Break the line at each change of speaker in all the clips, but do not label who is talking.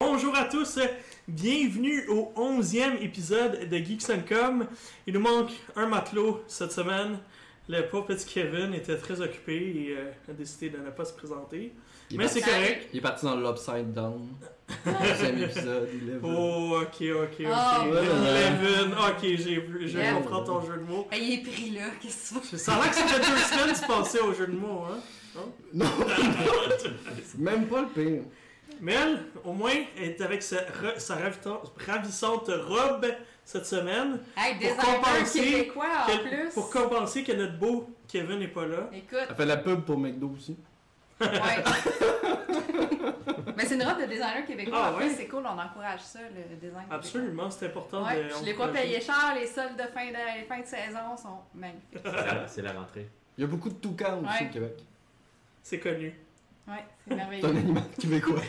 bonjour à tous. Bienvenue au 11e épisode de Geeks and Com. Il nous manque un matelot cette semaine. Le pauvre petit Kevin était très occupé et euh, a décidé de ne pas se présenter.
Il est
Mais
parti-
c'est correct.
Il est parti dans l'Upside Down. Deuxième épisode, il lève.
Oh, ok, ok, ok.
Ah,
ouais.
Eleven. Ok, j'ai vu. Je
Yeah.
comprends ton jeu de mots.
Ben, il est pris là, qu'est-ce que tu
Ça a l'air que c'était deux semaines que tu pensais au jeu de mots, hein? Ah,
Non, même pas le pire.
Mel, au moins, est avec sa, re- sa ravita- ravissante robe cette semaine.
veux? Hey,
Pour
designer
compenser
québécois en
Quel-
plus.
Pour compenser que notre beau Kevin n'est pas là.
Écoute,
Elle fait de la pub pour McDo aussi.
ouais. Mais c'est une robe de designer québécois.
Ah,
en plus,
ouais?
c'est cool, on encourage ça, le design québécois.
Absolument, c'est important.
Ouais,
de,
puis
on
je l'ai pas
peut le
payé
dire.
cher, les soldes de fin de, les fins de saison sont magnifiques.
C'est la- C'est la rentrée.
Il y a beaucoup de toucans aussi
Ouais.
au Québec.
C'est connu.
Ouais, c'est
C'est un
merveilleux.
animal québécois.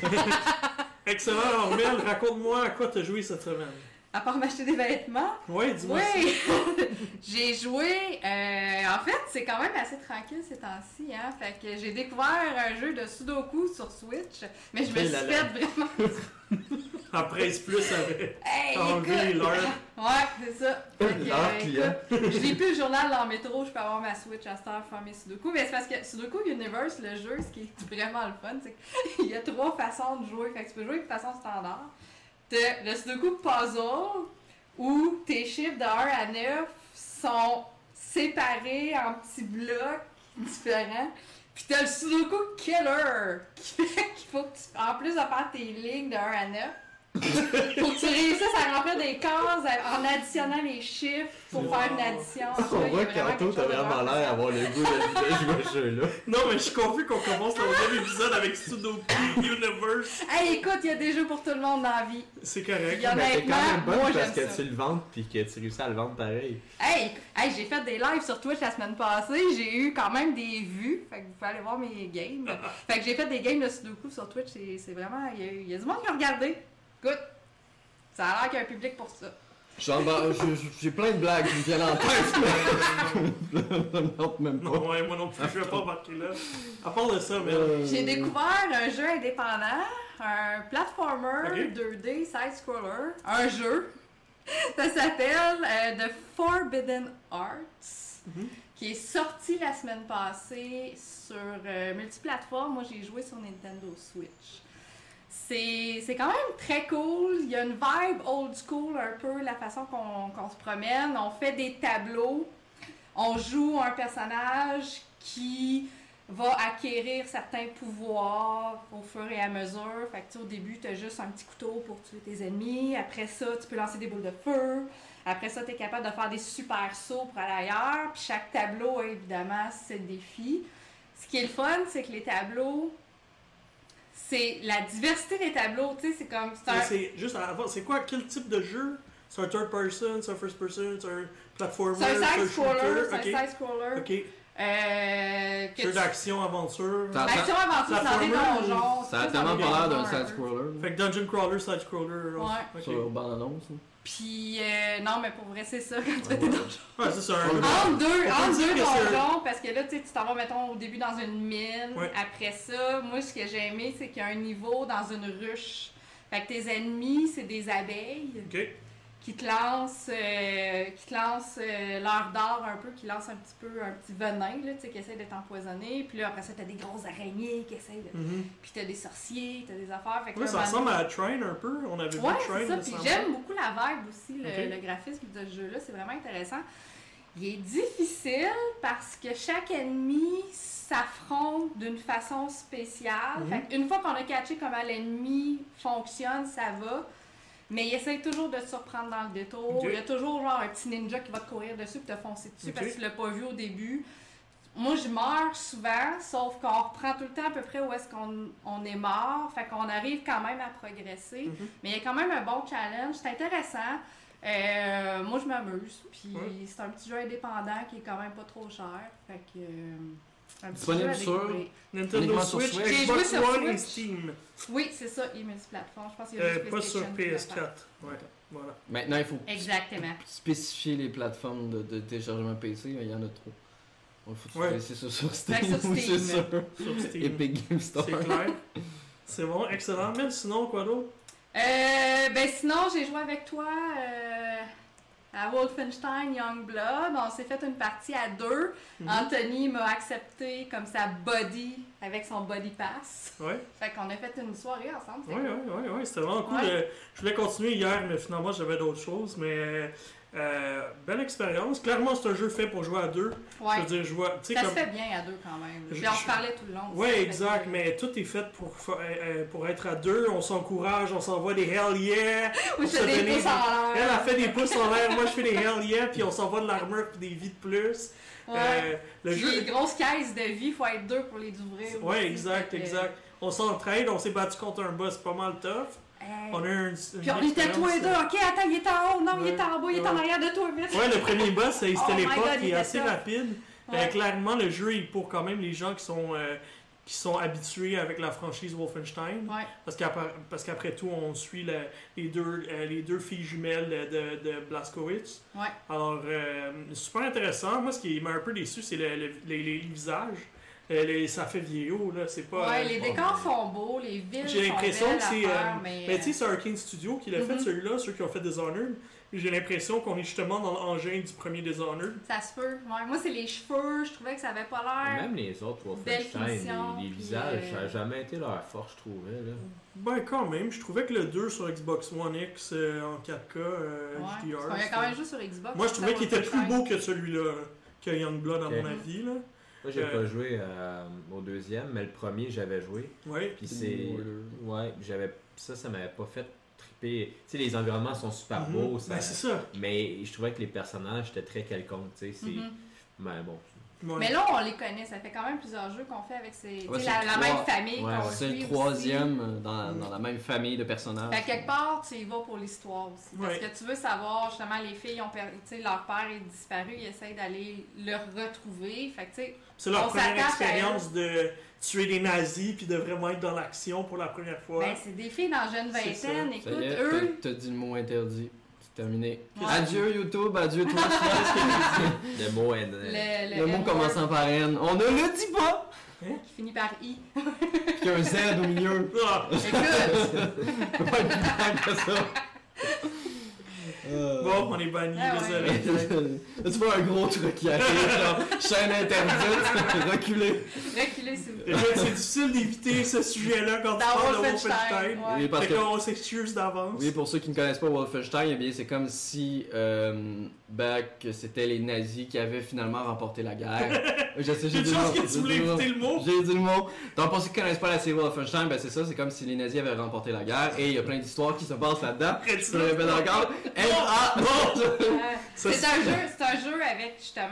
Excellent. Alors, Mel, raconte-moi à quoi t'as joué cette semaine.
À part m'acheter des vêtements,
Oui, dis-moi. ça.
oui! j'ai joué. euh, en fait, c'est quand même assez tranquille ces temps-ci, hein. Fait que j'ai découvert un jeu de Sudoku sur Switch, mais je me
Eh
suis
là
fait
là.
vraiment
En presse plus avec.
Hey,
Ah, oui,
écoute!
leur-
Ouais, c'est ça. Fait que,
Leur
euh,
ah, client.
écoute, je lis plus le journal en métro, je peux avoir ma Switch à cette heure pour faire mes Sudoku. Mais c'est parce que Sudoku Universe, le jeu, ce qui est vraiment le fun, c'est qu'il y a trois façons de jouer. Fait que tu peux jouer de façon standard. T'as le Sudoku puzzle, où tes chiffres de 1 à 9 sont séparés en petits blocs différents. Puis t'as le Sudoku killer, qui fait qu'il faut que tu, en plus de faire tes lignes de 1 à 9, faut que tu réussisses à remplir des cases en additionnant les chiffres pour
Wow.
faire une addition.
On voit
Il y a vraiment
qu'Anto,
quelque
t'as
chose de
vraiment
vraiment
l'air d'avoir le goût de de jouer à ce jeu-là.
Non, mais je suis confus qu'on commence le deuxième épisode avec Sudoku Universe.
Hey, écoute, il y a des jeux pour tout le monde dans la vie.
C'est
Il
correct.
y en a
Mais t'es quand même
moi
bonne parce
j'aime
que
ça.
tu le vends puis que tu réussis à le vendre pareil.
Hey, hey j'ai fait des lives sur Twitch la semaine passée, j'ai eu quand même des vues, fait que vous pouvez aller voir mes games. Fait que j'ai fait des games de Sudoku sur Twitch, c'est c'est vraiment, il y, a, il y a du monde qui a regardé. Écoute, ça a l'air qu'il y a un public pour ça.
J'en bats- ben, euh, j'ai- J'ai plein de blagues qui me viennent en tête, mais ça me tente même pas.
Non, ouais, moi non plus, je vais pas embarquer là. À part de ça, Mel.
Euh,
J'ai découvert un jeu indépendant, un platformer
Ok.
2D side-scroller, un jeu. Ça s'appelle euh, The Forbidden Arts,
Mhm.
qui est sorti la semaine passée sur euh, multiplateforme. Moi, j'ai joué sur Nintendo Switch. C'est c'est quand même très cool. Il y a une vibe old school un peu, la façon qu'on qu'on se promène. On fait des tableaux. On joue un personnage qui va acquérir certains pouvoirs au fur et à mesure. Fait que, tu sais, au début, tu as juste un petit couteau pour tuer tes ennemis. Après ça, tu peux lancer des boules de feu. Après ça, tu es capable de faire des super sauts pour aller ailleurs. Puis chaque tableau, a évidemment, c'est le défi. Ce qui est le fun, c'est que les tableaux, c'est la diversité des tableaux. Tu sais, c'est comme. c'est un-
Mais C'est juste avant, c'est quoi, quel type de jeu C'est un third person, c'est un first person, c'est un platformer,
C'est un
un
side-scroller. C'est un
shooter?
side-scroller.
Ok, ok.
Euh, que
Jeu
tu-
d'action, aventure.
Ben,
Ça-
L'action-aventure dans des
Platformer,
donjons.
Ça a
c'est
tellement
dans des
pas l'air d'un
donjons un peu.
side-scroller.
Fait que dungeon crawler, side scroller.
Ouais.
Sur bande-annonce.
Puis, euh, non, mais pour vrai, c'est ça. Quand t'as des donjons.
Ouais, ça, c'est un.
Ouais.
Entre deux,
On peut
entre
dire
deux
que c'est un-
donjons, parce que là, tu sais, tu t'en vas, mettons, au début dans une mine.
Ouais.
Après ça, moi, ce que j'ai aimé, c'est qu'il y a un niveau dans une ruche. Fait que tes ennemis, c'est des abeilles
Ok.
qui te lancent, euh, qui te lancent euh, leur dard un peu, qui lancent un petit peu un petit venin, là, tu sais, qui essaie de t'empoisonner. Puis là, après ça, t'as des grosses araignées qui essaient de...
Mhm.
Puis t'as des sorciers, t'as des affaires. Fait que
Ouais,
là,
ça
un moment
ressemble à Train un peu. On avait
Ouais,
vu Train.
c'est ça.
il me
Puis
semble.
j'aime beaucoup la vibe aussi, le,
Ok.
le graphisme de ce jeu-là. C'est vraiment intéressant. Il est difficile parce que chaque ennemi s'affronte d'une façon spéciale.
Mhm.
Une fois qu'on a catché comment l'ennemi fonctionne, ça va. Mais il essaie toujours de te surprendre dans le détour.
Ok.
Il y a toujours genre un petit ninja qui va te courir dessus et te foncer dessus
Ok.
parce que tu l'as pas vu au début. Moi, je meurs souvent, sauf qu'on reprend tout le temps à peu près où est-ce qu'on on est mort. Fait qu'on arrive quand même à progresser.
Mhm.
Mais il y a quand même un bon challenge. C'est intéressant. Euh, moi, je m'amuse. Puis
Ouais.
c'est un petit jeu indépendant qui est quand même pas trop cher. Fait que. euh, un petit
Disponible
jeu à
sur-
découvrir.
Nintendo
Uniquement sur
Switch,
Switch.
J'ai
Xbox
joué sur
One et
Switch.
Steam.
Oui, c'est ça, il est multiplateforme. Je pense qu'il y a
Euh,
juste
pas sur
PlayStation qui l'a fait.
PS4. Ouais. Voilà.
Maintenant, il faut
Exactement.
spécifier les plateformes de, de téléchargement PC, mais il y en a trop. Il faut
Ouais.
que tu sur, sur
Fait
Steam,
que Ben, sur
ou c'est
Steam.
sur
Sur Steam.
Epic Game Store.
C'est clair. C'est bon, excellent. Mais sinon, quoi d'autre
Euh, ben sinon, j'ai joué avec toi euh, à Wolfenstein Youngblood. On s'est fait une partie à deux.
Mhm.
Anthony m'a accepté comme sa body avec son body pass.
Ouais,
Fait qu'on a fait une soirée ensemble.
ouais,
c'était
ouais,
cool.
ouais, ouais, c'était vraiment cool.
Ouais.
Euh, je voulais continuer hier, mais finalement j'avais d'autres choses. Mais euh, euh, belle expérience. Clairement, c'est un jeu fait pour jouer à deux.
Ouais.
Je veux dire, je vois. tu sais,
Ça
comme-
se fait bien à deux quand même.
Je-
Puis on
je-
se parlait tout le long.
Ouais,
aussi.
exact,
Fait que-
mais tout est fait pour, fa- euh, euh, pour être à deux. On s'encourage, on s'envoie des hell yeah.
Moi,
on
je
se
fais des
donnait
pouces en
Elle a
l'air.
fait des pouces en l'air, moi je fais des hell yeah, puis on s'envoie de l'armure puis des vies de plus.
Ouais.
Euh, le
Puis
jeu.
Les grosses caisses de vie, faut être deux pour les ouvrir.
Ouais,
aussi.
exact,
Fait que-
exact. On s'entraide, on s'est battu contre un boss pas mal tough.
Hey.
On a eu une.
Puis on
une
était tous les
expérience,
deux. Ok, attends, il est en haut. Non, il
Ouais,
est en bas. Il est en
ouais.
arrière de toi, vite.
Ouais, le premier boss, euh,
Oh
c'était
my God,
l'époque,
il
il est
était
assez
tough.
rapide.
Ouais.
Euh, clairement, le jeu est pour quand même les gens qui sont, euh, qui sont habitués avec la franchise Wolfenstein.
Ouais.
Parce qu'après, parce qu'après tout, on suit la- les, deux, euh, les deux filles jumelles de, de Blazkowicz.
Ouais.
Alors, euh, super intéressant. Moi, ce qui m'a un peu déçu, c'est le- le- les, les visages. Euh, les- ça fait vieillot, là. C'est pas. euh,
Ouais, les
bon.
décors sont beaux, les villes
J'ai
sont
l'impression
belles
que
à
c'est,
faire,
euh,
mais...
Mais tu sais, c'est Arkane Studio qui l'a fait,
Mhm.
celui-là, ceux qui ont fait Dishonored. J'ai l'impression qu'on est justement dans l'engin du premier Dishonored.
Ça se peut. Ouais, moi, c'est les cheveux, je trouvais que ça avait pas l'air...
Même les autres
Belle
Wolfenstein,
finition,
les, les
puis,
visages,
euh,
ça n'a jamais été leur force, je trouvais. Là.
Ben, quand même, je trouvais que le 2 sur Xbox One X euh, en 4K euh,
Ouais,
HDR.
parce qu'on a
c'était-
quand même joué sur Xbox.
Moi, je
ça,
trouvais qu'il était plus
Wolfenstein.
beau que celui-là, là, que Youngblood, à
Ok.
mon avis. Là.
Moi, j'ai
Euh,
pas joué euh, au deuxième, mais le premier, j'avais joué.
Ouais.
Puis c'est. Ouais, j'avais. Ça, ça m'avait pas fait triper. Tu sais, les environnements sont super
Mhm.
beaux, ça-
Ben, c'est ça.
mais je trouvais que les personnages étaient très quelconques, tu sais. c'est-
Mhm.
Mais bon.
Ouais.
Mais là, on les connaît. Ça fait quand même plusieurs jeux qu'on fait avec ces... tu
Ouais,
sais,
c'est
la,
le
la
trois-
même famille
ouais,
qu'on
Ah ouais.
C'est
suit
le
aussi.
troisième euh, dans, dans la même famille de personnages.
Fait que quelque part, tu y vas pour l'histoire aussi.
Ouais.
Parce que tu veux savoir, justement, les filles ont perdu, tu sais, leur père est disparu, ils essayent d'aller le retrouver. Fait que, tu sais,
C'est leur
on
première
s'attache à
expérience de tuer des nazis puis de vraiment être dans l'action pour la première fois.
ben, c'est des filles dans la jeune
C'est ça.
vingtaine.
Ça
Écoute,
y est,
eux,
t'as t'as dit le mot interdit. C'est terminé.
Ouais.
Adieu YouTube, adieu Twitch. Qu'est-ce que-
Le mot est. euh,
le,
le mot
N-word
commençant par N. On ne le dit pas!
qui finit par I.
Puis qu'il y a un Z au milieu.
Ah!
Écoute,
Peut pas être plus clair que ça. Euh,
Bon, on est banni,
Ah ouais.
désolé.
Là, tu vois un gros truc qui arrive, genre chaîne interdite, reculé.
reculez s'il vous plaît.
Déjà, C'est difficile d'éviter ce sujet-là quand on
Dans
parle de
Wolfenstein.
Wolfenstein.
ouais.
Oui, parce
Fait
que
qu'on s'excuse d'avance.
Oui, pour ceux qui ne connaissent pas Wolfenstein, eh bien, c'est comme si euh, ben, que c'était les nazis qui avaient finalement remporté la guerre. je
J'ai
sais, j'ai
une
dit le
chance
mot.
que tu voulais
j'ai dit le mot.
éviter le mot.
J'ai dit le mot. Donc, pour ceux qui ne connaissent pas la série Wolfenstein, ben, c'est ça, c'est comme si les nazis avaient remporté la guerre et il y a plein d'histoires qui se passent là-dedans.
Après, tu
Je le répète encore. Ah, M.A. Bon!
Euh,
Ça,
C'est un jeu, c'est un jeu avec justement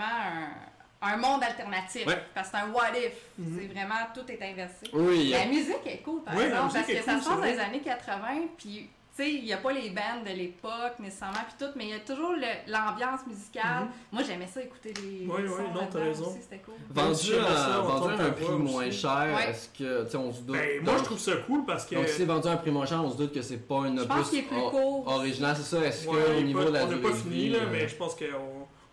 un, un monde alternatif.
Ouais.
Parce que c'est un what if.
Mhm.
C'est vraiment tout est inversé.
Oui,
La musique est cool, par
Oui, la
exemple,
musique
parce que
est
ça
cool,
se passe dans
c'est
les années 80, puis, tu sais, il n'y a pas les bands de l'époque, nécessairement, puis tout, mais il y a toujours le- l'ambiance musicale.
Mhm.
Moi, j'aimais ça, écouter les,
Oui, oui,
les sons
non, t'as
là-dedans
raison.
aussi, c'était cool.
vendu
J'aimerais
à,
ça, on
vendu
entend
à un
ta
prix
voix
moins
aussi.
cher,
Ouais.
est-ce que, tu sais, on se doute.
Ben, moi,
donc-
je trouve ça cool parce que.
Donc, si c'est vendu à un prix moins cher, on se doute que c'est pas une
Je pense qu'il est plus court.
original, c'est ça? Est-ce
Ouais,
que au niveau
pas-
de la
on n'a
durée
pas
de
fini,
vie,
là,
euh,
mais je pense qu'on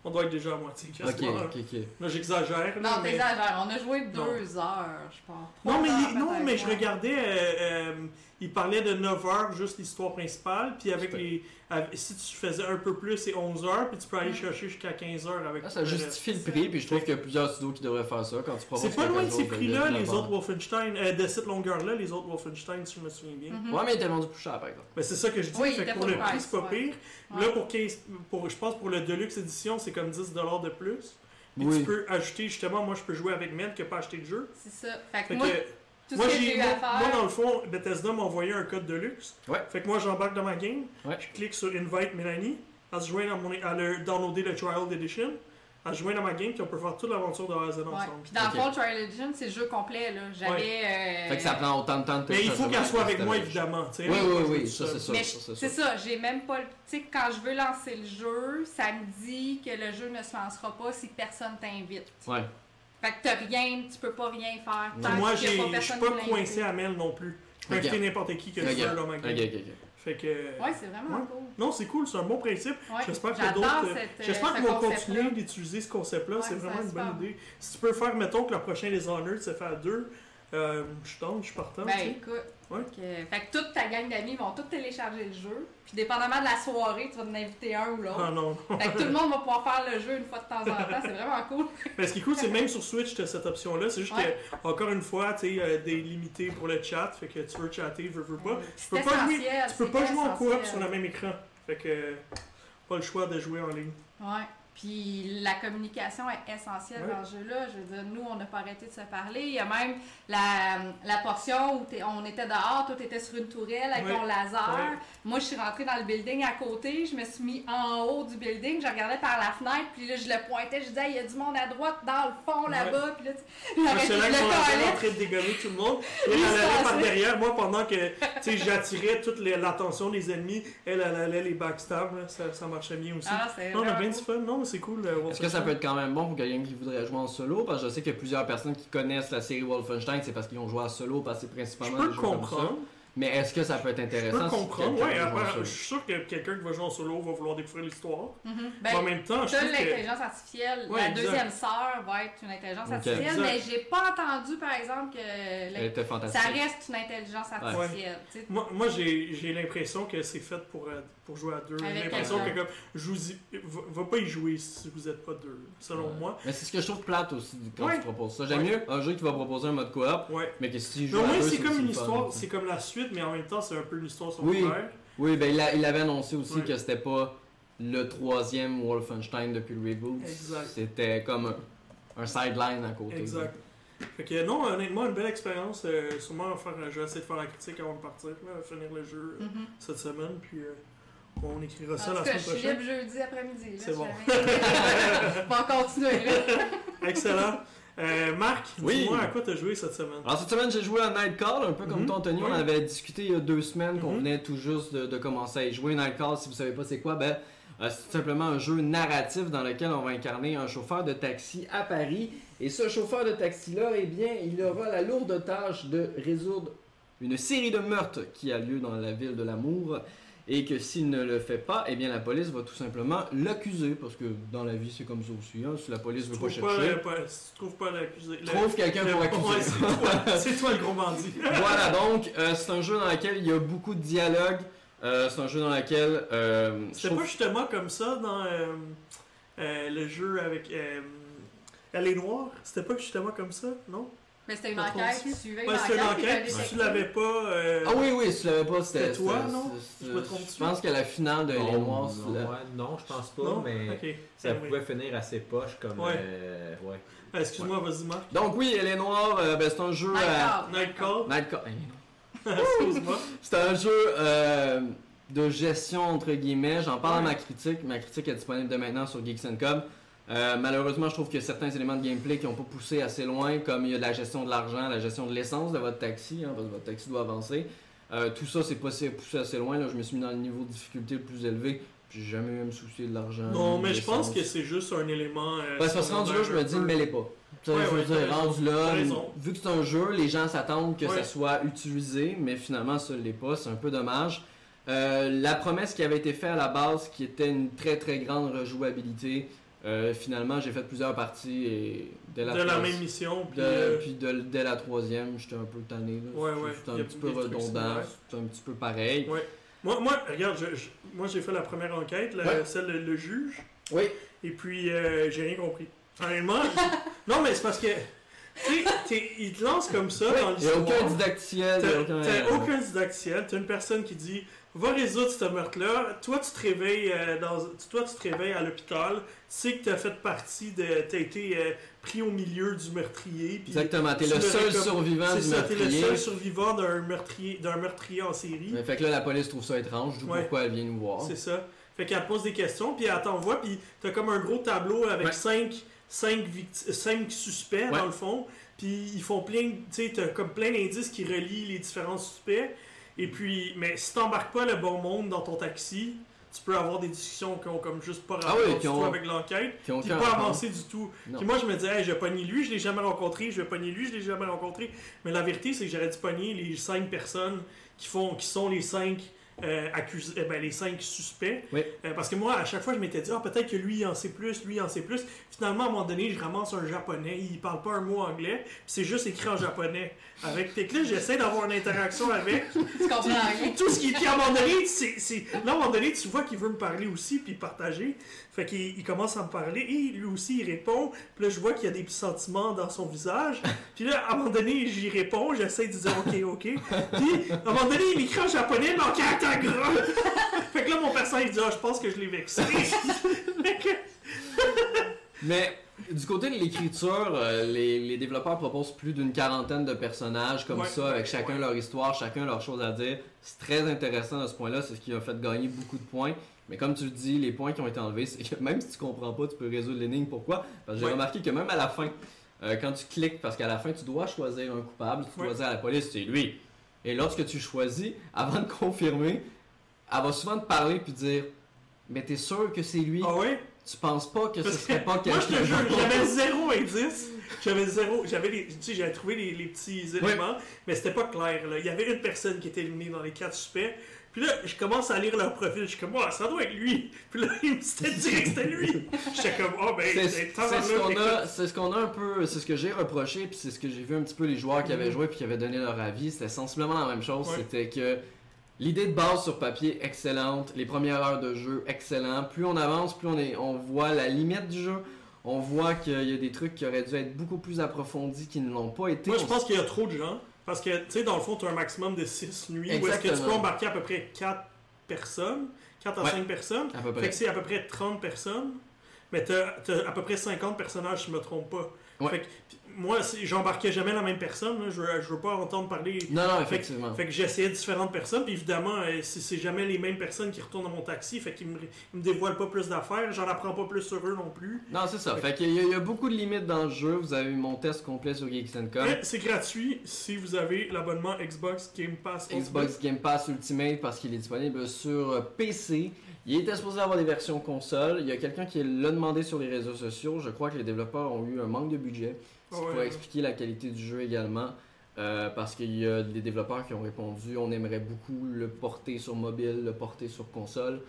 on doit être déjà à moitié. quasiment,
Ok,
là.
ok, ok.
Là, j'exagère. là,
Non,
mais-
t'exagères, on a joué
Non.
deux heures, je pense.
Non,
Trois
mais,
heures,
il- non,
peut-être,
mais je
ouais.
regardais, euh, euh, il parlait de 9 heures, juste l'histoire principale, puis avec
Super.
les, avec- si tu faisais un peu plus, c'est 11 heures, puis tu peux aller
Mm.
chercher jusqu'à 15 heures avec
Ah, ça
le
justifie le prix, puis je trouve qu'il y a plusieurs studios qui devraient faire ça quand tu
reste.
proposes
C'est pas
quelque
loin de
chose
ces prix-là, les
innovant.
autres Wolfenstein, euh, de cette longueur-là, les autres Wolfenstein, si je me souviens bien.
Mhm.
Ouais, mais il était vendu plus cher, par exemple.
Ben, c'est ça que je dis,
Oui,
fait que
il
pour
était
le
pas
prix,
cher,
c'est pas
ouais.
pire.
Ouais.
Là, pour 15, pour, je pense pour le Deluxe Edition, c'est comme 10$ de plus. Puis
Oui.
tu peux ajouter, justement, moi je peux jouer avec Mel qui a pas acheté de jeu.
C'est ça. Fait que
Fait
moi,
que-
tout
moi,
ce que
j'ai-
j'ai eu
moi,
à faire.
moi, dans le fond, Bethesda m'a envoyé un code de luxe.
Ouais.
Fait que moi, j'embarque dans ma game.
Ouais.
Je clique sur Invite Mélanie. Elle se joint dans mon. Elle a downloadé le Trial Edition. Elle se joint dans ma game, puis on peut faire toute l'aventure de A à Z
Ouais.
ensemble.
Puis dans
Ok.
le fond, Trial Legend, c'est le jeu complet, là. J'avais. euh,
Fait que ça prend autant de temps de
Mais il
télécharger
faut qu'elle soit avec
que
moi,
t'avais.
évidemment. tu sais.
Oui, oui,
Moi, je
oui,
joue
ça
seul.
c'est sûr.
Mais
ça,
C'est ça, j'ai même pas le. Tu sais, quand je veux lancer le jeu, ça me dit que le jeu ne se lancera pas si personne t'invite.
Ouais.
Fait que t'as rien, tu peux pas rien faire.
Non.
tant
Moi,
qu'il y a
j'ai-
pas
je
personne
suis
qui
pas
l'invite.
coincé à Mel non plus. Je peux
Ok.
inviter n'importe qui que je
Ok.
veux dans ma
Ok,
game.
ok, ok.
Fait que.
Ouais, c'est vraiment
Ouais.
cool.
Non, c'est cool, c'est un bon principe.
Ouais.
J'espère que
J'adore
d'autres-
cette, euh,
J'espère
ce
qu'ils vont
concept-là.
continuer d'utiliser ce concept-là,
Ouais,
c'est vraiment
ça,
une
c'est
bonne
super.
idée. Si tu peux faire, mettons que le prochain Dishonored se fait à deux, Euh, je suis donc, je suis partant. tu
Ben
sais.
écoute,
Ouais.
que- fait que toute ta gang d'amis vont tous télécharger le jeu. Puis dépendamment de la soirée, tu vas en inviter un ou
Ah
l'autre.
non.
Fait que tout le monde va pouvoir faire le jeu une fois de temps en temps. C'est vraiment cool.
Mais ce qui est cool, c'est même sur Switch, t'as cette option-là. C'est juste
Ouais.
que, encore une fois, tu sais, euh, délimité pour le chat. Fait que tu veux chatter, veux, veux pas.
C'est
peux pas jouer-
essentiel,
Tu peux
c'est
pas jouer en coop
essentiel.
sur le même écran. Fait que, euh, pas le choix de jouer en ligne.
Ouais. Puis la communication est essentielle
Ouais.
dans ce jeu-là. Je veux dire, nous, on n'a pas arrêté de se parler. Il y a même la, la portion où t'es- on était dehors, toi, t'étais sur une tourelle avec
Ouais.
ton laser.
Ouais.
Moi, je suis rentrée dans le building à côté. Je me suis mis en haut du building. Je regardais par la fenêtre. Puis là, je le pointais. Je disais, Ah, il y a du monde à droite, dans le fond,
Ouais.
là-bas. Puis là, tu...
Parce que là, ils
j'arrêtais de le
sont en
coller.
train de dégommer tout le monde. Et elle
Lui,
allait
il se
par
passait.
derrière moi pendant que tu sais, j'attirais toute les- l'attention des ennemis. Elle, elle allait les backstab. là. Ça, ça marchait bien aussi.
Ah, c'est
non, on a
vraiment
bien
cool.
du fun. Non, mais c'est cool. euh,
Est-ce que ça peut être quand même bon pour quelqu'un qui voudrait jouer en solo? Parce que je sais qu'il y a plusieurs personnes qui connaissent la série Wolfenstein, c'est parce qu'ils ont joué en solo, parce que c'est
Je
principalement
peux
des jeux comme ça.
comprendre.
Mais est-ce que ça peut être
Je
intéressant?
peux
si
comprendre.
quelqu'un
Ouais,
veut jouer en
apparemment,
solo?
je suis sûr que quelqu'un qui va jouer en solo va vouloir découvrir l'histoire.
Mhm.
Mais
Ben,
en même temps, je
Seule
trouve que.
l'intelligence artificielle,
Ouais,
la
exact.
deuxième sœur va être une intelligence
Ok.
artificielle,
Exact.
mais j'ai pas entendu par exemple que
Elle
l'in-
était
ça
fantastique.
reste une intelligence artificielle. tu sais.
Moi, moi, j'ai j'ai l'impression que c'est fait pour, euh, pour jouer à deux. J'ai
Avec
l'impression que
quelqu'un.
comme, jouez-y- va, va pas y jouer si vous êtes pas deux, selon
Ouais.
moi.
Mais c'est ce que je trouve plate aussi quand
Ouais.
tu proposes ça. J'aime
Ouais.
mieux un jeu qui va proposer un mode coop,
Ouais.
mais que si tu
Mais
joues
au
à
moins,
deux,
c'est
c'est
comme
aussi
une
le fun,
histoire,
ça.
c'est comme la suite, mais en même temps, c'est un peu une histoire sur
Oui.
le frère.
Oui, ben il, a- il avait annoncé aussi
Ouais.
que c'était pas le troisième Wolfenstein depuis le reboot.
Exact.
C'était comme un, un sideline à côté.
Exact. Fait que non, honnêtement, une belle expérience. Euh, sûrement, faire, je vais essayer de faire la critique avant de partir, là, finir le jeu euh,
Mhm.
cette semaine, puis euh, on écrira
En
ça
tout
la
cas,
semaine
je suis
prochaine.
libre jeudi après-midi. là,
C'est
je
bon.
savais. On va continuer. là.
Excellent. Euh, Marc,
Oui. Ah,
dis-moi à quoi t'as joué cette semaine.
Alors cette semaine j'ai joué à Nightcall, un peu comme
Mhm.
ton Tony, on
Ouais.
avait discuté il y a deux semaines qu'on
Mhm.
venait tout juste de, de commencer à y jouer. Nightcall, si vous savez pas c'est quoi, ben euh, c'est tout simplement un jeu narratif dans lequel on va incarner un chauffeur de taxi à Paris. Et ce chauffeur de taxi-là, eh bien, il aura la lourde tâche de résoudre une série de meurtres qui a lieu dans la ville de l'amour. Et que s'il ne le fait pas, eh bien la police va tout simplement l'accuser. Parce que dans la vie, c'est comme ça aussi. hein, Si la police
Tu
veut pas
trouves pas,
chercher,
le- pas- si tu trouves pas l'accusé. le-
trouve quelqu'un
le-
pour
Ouais,
accuser.
c'est toi- c'est toi le gros bandit.
voilà, donc, euh, c'est un jeu dans lequel il y a beaucoup de dialogue. Euh, c'est un jeu dans lequel. euh, je
C'était
trouve-
pas justement comme ça dans euh, euh, le jeu avec. euh, Elle est noire C'était pas justement comme ça, non
Mais c'était une
Pas trop
enquête,
dessus.
tu suivais une
Ouais, c'est une
enquête. puis t'as
enquête, puis
des
si tu
détectives.
l'avais pas. euh,
Ah oui, oui, si tu l'avais pas, c'était.
C'était toi,
c'était-
non?
c'était-
Je me trompe-tu?
Je pense qu'à la finale de Les Noirs, c'est
non,
la-
ouais, non, je pense pas,
Non,
mais
Ok.
ça
Anyway.
pouvait finir assez poche comme.
Ouais.
euh, ouais.
Ah, Excuse-moi, vas-y, Marc.
Donc, oui, Les Noirs, euh, ben, c'est un jeu. euh, à...
Nightcall.
Night Call.
Nightcall. Hey,
Excuse-moi.
C'est un jeu euh, de gestion, entre guillemets. J'en parle à
Ouais.
ma critique. Ma critique est disponible dès maintenant sur Geeks and Com. Euh, malheureusement, je trouve qu'il y a certains éléments de gameplay qui n'ont pas poussé assez loin, comme il y a de la gestion de l'argent, la gestion de l'essence de votre taxi, hein, parce que votre taxi doit avancer. Euh, tout ça, c'est pas assez- poussé assez loin. Là. Je me suis mis dans le niveau de difficulté le plus élevé. puis J'ai jamais eu à me soucier de l'argent.
Non,
ni
mais
de
je pense
l'essence.
que c'est juste un élément. euh,
Parce que ce rendu là, je me dis, ne mêlez pas. Tu sais,
Ouais,
je veux
ouais,
dire,
t'as
rendu
t'as
là,
raison.
vu que c'est un jeu, les gens s'attendent que
Ouais.
ça soit utilisé, mais finalement, ça ne l'est pas. C'est un peu dommage. Euh, la promesse qui avait été faite à la base, qui était une très très grande rejouabilité, euh, finalement, j'ai fait plusieurs parties et dès la,
de la
troisi-
même mission. Puis,
de-
euh,
puis de- dès la troisième, j'étais un peu tanné. là.
Ouais, ouais.
C'était
Il y a
un petit peu
des trucs
redondant,
similaires.
c'était un petit peu pareil.
Ouais. Moi, moi, regarde, je- je- moi j'ai fait la première enquête, la-
Ouais.
celle le, le juge,
Oui,
et puis euh, j'ai rien compris. Honnêtement, je- non, mais c'est parce que. Tu sais, t'es- il te lance comme ça dans
il n'y a
l'histoire.
aucun didacticiel. il y a
T'as
aucun-
t'as aucun didacticiel, t'as une personne qui dit va résoudre ce meurtre-là. Toi, tu te réveilles euh, dans, toi, tu te réveilles à l'hôpital. Tu sais que t'as fait partie de, t'as été euh, pris au milieu du meurtrier. puis
Exactement, t'es
tu
le
le
seul
récom-
survivant
C'est
du
ça, t'es le
meurtrier.
seul survivant d'un meurtrier, d'un meurtrier en série.
Mais fait que là, la police trouve ça étrange, d'où
Ouais.
pourquoi elle vient nous voir.
C'est ça. Fait qu'elle te pose des questions, puis elle t'envoie, puis t'as comme un gros tableau avec
Ouais.
cinq, cinq, victi- cinq suspects,
Ouais.
dans le fond. Puis ils font plein, tu sais, t'as comme plein d'indices qui relient les différents suspects. Et puis, mais si t'embarques pas le bon monde dans ton taxi, tu peux avoir des discussions qui ont comme juste pas rapport
Ah oui,
du
qui
tout
ont-
avec l'enquête,
Qui ont
qui
aucun
pas
rapport.
avancé du tout.
Non.
Puis moi, je me disais, hey, je vais pogner lui, je l'ai jamais rencontré, je vais pogner lui, je l'ai jamais rencontré. Mais la vérité, c'est que j'aurais dû pogner les cinq personnes qui, font, qui sont les cinq euh, accusés, eh ben, les cinq suspects.
Oui.
Euh, parce que moi, à chaque fois, je m'étais dit, ah, peut-être que lui, il en sait plus, lui, il en sait plus. Finalement, à un moment donné, je ramasse un japonais, il parle pas un mot anglais, puis c'est juste écrit en japonais. Avec tes clés, j'essaie d'avoir une interaction avec.
Tu comprends rien.
Et tout ce qui puis à un moment donné, c'est, c'est- là, à un moment donné, tu vois qu'il veut me parler aussi, puis partager. Fait qu'il il commence à me parler, et lui aussi, il répond. Puis là, je vois qu'il y a des petits sentiments dans son visage. Puis là, à un moment donné, j'y réponds, j'essaie de dire OK, OK. Puis, à un moment donné, il m'écrit en japonais, mais en caractère gras. fait que là, mon personnage dit Ah, je pense que je l'ai vexé. Fait que-
Mais du côté de l'écriture, euh, les, les développeurs proposent plus d'une quarantaine de personnages comme
Ouais.
ça, avec chacun
Ouais.
leur histoire, chacun leur chose à dire. C'est très intéressant à ce point-là, c'est ce qui a fait gagner beaucoup de points. Mais comme tu le dis, les points qui ont été enlevés, c'est que même si tu comprends pas, tu peux résoudre l'énigme. Pourquoi Parce que j'ai
Ouais.
remarqué que même à la fin, euh, quand tu cliques, parce qu'à la fin, tu dois choisir un coupable, tu dois
Ouais.
dire à la police, c'est lui. Et lorsque tu choisis, avant de confirmer, elle va souvent te parler puis dire, mais t'es sûr que c'est lui
Ah ouais?
Tu penses pas que ce
Parce
serait pas
Moi, je te
quelqu'un
jure, j'avais zéro indice. J'avais zéro. J'avais les- tu sais, j'avais trouvé les, les petits éléments, mais c'était pas clair. là. Il y avait une personne qui était éliminée dans les quatre suspects. Puis là, je commence à lire leur profil. Je suis comme, ah, ça doit être lui. Puis là, il me disait direct que c'était lui. J'étais comme, ah, ben,
C'est
c'est
c'est ce
tabarnak,
qu'on
écoute.
a, c'est ce qu'on a un peu, c'est ce que j'ai reproché, puis c'est ce que j'ai vu un petit peu les joueurs qui avaient joué puis qui avaient donné leur avis. C'était sensiblement la même chose.
Mm-hmm. Ouais.
C'était que l'idée de base sur papier excellente, les premières heures de jeu excellent. Plus on avance, plus on est, on voit la limite du jeu. On voit qu'il y a des trucs qui auraient dû être beaucoup plus approfondis qui ne l'ont pas été.
Moi, je pense qu'il y a trop de gens. Parce que, tu sais, dans le fond, tu as un maximum de 6 nuits. Où est-ce que tu peux
Exactement.
embarquer à peu près 4 personnes, 4 à
Ouais.
5 personnes.
à peu
Fait
près.
que c'est à peu près 30 personnes, mais t'as t'as à peu près 50 personnages, si je me trompe pas.
Ouais.
Fait que pis moi, c'est- j'embarquais jamais la même personne, là, je, veux, je veux pas entendre parler.
Non, non, effectivement.
Fait que j'essayais différentes personnes, puis évidemment, euh, c'est c'est jamais les mêmes personnes qui retournent dans mon taxi, fait qu'ils me, ils me dévoilent pas plus d'affaires, j'en apprends pas plus sur eux non plus.
Non, c'est ça. Fait qu'il y, a- il y a beaucoup de limites dans le jeu. Vous avez mon test complet sur Geeks and Com.
Mais c'est gratuit si vous avez l'abonnement Xbox Game Pass. Ultimate.
Xbox Game Pass Ultimate parce qu'il est disponible sur euh, PC. Il était supposé avoir des versions console. Il y a quelqu'un qui l'a demandé sur les réseaux sociaux. Je crois que les développeurs ont eu un manque de budget. Ce qui
Ouais.
pourrait expliquer la qualité du jeu également. euh, parce qu'il y a des développeurs qui ont répondu on aimerait beaucoup le porter sur mobile, le porter sur console.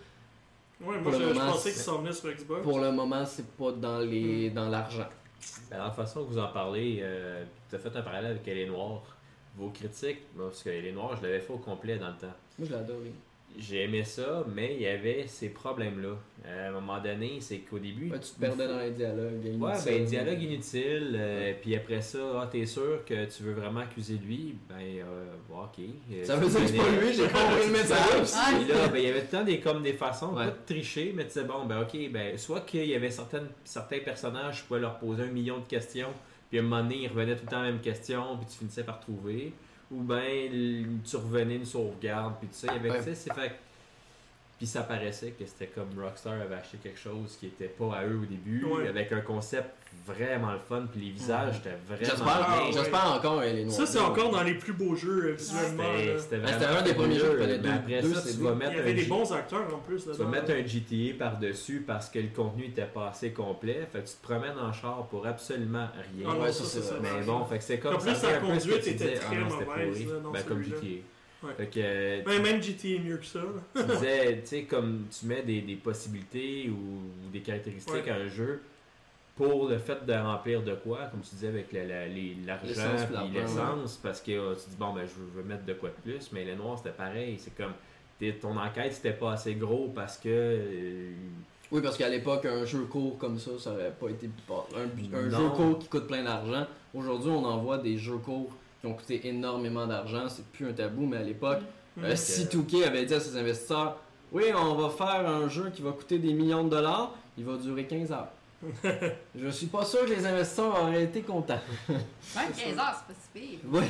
Ouais, moi
Pour le
je, je
moment,
pensais
c'est-
qu'ils s'en venaient sur Xbox.
Pour le moment, c'est pas dans les dans l'argent.
Ben, dans la façon que vous en parlez, euh, tu as fait un parallèle avec Elle est Noire. Vos critiques, moi, parce que Elle est Noire, je l'avais fait au complet dans le temps.
Moi, je l'ai adoré.
J'ai aimé ça, mais il y avait ces problèmes-là. Euh, à un moment donné, c'est qu'au début.
Ouais, tu te perdais dans les dialogues.
Ouais,
inutiles.
ben, dialogue inutile, euh, puis après ça, ah, t'es sûr que tu veux vraiment accuser lui, ben, euh, ok. euh,
Ça veut dire que c'est pas
connais-
lui, j'ai compris le message.
Ah,
Puis là, ben, il y avait tant des, comme des façons,
Ouais.
pas de tricher, mais tu sais, bon, ben ok, ben, soit qu'il y avait certaines, certains personnages, je pouvais leur poser un million de questions, puis à un moment donné, ils revenaient tout le temps à la même question, puis tu finissais par trouver, ou ben, l- tu revenais une sauvegarde, puis tu sais, il y avait,
Ouais.
tu sais, c'est fait. que- Puis ça paraissait que c'était comme Rockstar avait acheté quelque chose qui était pas à eux au début,
Ouais.
avec un concept vraiment le fun, puis les visages étaient vraiment.
Ah,
J'espère
ouais.
j'espère encore, elle est noire.
Ça, c'est encore dans les plus beaux jeux euh, visuellement.
C'était-
là.
C'était
Ah, c'était
vraiment
un des premiers jeux que
fabuleux,
fallait
mais
deux-
Après
deux,
ça,
c'est
tu
deux.
vas
Il y
mettre
avait
un
des
G-
bons acteurs en plus.
Tu vas
dedans.
mettre un GTA par-dessus parce que le contenu était pas assez complet. Fait que tu te promènes en char pour absolument rien.
Ah non,
Ouais,
ça,
ça,
c'est
c'est
ça.
mais bon, fait que c'est comme
En plus,
ça.
la
fait un peu ce que
conduite
tu
était
disais, Ah
très
non, c'était
mauvaise,
pourri.
là, dans
Ben, comme GTA.
celui-là. Ouais. Ben,
Fait que euh,
Mais même GT est mieux que ça. là.
tu disais, tu sais, comme tu mets des, des possibilités ou, ou des caractéristiques
Ouais.
à un jeu pour le fait de remplir de quoi, comme tu disais avec la- la- les- l'argent
L'essence, l'argent,
et l'essence, parce que euh, tu dis, bon, ben, je veux- je veux mettre de quoi de plus, mais les noirs, c'était pareil. C'est comme, t'es- ton enquête, c'était pas assez gros parce que. euh,
Oui, parce qu'à l'époque, un jeu court comme ça, ça aurait pas été pas- un, un
Non.
jeu court qui coûte plein d'argent. Aujourd'hui, on en voit des jeux courts qui ont coûté énormément d'argent. C'est plus un tabou, mais à l'époque,
Mm.
euh, si 2K avait dit à ses investisseurs Oui, on va faire un jeu qui va coûter des millions de dollars, il va durer 15 heures. Je suis pas sûr que les investisseurs auraient été contents.
Ouais, 15 heures, c'est pas si pire.
Oui.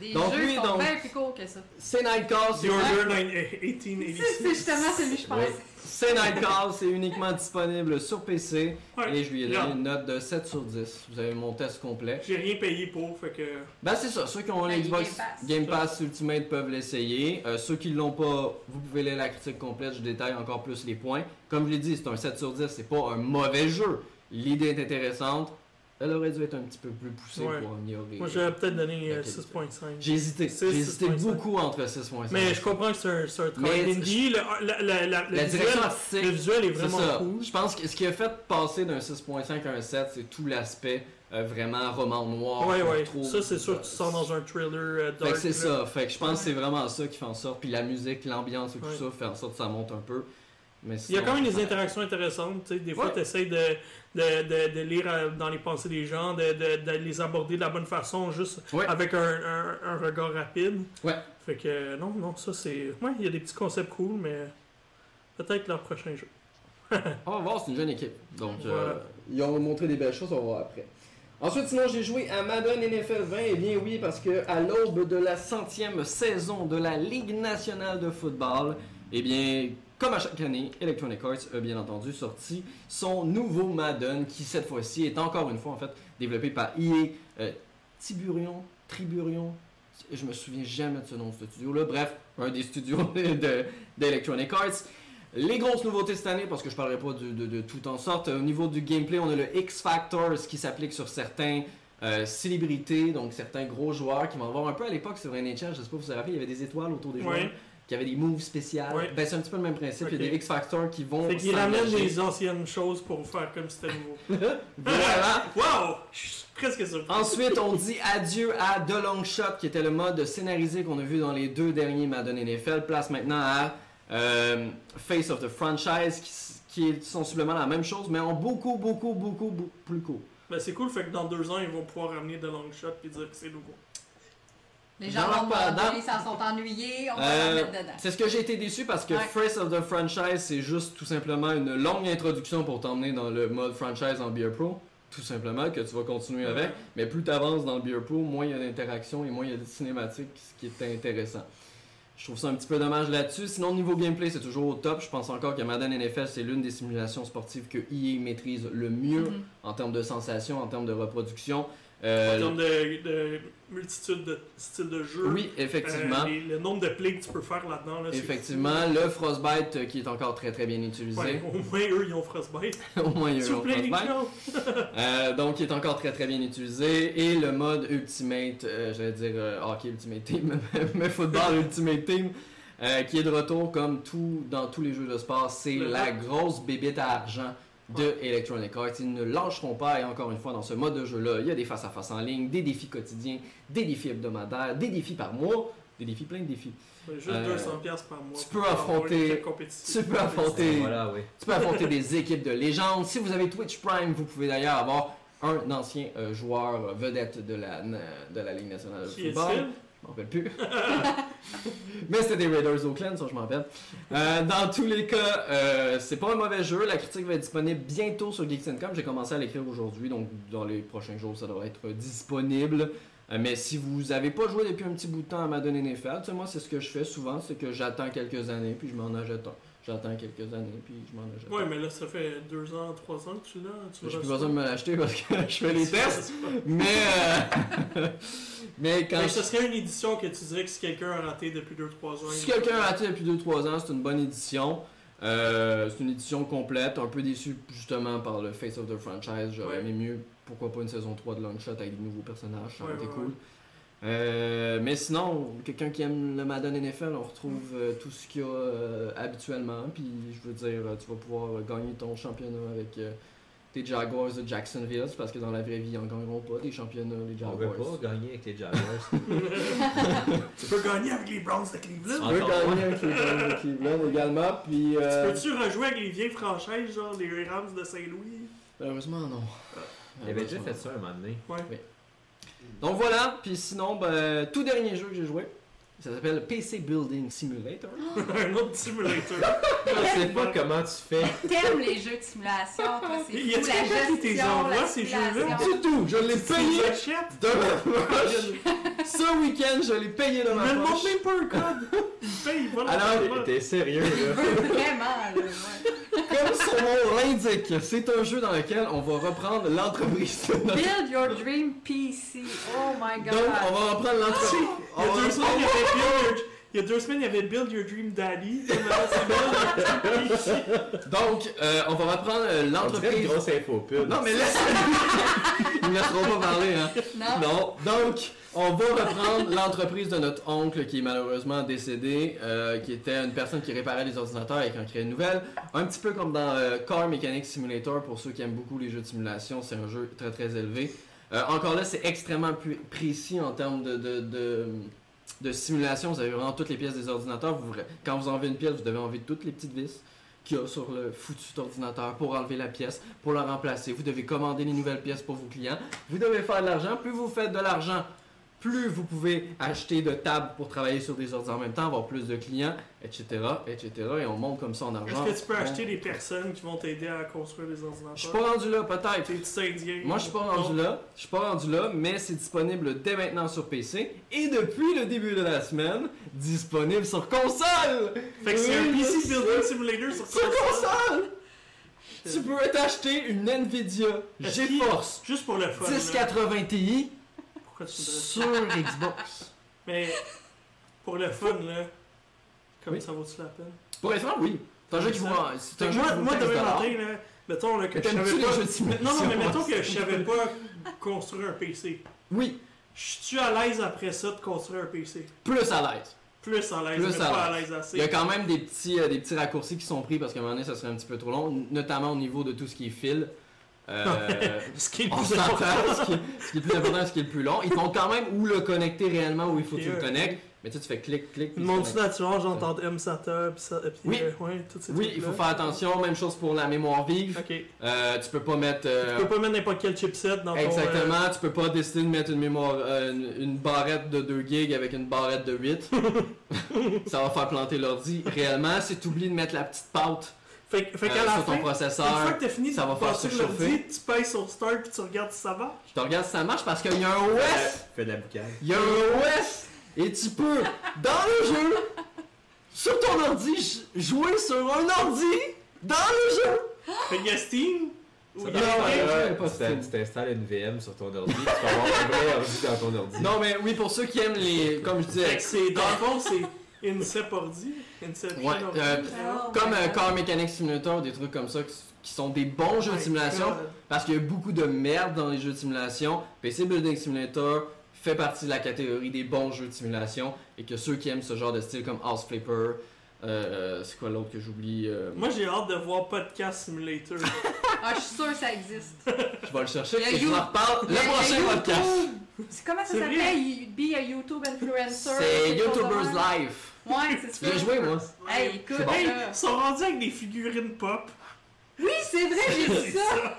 Il y a des
Donc,
jeux
lui,
qui sont
donc-
bien plus courts que ça.
C'est Nightcall,
The
c'est
Order 9-
C'est c'est
1886.
justement celui que je pensais.
c'est Nightcall, c'est uniquement disponible sur PC.
Ouais.
Et je lui ai donné
Regarde,
une note de 7 sur 10. Vous avez mon test complet.
J'ai rien payé pour, fait que.
Ben c'est ça, ceux qui ont
Ben, les
l'Xbox
Game Pass.
Game Pass Ultimate peuvent l'essayer. Euh, ceux qui l'ont pas, vous pouvez lire la critique complète, je détaille encore plus les points. Comme je l'ai dit, c'est un 7 sur 10, c'est pas un mauvais jeu. L'idée est intéressante, Elle aurait dû être un petit peu plus poussée
Ouais.
pour améliorer.
Moi, j'aurais peut-être donné euh,
Ok.
6.5.
J'ai hésité.
C'est
J'ai hésité
6.5.
beaucoup entre 6.5.
Mais je comprends que c'est un, c'est un travail
Mais-
d'indie. Le- ah, La, la, la- le
La
visuel-
direction artistique.
le visuel est
C'est
vraiment
ça.
cool.
Je pense que ce qui a fait passer d'un 6.5 à un 7, c'est tout l'aspect euh, vraiment roman noir.
ouais,
qu'on
ouais.
retrouve.
Ça, c'est sûr que tu sors dans un thriller euh, dark.
Fait que c'est
là.
ça. Fait que je pense que c'est vraiment ça qui fait en sorte. Puis la musique, l'ambiance et tout
Ouais.
ça fait en sorte que ça monte un peu. Mais
Il y a
sinon,
quand même
ouais.
des interactions intéressantes. tu sais. Des fois,
Ouais.
tu essaies de, de, de, de lire euh, dans les pensées des gens, de, de, de les aborder de la bonne façon, juste
Ouais.
avec un, un, un regard rapide.
Ouais.
Fait que euh, non, non, ça c'est. Ouais, il y a des petits concepts cool, mais peut-être leur prochain jeu.
On va voir, c'est une jeune équipe. Donc, euh,
Voilà.
ils ont montré des belles choses, on va voir après. Ensuite, sinon, j'ai joué à Madden NFL 20. Eh bien, oui, parce que à l'aube de la centième saison de la Ligue nationale de football, eh bien, comme à chaque année, Electronic Arts a bien entendu sorti son nouveau Madden, qui cette fois-ci est encore une fois, en fait, développé par EA euh, Tiburion, Triburion. Je me souviens jamais de ce nom de studio-là. Bref, un des studios de- d'Electronic Arts. Les grosses nouveautés cette année, parce que je parlerai pas de, de- de tout en sorte. Au niveau du gameplay, on a le X Factor, ce qui s'applique sur certains euh, célébrités, donc certains gros joueurs qui vont avoir un peu à l'époque sur NHL, je sais pas si vous vous rappelez, il y avait des étoiles autour des joueurs
Ouais.
qui avaient des moves spéciales.
Ouais.
Ben, c'est un petit peu le même principe. Il y a
Ok.
des X Factor qui vont.
Fait qu'ils ramènent
s'engager.
les anciennes choses pour faire comme si c'était nouveau.
Voilà.
Wow! Je suis presque surpris.
Ensuite, on dit adieu à The Long Shot, qui était le mode scénarisé qu'on a vu dans les deux derniers Madden NFL. Place maintenant à euh, Face of the Franchise, qui, s- qui est sensiblement la même chose, mais en beaucoup, beaucoup, beaucoup, beaucoup plus court.
Ben c'est cool, fait que dans deux ans, ils vont pouvoir ramener de long shot et dire que c'est nouveau.
Les gens
Dans leur
vont demander,
pendant-
ils s'en sont ennuyés, on va
Euh,
leur mettre dedans.
C'est ce que j'ai été déçu parce que
Ouais.
Face of the Franchise, c'est juste tout simplement une longue introduction pour t'emmener dans le mode franchise en Beer Pro. Tout simplement que tu vas continuer avec. Mais plus tu avances dans le Beer Pro, moins il y a d'interactions et moins il y a de cinématiques, ce qui est intéressant. Je trouve ça un petit peu dommage là-dessus. Sinon, niveau gameplay, c'est toujours au top. Je pense encore que Madden NFL, c'est l'une des simulations sportives que EA maîtrise le mieux
Mm-hmm.
Mhm.
en termes de sensations, en termes de reproduction. Euh,
En termes de, de multitude de styles de jeu.
oui, effectivement.
Euh, les- le nombre de plays que tu peux faire là-dedans. Là, c'est-
Effectivement, le Frostbite euh, qui est encore très très bien utilisé.
Ouais, au moins, eux, ils ont Frostbite.
Au moins, il y a eu
S'il
un
vous plaît, les gens.
Frostbite. Euh, donc, il est encore très très bien utilisé. Et le mode Ultimate, euh, j'allais dire euh, Hockey Ultimate Team, mais Football Ultimate Team, euh, qui est de retour comme tout dans tous les jeux de sport. C'est
Le
la grosse bébête à argent de Electronic Arts. Ils ne lâcheront pas. Et encore une fois, dans ce mode de jeu-là, il y a des face-à-face en ligne, des défis quotidiens, des défis hebdomadaires, des défis par mois, des défis, plein de défis.
Ouais, ben, Juste
Euh,
200$ par mois.
tu
pour
peux
avoir
affronter-
une compétition.
Tu peux affronter
Ah, Voilà, oui.
tu peux affronter des équipes de légende. Si vous avez Twitch Prime, vous pouvez d'ailleurs avoir un ancien euh, joueur vedette de la, de la Ligue nationale de
Qui est
football. Je m'en rappelle plus. Mais c'était des Raiders Oakland, ça je m'en rappelle. Euh, dans tous les cas, euh, c'est pas un mauvais jeu. La critique va être disponible bientôt sur Geeks.com. J'ai commencé à l'écrire aujourd'hui, donc dans les prochains jours, ça devrait être disponible. Euh, Mais si vous avez pas joué depuis un petit bout de temps à Madden NFL, tu sais, moi c'est ce que je fais souvent, c'est que j'attends quelques années puis je m'en achète un. J'attends quelques années puis je m'en achète
Ouais,
un.
mais là, ça fait 2 ans, 3 ans que tu l'as. Tu
J'ai
l'as
plus
reçu.
besoin de me l'acheter parce que je fais les tests. Mais, euh, mais quand
Mais
je-
ce serait une édition que tu dirais que si quelqu'un a raté depuis 2-3 ans.
Si
il-
quelqu'un a raté depuis 2-3 ans, c'est une bonne édition. Euh, c'est une édition complète, un peu déçu justement par le Face of the Franchise. J'aurais
Ouais.
aimé mieux, pourquoi pas une saison 3 de Long Shot avec des nouveaux personnages, ça aurait
Ouais,
été
ouais,
cool.
ouais.
Euh, mais sinon, quelqu'un qui aime le Madden NFL, on
Mm.
retrouve euh, tout ce qu'il y a euh, habituellement. Puis je veux dire, euh, tu vas pouvoir euh, gagner ton championnat avec euh, tes Jaguars de Jacksonville, c'est parce que dans la vraie vie, ils en gagneront pas des championnats, les
On veut
Jaguars.
pas gagner avec les Jaguars.
Tu peux gagner avec les Browns de Cleveland.
Tu veux
Encore.
gagner avec les Jaguars de Cleveland également, puis...
Tu
euh,
peux-tu rejouer avec les vieilles franchises, genre les Rams de Saint-Louis
Malheureusement, non. Eh
Il avait déjà Eh ben, fait ça un moment donné.
Ouais.
ben, Donc voilà, puis sinon, ben, tout dernier jeu que j'ai joué, ça s'appelle PC Building Simulator.
un autre simulator.
Je sais pas comment tu fais.
T'aimes les jeux de simulation, toi, c'est
Y a-t-il
fou, la
quelqu'un qui t'es
gestion,
envoie,
la
ces jeux-là?
simulation.
C'est tout, je l'ai
Tu
payé
l'achètes?
de ma poche. Ce week-end, je l'ai payé de
Il
ma
me demande
poche.
même pas un code. Il paye, il va le
Alors,
faire.
T'es sérieux,
Je
là.
veux Vraiment, là, ouais.
Comme son nom l'indique, c'est un jeu dans lequel on va reprendre l'entreprise de notre-
Build your dream PC. Oh my god.
Donc, on va reprendre l'entreprise.
Ah,
Oh,
Il y a deux semaines, il y avait Build Your- Il y a deux semaines, il y avait Build Your Dream Daddy. Puis maintenant, c'est Build Your Dream Daddy.
Donc, euh, on va reprendre euh,
On dirait une
l'entreprise.
grosse info pub.
Non, mais laisse Ils ne laisseront pas parler, hein.
Non.
Non. Donc, on va reprendre l'entreprise de notre oncle qui est malheureusement décédé, euh, qui était une personne qui réparait les ordinateurs et qui en créait une nouvelle. Un petit peu comme dans euh, Car Mechanic Simulator, pour ceux qui aiment beaucoup les jeux de simulation, c'est un jeu très très élevé. Euh, encore là, c'est extrêmement pu- précis en termes de, de, de, de simulation. Vous avez vraiment toutes les pièces des ordinateurs. Vous- quand vous enlevez une pièce, vous devez enlever toutes les petites vis qu'il y a sur le foutu ordinateur pour enlever la pièce, pour la remplacer. Vous devez commander les nouvelles pièces pour vos clients. Vous devez faire de l'argent. Plus vous faites de l'argent, plus vous pouvez acheter de tables pour travailler sur des ordinateurs en même temps, avoir plus de clients, etc., etc. Et on monte comme ça en argent.
Est-ce que tu peux
On-
acheter des personnes qui vont t'aider à construire des ordinateurs?
Je suis pas rendu là, peut-être.
T'es petit indien.
Moi, je suis pas rendu là. Je suis pas rendu là, mais c'est disponible dès maintenant sur PC et depuis le début de la semaine, disponible sur console.
Fait que c'est un
Oui,
PC
je
Building
sais.
Simulator sur
Sur
console.
console. Tu peux t'acheter une Nvidia
Est-ce
GeForce
Juste pour le fun. là.
1080 Ti
Pourquoi tu voudrais ça?
sur Xbox.
Mais pour le fun, là, comme
Oui.
ça vaut-tu la peine?
Pour être franc, oui. C'est un jeu qui vaut. C'est un jeu
moi,
qui vaut
moi
15
demain matin, là, mettons là, que
Mais
je
T'aimes-tu
savais
les
pas.
jeux de simulation?
Non, non, mais mettons que je savais pas construire un PC.
Oui,
Je suis à l'aise après ça de construire un PC.
plus à l'aise.
Plus à l'aise,
Plus
mais
à
pas à
l'aise.
l'aise
Il y a
assez.
quand même des petits, euh, des petits raccourcis qui sont pris parce qu'à un moment donné, ça serait un petit peu trop long, notamment au niveau de tout ce qui est fil. Euh,
Ce qui est
on
plus
s'entend,
important.
ce, qui est- ce qui est plus important, ce qui est le plus long. Ils vont quand même où le connecter réellement, où il faut que tu
Ok,
le
ouais.
connectes. Mais tu sais, tu fais clic, clic. puis
Une
il se
montre
connecte.
naturelle, j'entends M. Sata, puis ça, puis
Oui.
euh, ouais, toutes ces
Oui, il faut
trucs-là.
faire attention. Même chose pour la mémoire vive.
Ok.
Euh, tu peux pas mettre.
Tu
euh,
peux pas mettre n'importe quel chipset dans ton... euh,
Exactement, tu peux pas décider de mettre une mémoire euh, une, une barrette de 2 gigs avec une barrette de 8. ça va faire planter l'ordi. Réellement, si tu oublies de mettre la petite pâte
Fait, que- fait
euh,
qu'à la
sur
fin,
ton
une fois
processeur,
que t'as fini
ça
de
va faire
passer
surchauffer.
l'ordi, tu pèses sur Start puis tu regardes si ça va.
je te regarde si ça marche parce qu'il y a un OS.
Fais de la boucane.
Il y a un OS et tu peux, dans le jeu, sur ton ordi, j- jouer sur un ordi dans le jeu.
Fait qu'il y a Steam, ou
Ça
il
va
y a
faire
Epic,
un-
Euh,
j'ai pas
tu
de
t'in-
film.
tu t'installes une VM sur ton ordi, tu vas avoir un vrai ordi dans ton ordi.
Non mais oui, pour ceux qui aiment les. Comme je
Fait
disais.
que c'est, dans le fond, c'est Incep Ordi. Inception
Ouais,
Ordi.
euh,
Oh
Comme
my
euh,
God.
Car Mechanic Simulator, des trucs comme ça qui, qui sont des bons jeux de
Ouais,
simulation.
euh,
Parce qu'il y a beaucoup de merde dans les jeux de simulation. PC Building Simulator fait partie de la catégorie des bons jeux de simulation. Et que ceux qui aiment ce genre de style comme House Flipper, euh, euh, c'est quoi l'autre que j'oublie euh,
Moi, j'ai hâte de voir Podcast Simulator.
Ah, je suis sûre que ça existe.
Je vais le chercher
Il y a
et je
You-
vous en reparle
Il y a-
le prochain
il y a
podcast.
YouTube. C'est- Comment ça
C'est vrai.
s'appelle? You- Be a YouTube influencer.
C'est
quelque chose de
YouTubers
même.
Life.
Ouais, c'est ça.
Tu l'as joué, moi
Hey, écoute,
C'est bon.
Hey,
là.
ils sont rendus avec des figurines pop.
oui, c'est vrai, j'ai
C'est
vu ça.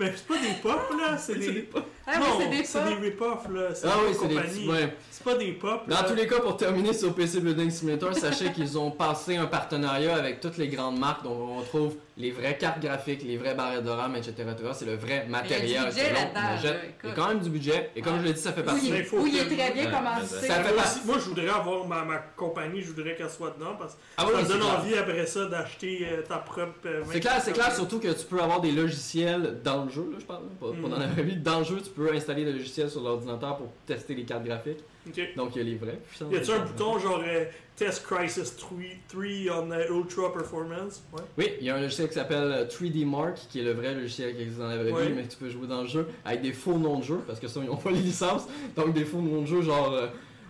Ben, c'est pas des pop, là, c'est des...
Ah,
non,
oui, c'est des
c'est
fois.
des rip-off, là. C'est
Ah
des
oui, c'est des
compagnies.
petits. ouais.
C'est pas des pop,
Dans
là.
tous les cas, pour terminer sur PC Building Simulator, sachez qu'ils ont passé un partenariat avec toutes les grandes marques, donc on retrouve les vraies cartes graphiques, les vraies barrettes de RAM, etc. etc. C'est le vrai matériel.
budget
que l'on
là-dedans, là,
achète.
écoute.
Il y a quand même du budget, et comme je l'ai dit, ça fait
Où
partie.
il,
Mais faut
où il est
que-
très bien
Ouais,
commandité.
mais
ça- fait
Moi
partie-
aussi, Moi, je voudrais avoir ma, ma compagnie, je voudrais qu'elle soit dedans parce que
Ah oui,
ça me
c'est
donne
clair.
envie après ça d'acheter euh, ta propre. euh,
C'est clair, c'est clair,
Microsoft.
surtout que tu peux avoir des logiciels dans le jeu, là, je parle, là, pas, pas
Mm.
dans la vraie vie. Dans le jeu, tu peux installer des logiciels sur l'ordinateur pour tester les cartes graphiques.
Ok.
Donc il y a les vrais. puissances.
Y a-tu un bouton genre euh, Test Crisis 3, 3 on euh, Ultra Performance Ouais.
Oui, il y a un logiciel qui s'appelle euh, 3D Mark, qui est le vrai logiciel qui existe dans la vraie
Ouais.
vie, mais que tu peux jouer dans le jeu avec des faux noms de jeu, parce que ça, ils n'ont pas les licences. Donc, des faux noms de jeu, genre euh,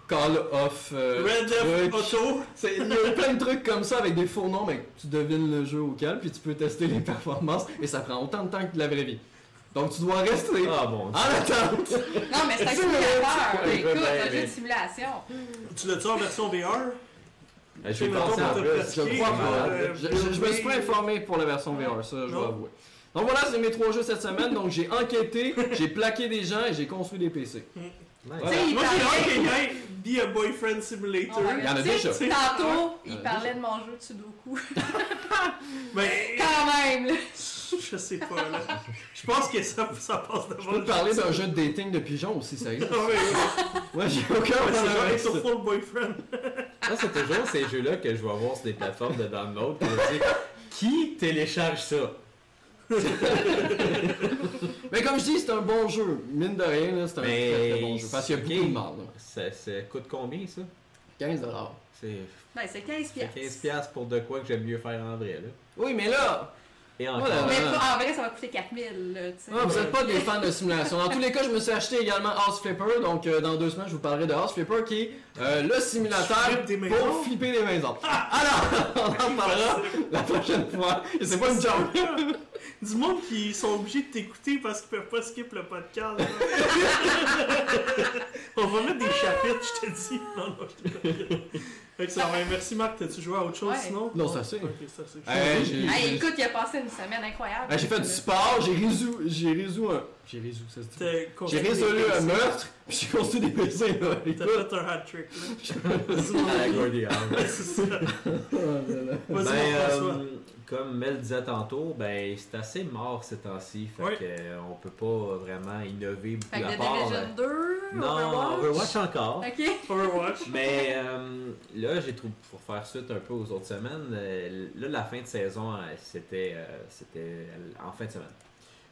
Call of. euh,
Red
truc.
Dead Auto
c'est- Il y a plein de trucs comme ça avec des faux noms, mais que tu devines le jeu au calme, puis tu peux tester les performances, et ça prend autant de temps que de la vraie vie. Donc, tu dois rester
Ah bon.
en attente.
Non, mais c'est un
C'est-
simulateur.
Ouais,
Écoute,
ouais,
un jeu
mais-
de simulation.
Tu l'as-tu en version VR
Je vais
mettons,
penser
pour
en
te
plus.
placer.
Eh, Je crois pas.
Euh,
Je, je- je me suis
oui.
pas informé pour la version VR, ça, je
Non.
dois avouer. Donc voilà, c'est mes trois jeux cette semaine. Donc j'ai enquêté, j'ai plaqué des gens et j'ai construit des PC.
Nice.
Tu sais, il Oh
Moi j'ai hâte
parlait-
qu'il y ait Be a Boyfriend Simulator.
Ouais,
Il y en a
tu sais,
déjà.
Tantôt,
Il y en
il
a
parlait de mon jeu de Sudoku.
Mais
Quand même, là.
je sais pas là. Je pense que ça, ça passe
Je
devant
peux te parler d'un jeu de dating de pigeons aussi, ça existe.
Non, mais
Moi, j'ai aucun
ouais, c'est
problème
genre
avec
être
ça.
au full boyfriend.
Ça, c'est toujours ces jeux-là que je vais voir sur des plateformes de download pour dire qui télécharge ça.
Mais comme je dis, c'est un bon jeu. Mine de rien, là, c'est un
Mais
très, très bon jeu. Parce qu'il y a
c'est
beaucoup de
ok.
mal. là.
ça. Ça coûte combien ça
15
C'est
Ben, c'est 15
c'est
piastres.
15$ piastres pour de quoi que j'aime mieux faire en vrai. Là.
Oui, mais là,
Et encore.
Voilà.
Mais pas- en vrai, ça va coûter 4000, là, tu sais.
ah, vous n'êtes pas des fans de simulation. Dans tous les cas, je me suis acheté également House Flipper. Donc, euh, dans deux semaines, je vous parlerai de House Flipper qui est euh, le simulateur
Tu flippes des maisons?
pour flipper des maisons. Alors, on en parlera la prochaine fois. Et c'est pas une joke.
Du monde qui sont obligés de t'écouter parce qu'ils peuvent pas skip le podcast. là. On va mettre des chapitres, je te dis. Non, non, je te blague. Excellent. Ben, merci Marc, t'as-tu joué à autre chose
Ouais.
sinon?
Non, c'est assez.
Ok, c'est assez.
Hey, j'ai-
Hey,
j'ai-
écoute, il a passé une semaine incroyable.
Ah, j'ai fait du sport, j'ai résolu, j'ai résolu un, j'ai résolu, ça se dit.
T'as
J'ai
construit
résolu
des
un
maisons.
meurtre, puis j'ai construit des maisons. là.
T'as fait un hat trick
À la
là.
Gordy Howe.
Ouais, c'est ça.
Oh là là.
Vas-y, mon
Ben,
François.
euh, comme Mel disait tantôt, ben c'est assez mort ces temps-ci. Fait
Oui.
que, euh, on peut pas vraiment innover beaucoup
Fait que
à
The
part.
Division
euh,
2,
non, Overwatch encore.
Ok.
Overwatch.
Mais euh, là, j'ai trouvé, pour faire suite un peu aux autres semaines, euh, là, la fin de saison, euh, c'était euh, c'était en fin de semaine.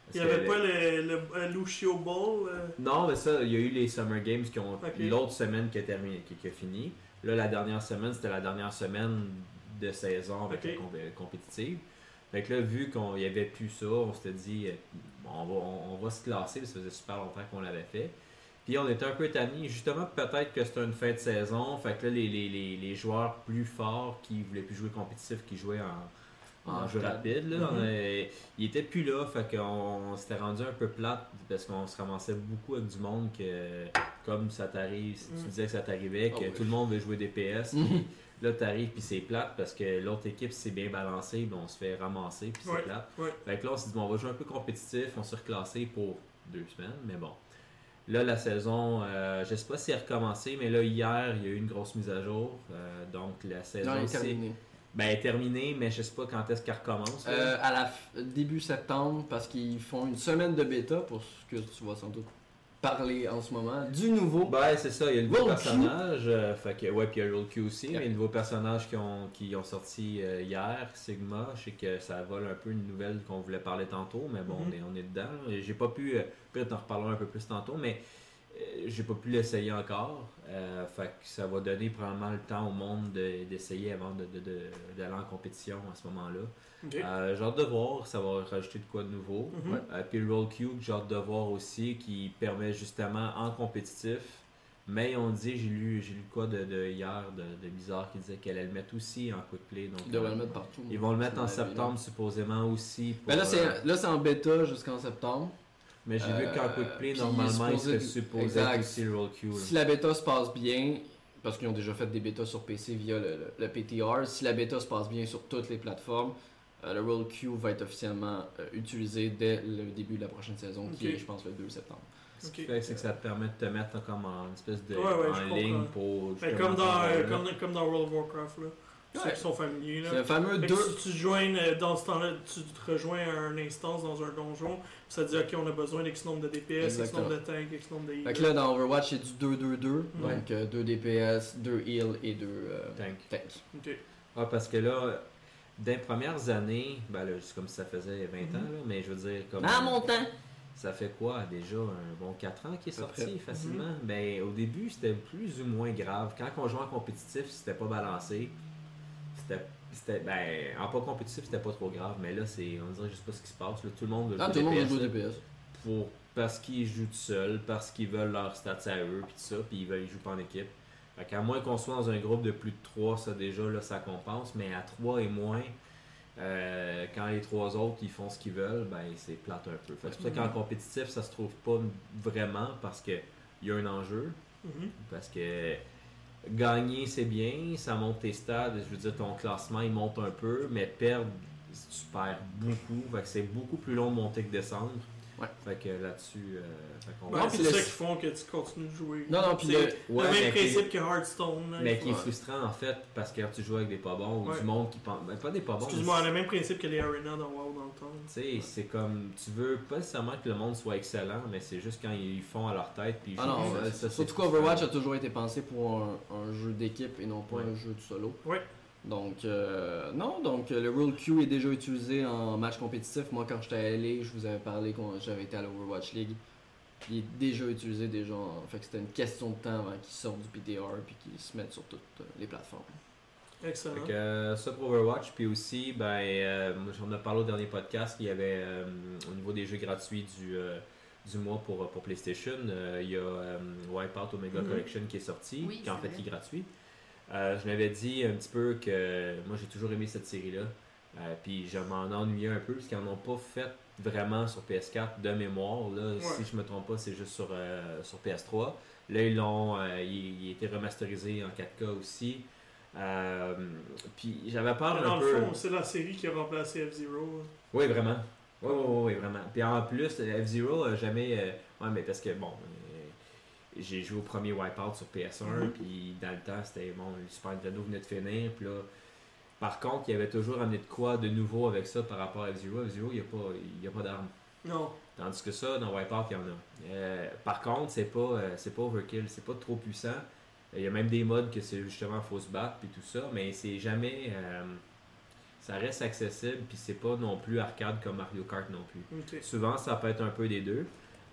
Parce
Il n'y
que
avait
le-
pas le, le, euh, Lucio Ball. euh,
Non, mais ça, il y a eu les Summer Games qui ont
Ok.
l'autre semaine qui a terminé, qui, qui a fini. Là, la dernière semaine, c'était la dernière semaine de saison avec
Ok.
la compé- compétitive. Fait que là, vu qu'on n'y avait plus ça, on s'était dit, euh, on va, on, on va se classer, parce que ça faisait super longtemps qu'on l'avait fait. Puis on était un peu tanné, justement, peut-être que c'était une fin de saison. Fait que là, les, les, les, les joueurs plus forts qui voulaient plus jouer compétitif, qui jouaient en, en
Ouais,
jeu
t'as-
rapide, là,
Mm-hmm.
Mhm.
euh, ils étaient plus là. Fait qu'on on s'était rendu un peu plate parce qu'on se ramassait beaucoup avec du monde que, comme ça t'arrive, si tu
Mhm.
disais que ça t'arrivait, que
Ah ouais.
tout le monde veut jouer DPS.
Mhm.
puis Là, t'arrives, puis c'est plate parce que l'autre équipe, c'est bien balancé, ben on se fait ramasser, puis c'est plate.
ouais.
Fait que là, on s'est dit, bon, on va jouer un peu compétitif, on s'est reclassé pour deux semaines, mais bon. Là, la saison, euh, je sais pas si elle a recommencé, mais là, hier, il y a eu une grosse mise à jour. euh, donc, la saison
Non, il est
c'est-
terminé.
ben, elle est terminée, mais je sais pas quand est-ce qu'elle recommence. là.
Euh, à la f- début septembre, parce qu'ils font une semaine de bêta pour ce que tu vas sans doute parler en ce moment du nouveau.
Ben, c'est ça, il y a le nouveau
Roll Q.
personnage. euh, fait que, ouais, puis il y a Roll Q aussi,
Yeah.
mais les nouveaux personnages qui ont, qui ont sorti euh, hier, Sigma, je sais que ça vole un peu une nouvelle qu'on voulait parler tantôt, mais bon,
Mm-hmm.
Mhm.
on, est, on est dedans. Et J'ai pas pu, euh, peut-être en reparlera un peu plus tantôt, mais euh, j'ai pas pu l'essayer encore. Euh, fait que ça va donner probablement le temps au monde de- d'essayer avant de- de- de- d'aller en compétition à ce moment-là.
Ok.
Euh, j'ai hâte de voir, ça va rajouter de quoi de nouveau.
Mhm.
ouais.
Euh, puis le Roll Cube, j'ai hâte de voir aussi, qui permet justement en compétitif. Mais on dit, j'ai lu, j'ai lu quoi de, de hier de, de bizarre qui disait qu'elle allait le mettre aussi en quick play. Donc,
Ils devraient
euh,
le mettre partout.
ils vont le mettre en
C'est
septembre supposément aussi. pour,
Ben là,
euh,
c'est là, c'est en bêta jusqu'en septembre.
mais j'ai vu qu'en
euh,
quick play,
puis
normalement, il
supposé-
serait supposé
exact.
être aussi le Roll Cube.
Si la bêta se passe bien, parce qu'ils ont déjà fait des bêtas sur PC via le, le- le PTR, si la bêta se passe bien sur toutes les plateformes, euh, le Roll Q va être officiellement euh, utilisé dès le début de la prochaine saison, qui
Ok.
est, je pense, le 2 septembre.
Ce qui
Ok.
fait, c'est que ça te permet de te mettre comme en espèce de
Ouais, ouais,
en
je
ligne
comprends.
pour.
Ben,
justement
comme, dans,
faire,
euh,
euh,
comme, dans- comme dans World of Warcraft. Là. Ceux
Ouais.
qui sont familiers.
C'est le
Là.
fameux
Fait que
2.
si tu te joignes euh, dans ce temps-là, tu te rejoins à une instance dans un donjon, puis ça te dit ok, on a besoin d'X nombre de DPS,
Exactement.
X nombre de tanks, X nombre de healers.
Fait que là, dans Overwatch, c'est du 2-2-2,
Ouais.
donc euh, 2 DPS, 2 heal et 2
tank.
tank.
Ok.
Ah, parce que là, dans les premières années, ben là, c'est comme si ça faisait 20
Mhm.
ans, là, mais je veux dire, comme.
Ah,
temps!
Ça fait quoi déjà un bon 4 ans qui est
À peu Mhm.
sorti facilement Ben au début, c'était plus ou moins grave. Quand on jouait en compétitif, c'était pas balancé. C'était c'était ben en pas compétitif, c'était pas trop grave, mais là c'est on dirait je sais pas ce qui se passe, là, tout le monde veut
Ah, tout
jouer
le monde
DPS,
joue
là,
DPS.
pour parce qu'ils jouent tout seuls, parce qu'ils veulent leurs stats à eux puis tout ça, puis ils veulent ils jouent pas en équipe. Fait qu'à moins qu'on soit dans un groupe de plus de 3, ça déjà là ça compense, mais à 3 et moins euh, quand les trois autres ils font ce qu'ils veulent, ben c'est plate un peu. Fait que C'est pour ça qu'en compétitif, ça se trouve pas vraiment parce que il y a un enjeu.
Mhm.
Parce que gagner, c'est bien, ça monte tes stades, je veux dire, ton classement, il monte un peu, mais perdre, tu perds beaucoup. Fait que c'est beaucoup plus long de monter que descendre.
Ouais.
Fait que là-dessus, euh, fait qu'on
Ben,
va-
puis
c'est
le-
ça qui font que tu continues de jouer.
Non, non, puis
C'est
le-
le
Ouais, mais
même
qui-
principe que Hearthstone. là,
mais
il faut-
qui est frustrant en fait parce que tu joues avec des pas bons ou
Ouais.
du monde qui pense. ben, pas des pas bons.
Excuse-moi,
mais-
le même principe que les Arenas dans WoW dans le temps.
Tu sais, c'est comme. Tu veux pas nécessairement que le monde soit excellent, mais c'est juste quand ils font à leur tête. Puis ils
Ah
jouent.
non,
Ça,
euh,
ça, c'est
surtout
frustrant.
qu'Overwatch a toujours été pensé pour un, un jeu d'équipe et non pas
Ouais.
un jeu de solo.
Ouais.
Donc, euh, non, donc euh, le Rule Q est déjà utilisé en match compétitif. Moi, quand j'étais allé, je vous avais parlé quand j'avais été à l'Overwatch League. il est déjà utilisé déjà. en- Fait que c'était une question de temps avant qu'il sorte du PTR puis qu'il se mette sur toutes euh, les plateformes.
Excellent.
hein.
Fait que, euh, ça pour Overwatch, puis aussi, ben, euh, j'en ai parlé au dernier podcast, il y avait euh, au niveau des jeux gratuits du, euh, du mois pour, euh, pour PlayStation, euh, il y a euh, Wipeout Omega
Mhm.
Collection qui est sorti,
Oui,
qui en
c'est
fait
vrai.
qui est gratuit. Euh, je m'avais dit un petit peu que euh, moi j'ai toujours aimé cette série-là, euh, puis je m'en ennuyais un peu parce qu'ils n'en ont pas fait vraiment sur PS4 de mémoire. Là, Si je me trompe pas, c'est juste sur, euh, sur PS3. Là, ils l'ont, euh, il, il a été remasterisé en 4K aussi. Euh, puis j'avais peur
Dans
un
le
peu.
fond, c'est la série qui a remplacé F-Zero.
Oui, vraiment. Oui, oui, oui, oui, vraiment. Puis en plus, euh, F-Zero, euh, jamais. euh, ouais, mais parce que bon, euh, j'ai joué au premier Wipeout sur PS1,
Mhm.
puis dans le temps, c'était bon, le Super Nintendo venait de finir, puis là. Par contre, il y avait toujours amené de quoi de nouveau avec ça par rapport à F-Zero. F-Zero, il n'y a pas, il y a pas d'armes.
Non.
Tandis que ça, dans Wipeout, il y en a. Euh, par contre, c'est pas, euh, c'est pas overkill, c'est pas trop puissant. Euh, Il y a même des modes que c'est justement faut se battre puis tout ça, mais c'est jamais. euh, ça reste accessible puis c'est pas non plus arcade comme Mario Kart non plus.
Ok.
Souvent, ça peut être un peu des deux.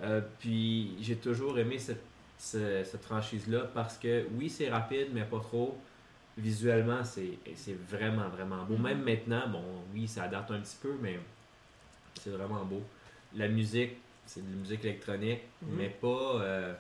Euh, puis j'ai toujours aimé cette, ce- cette franchise-là parce que oui, c'est rapide, mais pas trop. Visuellement, c'est c'est vraiment, vraiment beau. Même maintenant, bon, oui, ça date un petit peu, mais c'est vraiment beau. La musique, c'est de la musique électronique,
Mhm.
mais pas. euh,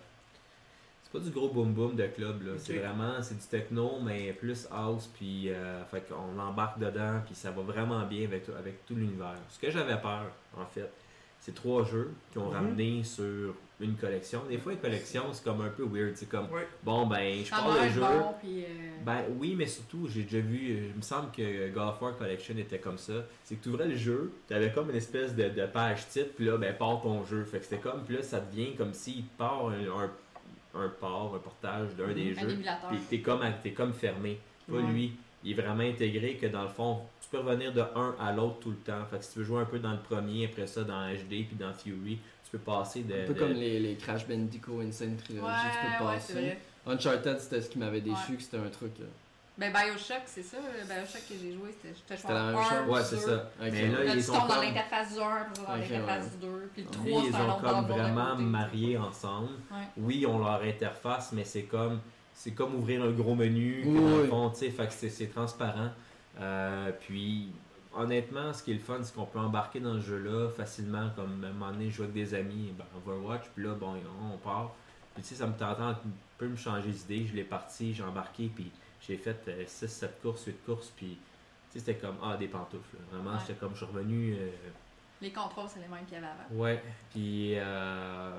c'est pas du gros boom boom de club, là. C'est
Ok.
vraiment, c'est du techno, mais plus house, puis euh, fait qu'on embarque dedans, puis ça va vraiment bien avec, tout- avec tout l'univers. Ce que j'avais peur, en fait, c'est trois jeux qui ont
Mhm.
ramené sur une collection. Des fois, une collection, c'est comme un peu weird. C'est comme,
Ouais.
bon, ben, je
T'en
prends
as
le
un
jeu.
bon, puis, euh,
Ben oui, mais surtout, j'ai déjà vu, euh, il me semble que God of War Collection était comme ça. C'est que tu ouvrais le jeu, tu avais comme une espèce de, de page titre, puis là, ben, part ton jeu. Fait que c'était comme, puis là, ça devient comme s'il part un, un, un port, un portage d'un des
un
jeux.
émulateur.
Puis euh, t'es comme, t'es comme fermé. Pas
Ouais.
lui. Il est vraiment intégré que dans le fond, tu peux revenir de un à l'autre tout le temps. Fait que si tu veux jouer un peu dans le premier, après ça dans HD, puis dans Fury, tu peux passer de.
Un peu
de-
comme les, les Crash Bandicoot Insane Trilogy,
Ouais,
tu peux
ouais,
passer.
c'est vrai.
Uncharted, c'était ce qui m'avait déçu, que c'était un truc. euh,
Ben Bioshock, c'est ça. Le Bioshock que j'ai joué, c'était j'étais
C'était la même chose.
Ouais, c'est ça.
Ok.
Mais là,
Là,
ils
tu
sont
tombes dans
comme-
l'interface du 1, puis dans
Ok,
l'interface du 2, puis le 3,
Puis,
c'est
ils
un
ont
autre
comme
barbare à
vraiment
côté.
marié ensemble.
Ouais.
Oui, on leur interface, mais c'est comme c'est comme ouvrir un gros menu. que
Oui,
dans le
oui.
fond, tu sais, fait que c'est- c'est transparent. Euh, puis honnêtement, ce qui est le fun, c'est qu'on peut embarquer dans ce jeu-là facilement. Comme à un moment donné, je joue avec des amis, ben, Overwatch, puis là, bon, on part. Puis tu sais, ça me tente un peu de me changer d'idée. Je l'ai parti, j'ai embarqué, puis j'ai fait 6-7 courses, 8 courses, puis tu sais, c'était comme, ah, des pantoufles. là. Vraiment,
Ouais.
j'étais comme, je suis revenu. euh,
Les contrôles, c'est les mêmes qu'il y avait avant.
Ouais, puis, euh,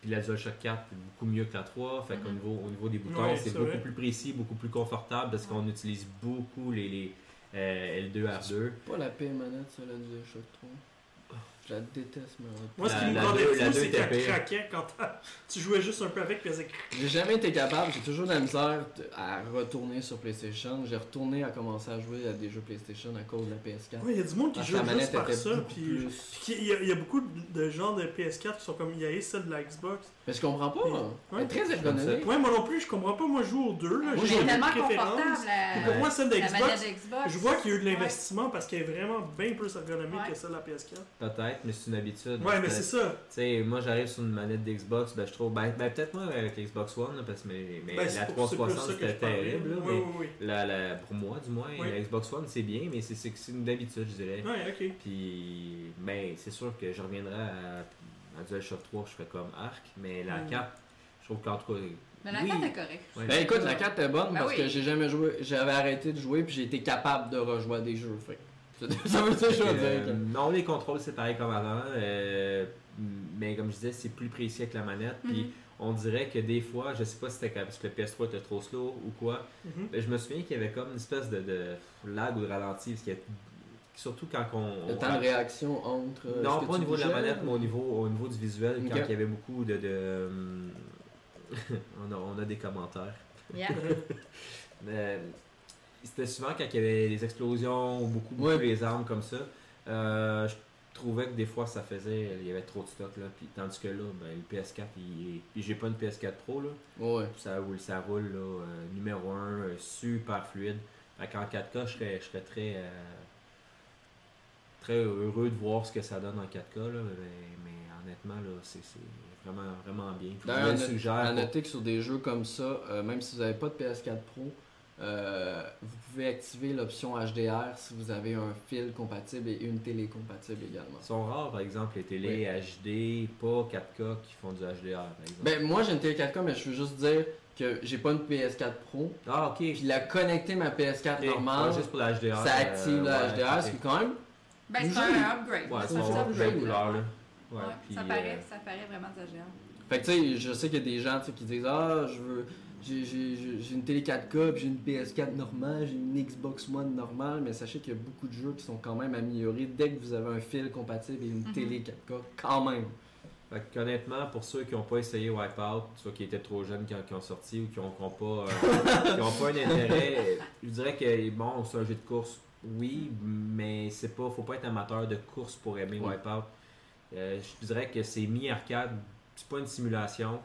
puis la DualShock 4 est beaucoup mieux que la 3. Fait qu'au
Mhm.
niveau, au niveau des boutons,
Ouais,
c'est
c'est
beaucoup
vrai.
plus précis, beaucoup plus confortable parce qu'on utilise beaucoup les, les, euh, L2R2.
Pas la pire manette, ça, la DualShock 3. Je la déteste, mais
Moi, ce qui
La-
me
la
rendait
deux- la
fou,
deux
c'est
était
qu'elle
pire.
craquait quand tu jouais juste un peu avec, puis elle faisait craquer.
J'ai jamais été capable, j'ai toujours de la misère de- à retourner sur PlayStation. J'ai retourné à commencer à jouer à des jeux PlayStation à cause de la PS4.
Ouais, il y a du monde qui
Ah,
Parce que
joue
la manette
juste par
était
ça,
beaucoup
puis.
plus.
puis qu'il y a- Il y, a beaucoup de, de gens de PS4 qui sont comme il y a celle de la Xbox.
Mais je comprends pas, hein.
Ouais.
Elle est très ergonomique.
Ouais, moi non plus, je comprends pas. Moi, je joue aux deux. Là,
Moi,
j'ai
j'ai
C'est
une
tellement
préférence.
confortable,
Puis
la,
pour moi, celle de
la manette
Xbox,
d'Xbox.
je vois qu'il y a eu de
Ouais.
l'investissement parce qu'elle est vraiment bien plus ergonomique
Ouais.
que celle de la PS4.
Peut-être, mais c'est une habitude.
Ouais, mais
Parce
c'est
que,
ça.
Tu sais, moi j'arrive sur une manette d'Xbox, ben je trouve. Ben, ben, peut-être moi avec l'Xbox One, là, parce que mais, mais
Ben,
la
c'est pour- c'est pour
360
ça que je
c'était
parlais.
terrible. là,
Oui,
mais
oui, oui.
la, la- pour moi du moins,
Oui.
la Xbox One c'est bien, mais c'est- c'est c'est une habitude, je dirais.
Ouais, ok.
Puis, ben, c'est sûr que je reviendrai à, à DualShock 3, je ferai comme arc, mais la
Mm.
4, je trouve qu'en tout cas.
Mais la
oui,
carte est correcte.
ouais.
Ben écoute, la carte est bonne
Ben
parce
oui.
que j'ai jamais joué, j'avais arrêté de jouer puis j'ai été capable de rejouer à des jeux. Fait. que- Ça veut dire que je veux
Euh,
dire. que-
non, les contrôles, c'est pareil comme avant, euh, mais comme je disais, c'est plus précis avec la manette. Puis,
Mhm.
on dirait que des fois, je sais pas si c'était quand- parce que le PS3 était trop slow ou quoi,
Mhm.
mais je me souviens qu'il y avait comme une espèce de, de lag ou de ralenti, parce qu'il y a- surtout quand on.
Le
on-
temps de réaction entre. euh, ce
non,
que
pas au
tu
niveau de la
bougeais,
manette, mais au niveau, au niveau du visuel, quand
Ok.
il y avait beaucoup de. de, euh, on, a, on a des commentaires.
Yeah.
Euh, c'était souvent quand il y avait des explosions ou beaucoup, beaucoup
Ouais.
des armes comme ça. euh, je trouvais que des fois ça faisait. Il y avait trop de stock là. Puis, tandis que là, ben, le PS4, il est- Puis j'ai pas une PS4 Pro là.
Ouais.
Ça roule, ça roule là, euh, numéro 1, super fluide. Fait qu'en 4K, je serais, je serais très. euh, serais heureux de voir ce que ça donne en 4K, là, mais, mais honnêtement, là, c'est c'est vraiment, vraiment bien. Puis
D'ailleurs,
je le
note- À
suggère. pour-
noter que sur des jeux comme ça, euh, même si vous n'avez pas de PS4 Pro, euh, vous pouvez activer l'option HDR si vous avez un fil compatible et une télé compatible également.
sont rares, par exemple, les télés HD, pas 4K qui font du HDR, par exemple.
Ben moi j'ai une télé 4K mais je veux juste dire que j'ai pas une PS4 Pro.
ah, ok.
Et puis la connecter ma PS4
Ok.
normale,
Ouais, juste pour la HDR.
ça active
euh,
la
ouais,
HDR,
ok.
ce qui est quand même
Ben,
Vous
c'est
jouez-
un upgrade.
Ouais,
C'est
c'est
ça,
un
ça,
sont
vous
belles
jouez.
upgrade.
couleurs, là.
Ouais,
Ouais, puis,
ça,
euh,
paraît, ça paraît vraiment exagéré.
Fait que tu sais, je sais qu'il y a des gens tu sais, qui disent Ah, je veux. j'ai- J'ai j'ai- j'ai une télé 4K, puis j'ai une PS4 normale, j'ai une Xbox One normale, mais sachez qu'il y a beaucoup de jeux qui sont quand même améliorés dès que vous avez un fil compatible et une
Mhm.
télé 4K, quand même.
Fait que, honnêtement, pour ceux qui n'ont pas essayé Wipeout, soit qui étaient trop jeunes quand ils ont sorti ou qui n'ont pas, euh, qui ont pas un intérêt, je dirais que bon, c'est un jeu de course, oui, mais c'est pas, faut pas être amateur de course pour aimer
Ouais.
Wipeout. Euh, je dirais que c'est mi-arcade, c'est pas une simulation.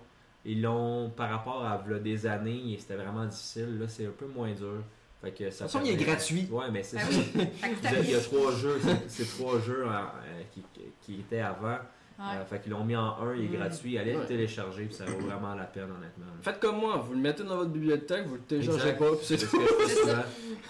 Ils l'ont, par rapport à v'là des années, et c'était vraiment difficile, là c'est un peu moins dur. Fait que
De
ça
toute façon, il est
permet-
gratuit.
Ouais, mais c'est
Ben
ça.
oui. Fait que
Vous
t'as-
avez- Il y a trois jeux, c'est- c'est trois jeux hein, euh, qui, qui étaient avant.
Ouais.
Euh, fait qu'ils l'ont mis en un, il est
Mm.
gratuit. Allez
Ouais.
le télécharger, puis ça vaut vraiment la peine, honnêtement. là.
Faites comme moi, vous le mettez dans votre bibliothèque, vous le téléchargez
Exact.
pas, puis c'est
Parce que c'est
C'est
souvent,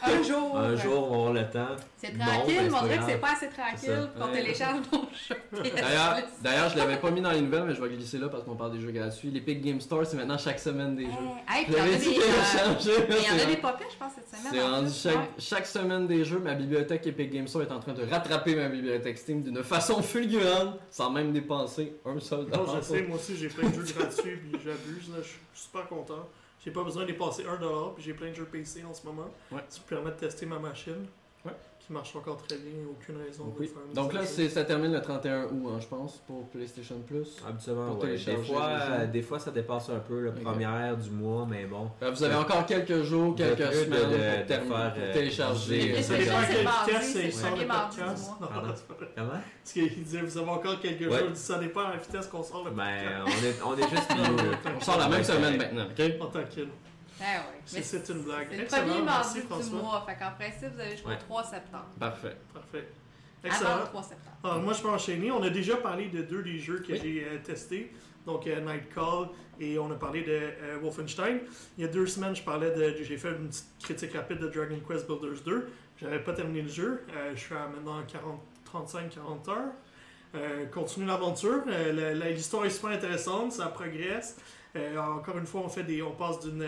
Un jour.
un jour, on va avoir le temps.
C'est
Non,
tranquille,
ben,
mais on
c'est
dirait que
pas
c'est pas assez
C'est
tranquille
ça.
pour qu'on
Ouais.
télécharge nos jeux.
D'ailleurs, d'ailleurs, je l'avais pas mis dans les nouvelles, mais je vais glisser là parce qu'on parle des jeux gratuits. L'Epic Game Store, c'est maintenant chaque semaine des jeux.
Hey, hey,
Je
puis il y en a
l'avais dit
des, euh,
télécharger,
mais il y en
c'est
a des
vrai.
pas pires, je pense, cette semaine.
C'est
en
rendu
plus,
chaque,
ouais.
chaque semaine des jeux, ma bibliothèque Epic Games Store est en train de rattraper ma bibliothèque Steam d'une façon fulgurante, sans même dépenser un seul
Non,
dollar.
je sais, moi aussi j'ai plein de jeux gratuits puis j'abuse, là, je suis super content. J'ai pas besoin de dépasser 1$ puis j'ai plein de jeux PC en ce moment.
Ouais.
Ça me permet de tester ma machine.
Ouais.
Qui marche encore très bien, aucune raison
Donc,
de
oui.
faire une
Donc là,
session.
c'est- ça termine le 31 août, hein, je pense, pour PlayStation Plus.
Habituellement,
Pour
ouais.
télécharger
Des fois,
les jeux.
euh, des fois, ça dépasse un peu la
Ok.
première du mois, mais bon.
Ben, vous avez encore quelques jours,
Vous êtes
quelques
mieux de-
semaines
de-
pour,
de
terminer-
faire,
pour
euh,
télécharger.
des-
Les
c'est
gens
déjà,
qui
c'est le mardi,
vitesse,
c'est
ils sortent
le
le
mardi du
podcast.
mois.
Non,
Pardon?
c'est pas vrai.
Comment?
Parce qu'il disait, vous avez encore quelques
Ouais.
jours, il dit, ça dépend à la vitesse qu'on sort le podcast.
Ben, on est, on est juste mieux. là.
On sort la même
Ouais,
semaine
c'est-
maintenant, ok?
On t'inquiète.
Ah ouais.
C'est-
Mais c'est
C'est une blague.
le
Excellent,
premier
merci
mardi du
François.
mois. Fait qu'en principe, vous avez jusqu'au
Ouais.
3 septembre.
Parfait.
Parfait.
Avant
Excellent.
le 3 septembre.
Alors, Ah, moi, je peux enchaîner. On a déjà parlé de deux des jeux que
Oui.
j'ai euh, testés. Donc, euh, Night Call et on a parlé de euh, Wolfenstein. Il y a deux semaines, je parlais de, j'ai fait une petite critique rapide de Dragon Quest Builders 2. J'avais pas terminé le jeu. Euh, je suis à maintenant 35-40 heures. Euh, continue l'aventure. Euh, la- la- L'histoire est super intéressante, ça progresse. Euh, encore une fois, on fait des, on passe d'une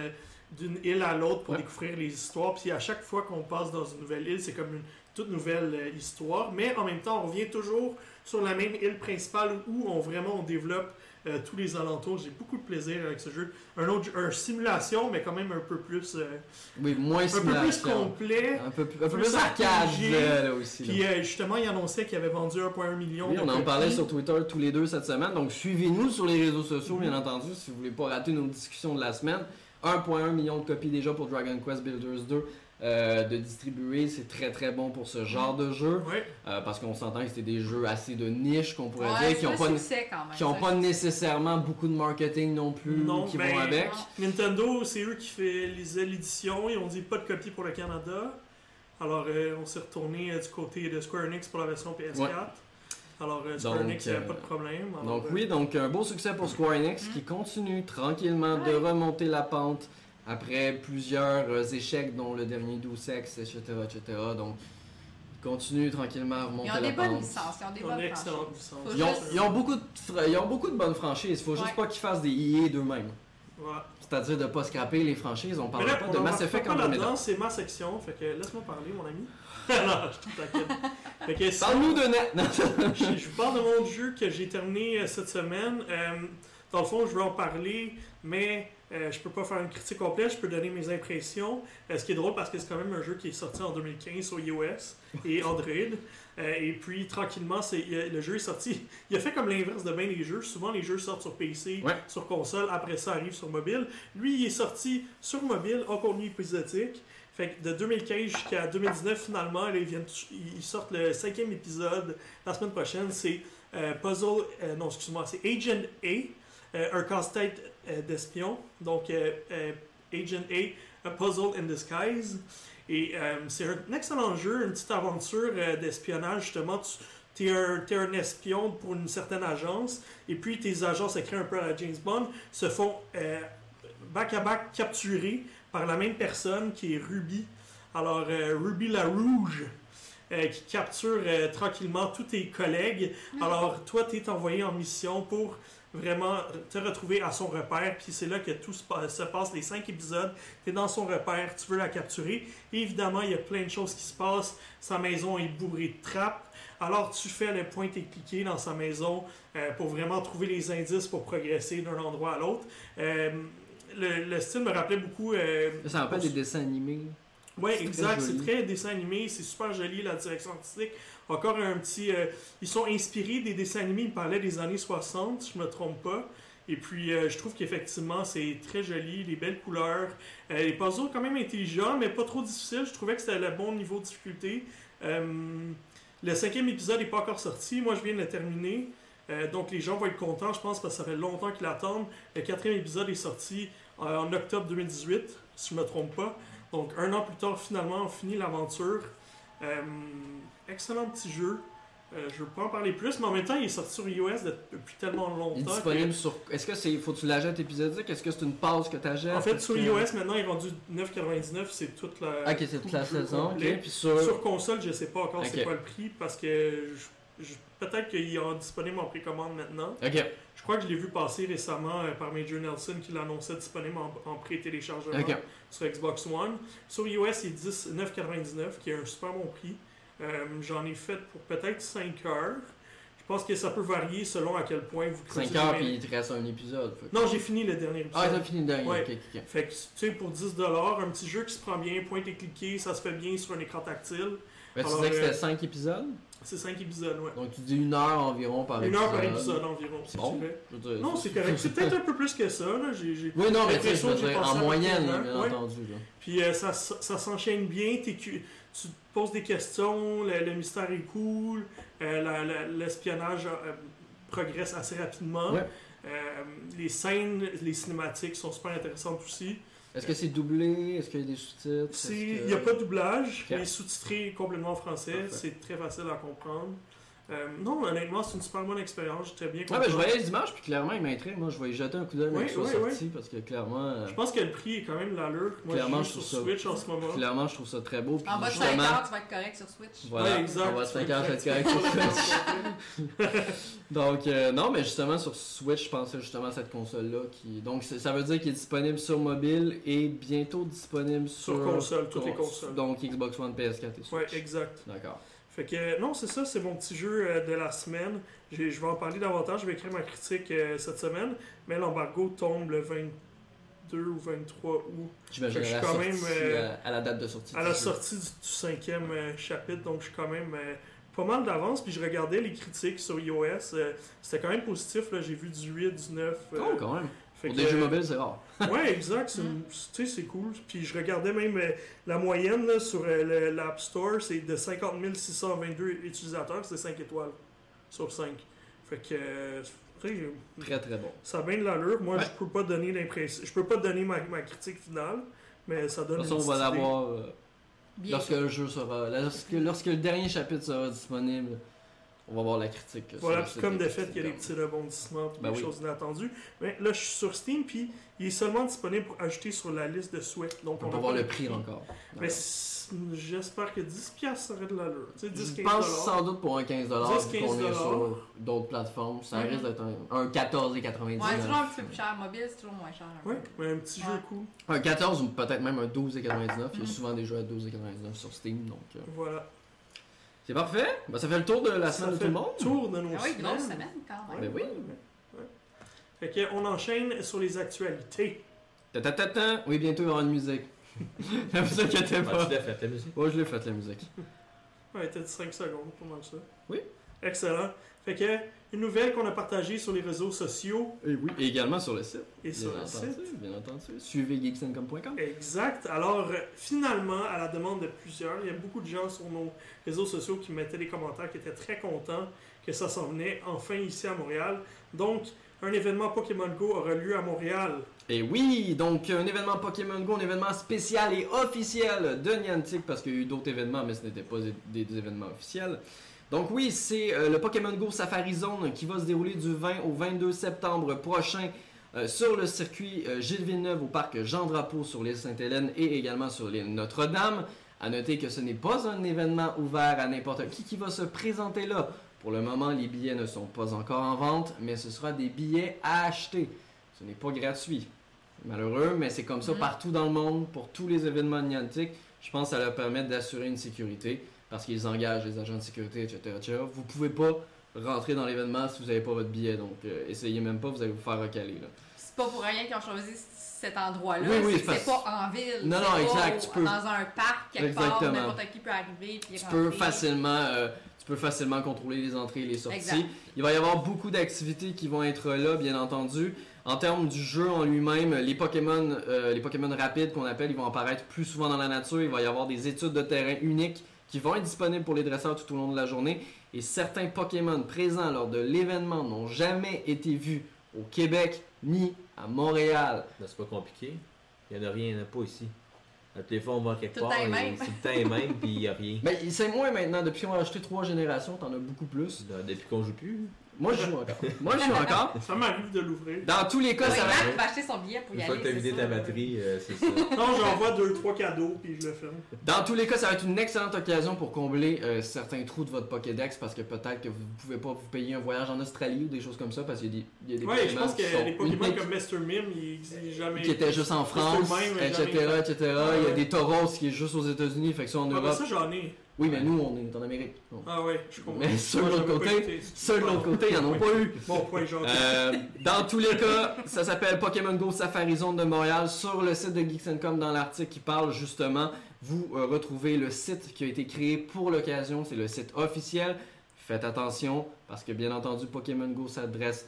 d'une île à l'autre pour
Ouais.
découvrir les histoires. Puis à chaque fois qu'on passe dans une nouvelle île, c'est comme une toute nouvelle euh, histoire. Mais en même temps, on revient toujours sur la même île principale où on vraiment on développe euh, tous les alentours. J'ai beaucoup de plaisir avec ce jeu. Un autre, un simulation, mais quand même un peu plus, euh,
Oui, moins
un peu plus
simulation. Ah,
complet.
Un peu, plus- un peu
Plus
plus arcade,
RPG.
euh, là aussi. là.
Puis euh, justement, il annonçait qu'il avait vendu 1,1 million.
Oui,
de
on en parlait
copies.
sur Twitter tous les deux cette semaine, donc suivez-nous sur les réseaux sociaux, bien entendu, si vous voulez pas rater nos discussions de la semaine. 1.1 million de copies déjà pour Dragon Quest Builders 2 euh, de distribuer, c'est très très bon pour ce genre de jeu,
Ouais.
euh, parce qu'on s'entend que c'était des jeux assez de niche, qu'on pourrait
Ouais,
dire, qui
c'est
n'ont
un
pas,
succès quand même.
qui ont
ça.
pas nécessairement beaucoup de marketing non plus,
Non,
qui
ben,
vont avec.
Non.
Nintendo, c'est eux qui fait- lisaient l'édition. Ils ont dit pas de copie pour le Canada. Alors, euh, on s'est retourné euh, du côté de Square Enix pour la version PS4.
Ouais.
Alors, euh, Square
Donc,
Enix, il n'y avait
euh,
pas de problème. Alors,
Donc
euh,
oui, donc un beau succès pour Square Enix
Mm.
qui continue tranquillement de remonter la pente après plusieurs euh, échecs dont le dernier 12 etc., etc. Donc continue tranquillement à remonter
Ils ont
la
des bonnes
pente.
licences. Ils ont des
on a
bonnes
excellente
franchises.
licence.
Faut
Ils ont,
juste-
ils ont beaucoup de, fra- ils ont beaucoup de bonnes franchises, faut juste
Ouais.
pas qu'ils fassent des IA d'eux-mêmes.
Voilà.
C'est-à-dire de pas scraper les franchises, on
Mais
parle
là,
pas
on
de
en
Mass
parle
Effect
pas
Andromeda.
là-dedans, c'est ma section. Fait que laisse-moi parler, mon ami. Alors, je te t'inquiète. Fait que si-
Parle-nous de net! Non,
je, je vous parle de mon jeu que j'ai terminé euh, cette semaine. Euh, dans le fond, je vais en parler, mais euh, je peux pas faire une critique complète. Je peux donner mes impressions. Euh, ce qui est drôle parce que c'est quand même un jeu qui est sorti en 2015 sur iOS et Android. Euh, et puis, tranquillement, c'est, il a- le jeu est sorti. Il a fait comme l'inverse de bien des jeux. Souvent, les jeux sortent sur PC,
Ouais.
sur console, après ça arrive sur mobile. Lui, il est sorti sur mobile en contenu épisodique. Fait que de 2015 jusqu'à 2019, finalement, là, ils, viennent, ils sortent le cinquième épisode la semaine prochaine, c'est euh, Puzzle. euh, non, excuse-moi, c'est Agent A, euh, un casse-tête euh, d'espion. Donc, euh, euh, Agent A, a Puzzle in Disguise. Et euh, c'est un excellent jeu, une petite aventure euh, d'espionnage, justement. Tu es un, t'es un espion pour une certaine agence, et puis tes agents secrets, un peu à la James Bond, se font euh, back-à-back capturés par la même personne qui est Ruby. Alors, euh, Ruby la Rouge. euh, qui capture euh, tranquillement tous tes collègues. Alors, toi, tu es envoyé en mission pour vraiment te retrouver à son repère. Puis c'est là que tout se, pa- se passe, les cinq épisodes. Tu es dans son repère, tu veux la capturer. Et évidemment, il y a plein de choses qui se passent. Sa maison est bourrée de trappes. Alors, tu fais le point et cliquer dans sa maison euh, pour vraiment trouver les indices pour progresser d'un endroit à l'autre. Euh, le, le style me rappelait beaucoup. euh,
Ça rappelle des dessins animés.
oui,
C'est
exact.
très
C'est
joli.
très dessin animé. C'est super joli, la direction artistique. Encore un petit. euh, ils sont inspirés des dessins animés. Ils parlaient des années 60, si je me trompe pas. Et puis, euh, je trouve qu'effectivement, c'est très joli, les belles couleurs. Euh, les puzzles, quand même intelligents, mais pas trop difficiles. Je trouvais que c'était le bon niveau de difficulté. Euh, le cinquième épisode n'est pas encore sorti. Moi, je viens de le terminer. Euh, donc, les gens vont être contents, je pense, parce que ça fait longtemps qu'ils l'attendent. Le quatrième épisode est sorti euh, en octobre 2018, si je me trompe pas. Donc, un an plus tard, finalement, on finit l'aventure. Euh, excellent petit jeu. Euh, je veux pas en parler plus, mais en même temps, il est sorti sur iOS de- depuis tellement longtemps.
Il est
que-
disponible sur. Est-ce que c'est. Faut que tu l'achètes épisodique Est-ce que c'est une passe que tu achètes
En fait, sur
iOS.
iOS, maintenant, il est vendu 9,99. C'est toute la,
euh, Ok, c'est toute la
tout le jeu
saison.
complet.
ok, Puis sur.
Sur console, je sais pas encore c'est
Ok.
quoi le prix parce que je- je- peut-être qu'il est en- disponible en précommande maintenant.
Ok,
Je crois que je l'ai vu passer récemment euh, par Major Nelson qui l'annonçait disponible en, en pré-téléchargement
ok.
sur Xbox One. Sur iOS, il est 19,99 qui est un super bon prix. Euh, J'en ai fait pour peut-être 5 heures. Je pense que ça peut varier selon à quel point vous creusez
5 heures,
les-
puis il te reste un épisode. fait que-
Non, j'ai fini le dernier épisode.
Ah, t'as fini le dernier.
Ouais.
ok, ok, Ben, ok.
Fait que, tu sais, pour 10$, un petit jeu qui se prend bien, point et cliqué, ça se fait bien sur un écran tactile.
Ben, tu
Alors,
disais que
euh,
c'était 5 épisodes
C'est 5 épisodes, ouais.
Donc tu dis une heure environ par
Une
épisode.
heure par épisode environ.
C'est bon.
je dirais.
Je veux dire-
Non, c'est correct. C'est peut-être un peu plus que ça. Là. J'ai- j'ai-
Oui, non, mais tu sais,
L'impression
je veux
que j'ai
dire,
passé
en
à peu
moyenne,
près une
bien
heure, ouais.
entendu. Là.
Puis euh, ça, s- ça s'enchaîne bien. t'es cu- tu te poses des questions. Le, le mystère est cool. euh, la- la- L'espionnage euh, progresse assez rapidement.
Ouais.
Euh, les scènes, les cinématiques sont super intéressantes aussi.
Est-ce que c'est doublé Est-ce qu'il y a des sous-titres
C'est-
Est-ce
Il
que-
n'y a pas de doublage,
Ok.
mais sous-titré complètement en français.
Parfait.
C'est très facile à comprendre. Euh, non, honnêtement, c'est une super bonne expérience. J'étais bien
Ouais,
content.
ben, je voyais les images, puis clairement, il m'intrigue. Moi, je vais y jeter un coup d'œil
Oui,
avec
oui,
ça sorti, parce que clairement, euh,
Je pense que le prix est quand même de l'allure. Moi,
Clairement,
je
je
joue sur
trouve ça-
Switch en ce moment.
clairement, je trouve ça très beau. Puis
En bas de 5
justement,
heures, tu vas être correct sur Switch.
voilà,
Ouais, exact.
on va à 5 heures,
Exact.
c'est correct sur Switch. Donc, euh, non, mais justement, sur Switch, je pensais justement à cette console-là. Qui... Donc, c'est- ça veut dire qu'il est disponible sur mobile et bientôt disponible sur.
Sur console, toutes les
cons-
consoles.
Donc, Xbox One, PS4 et Switch.
Ouais, exact.
D'accord.
Fait que, euh, non, c'est ça, c'est mon petit jeu euh, de la semaine. J'ai- Je vais en parler davantage, je vais écrire ma critique euh, cette semaine, mais l'embargo tombe le 22 ou 23 août,
J'imagine
Fait
à
que je
la,
suis quand
sortie,
même, euh,
euh, à la date de sortie.
à la
du jeu.
sortie du, du cinquième euh, chapitre, donc je suis quand même euh, pas mal d'avance, puis je regardais les critiques sur iOS, euh, c'était quand même positif, là, j'ai vu du 8, du 9. euh,
Oh, quand même.
fait
Pour
que,
des jeux
euh,
mobiles, c'est rare.
Ouais, exact. c'est-
Mm.
Tu sais, c'est cool. Puis je regardais même euh, la moyenne là, sur euh, le- l'App Store, c'est de 50 622 utilisateurs, c'est 5 étoiles sur 5. Fait que, euh, tu sais,
Très, très bon.
ça a bien de l'allure. Moi,
Ouais.
je peux pas donner l'impression, je peux pas donner ma, ma critique finale, mais ça
De
donne.
toute façon,
une
on va
petite idée.
l'avoir euh,
Bien.
lorsque le jeu sera. Lorsque, lorsque le dernier chapitre sera disponible, on va voir la critique. euh,
Voilà,
sur
puis
le
comme
site
de
des
fait, il y a des
critiques.
petits rebondissements, puis
Ben
des
oui.
choses inattendues. Mais là, je suis sur Steam, puis il est seulement disponible pour ajouter sur la liste de souhaits. Donc,
On
a
va voir
pas
le prix hein. encore.
Mais c'est- Ben, j'espère que 10$ serait de l'allure. Tu sais, 10
Je
15
pense sans doute pour un 15$,
10,
vu qu'on est
15
sur d'autres plateformes. Ça
Mhm.
risque d'être un, un 14,99$.
Ouais, c'est toujours
euh,
un petit peu plus cher. Mobile, c'est toujours moins cher. un peu.
Ouais, mais un petit jeu
Ouais.
cool.
Un 14 ou peut-être même un 12,99$. Il y
Mhm.
a souvent des jeux à 12,99$ sur Steam. Donc, euh,
Voilà.
c'est parfait. Ben, ça fait le tour de la
Ça
semaine de
fait
tout le monde.
Tour de nos
Ah oui, grosse
semaines.
semaine quand
Ouais,
même.
Ben oui.
ouais, ouais. Fait que on enchaîne sur les actualités.
Ta ta ta ta. Oui, bientôt il y aura une musique. ne vous inquiétez
Ah,
pas.
tu l'as fait, la musique.
Oh, je l'ai faite la musique.
Ouais, t'as dit 5 secondes, pas mal ça.
Oui.
Excellent. Fait que une nouvelle qu'on a partagée sur les réseaux sociaux
Et oui. Et également sur le site.
et sur le
entendu,
site.
Bien entendu. Suivez geeksandcom.com.
Exact. Alors, euh, finalement, à la demande de plusieurs, il y a beaucoup de gens sur nos réseaux sociaux qui mettaient des commentaires, qui étaient très contents que ça s'en venait enfin ici à Montréal. Donc, un événement Pokémon Go aura lieu à Montréal.
Et oui, donc un événement Pokémon Go, un événement spécial et officiel de Niantic, parce qu'il y a eu d'autres événements, mais ce n'était pas des, des événements officiels. Donc oui, c'est euh, le Pokémon Go Safari Zone qui va se dérouler du 20 au 22 septembre prochain euh, sur le circuit euh, Gilles Villeneuve au parc Jean Drapeau sur l'île Sainte-Hélène et également sur l'île Notre-Dame. À noter que ce n'est pas un événement ouvert à n'importe qui qui va se présenter là. Pour le moment, les billets ne sont pas encore en vente, mais ce sera des billets à acheter. Ce n'est pas gratuit. Malheureux, mais c'est comme ça
Mhm.
partout dans le monde pour tous les événements de Niantic. Je pense que ça leur permet d'assurer une sécurité parce qu'ils engagent les agents de sécurité, etc. etc. Vous pouvez pas rentrer dans l'événement si vous n'avez pas votre billet, donc euh, essayez même pas, vous allez vous faire recaler. là.
C'est pas pour rien qu'ils ont choisi c- cet endroit-là.
Oui, oui,
c'est que
parce-
c'est pas en ville.
Non, non,
c'est pas
exact,
au-
tu peux-
Dans un parc, quelque part,
Exactement.
n'importe qui peut arriver. Puis
Tu peux
rentrer.
facilement, euh, tu peux facilement contrôler les entrées et les sorties.
Exact.
Il va y avoir beaucoup d'activités qui vont être là, bien entendu. En termes du jeu en lui-même, les Pokémon, euh, les Pokémon rapides qu'on appelle, ils vont apparaître plus souvent dans la nature. Il va y avoir des études de terrain uniques qui vont être disponibles pour les dresseurs tout au long de la journée. Et certains Pokémon présents lors de l'événement n'ont jamais été vus au Québec ni à Montréal.
Ben, c'est pas compliqué. Il n'y en a rien, il n'y en a pas ici. Le téléphone va quelque
Tout le
part,
temps
et
même.
c'est tout le temps les mêmes, puis il n'y a rien.
Mais Ben, c'est moins maintenant. Depuis qu'on a acheté trois générations, t'en as beaucoup plus.
Là, Depuis qu'on joue plus,
Moi, je joue encore. Moi, je joue encore.
Ça m'arrive de l'ouvrir.
Dans tous les cas,
Oui,
ça va
va.
Marc va acheter son billet pour y
une
aller.
fois que t'as
c'est
vidé
sûr.
ta batterie, euh, c'est ça.
Non, j'envoie deux, trois cadeaux, puis je le ferme.
Dans tous les cas, ça va être une excellente occasion pour combler euh, certains trous de votre Pokédex parce que peut-être que vous ne pouvez pas vous payer un voyage en Australie ou des choses comme ça parce qu'il y a des, il y a des
Ouais, je pense que
qui sont
les Pokémon
uniques,
comme Mr. Mime, ils n'existent jamais.
qui étaient juste en France,
Mr. Mime,
etc.,
jamais.
etc. Il y
Ouais.
a des Tauros qui est juste aux États-Unis, fait que ça en
Ah,
Europe.
ben ça, j'en ai.
Oui, mais nous, on est en Amérique. Bon.
Ah ouais, je comprends.
Mais ceux de
Moi,
l'autre
j'avais pas
côté,
écouté.
Ceux de l'autre côté, ils n'en ont
Ouais.
pas eu.
Bon point, genre.
Euh, dans tous les cas, ça s'appelle Pokémon Go Safari Zone de Montréal. Sur le site de Geeks and Com, dans l'article qui parle justement, vous euh, retrouvez le site qui a été créé pour l'occasion. C'est le site officiel. Faites attention parce que bien entendu, Pokémon Go s'adresse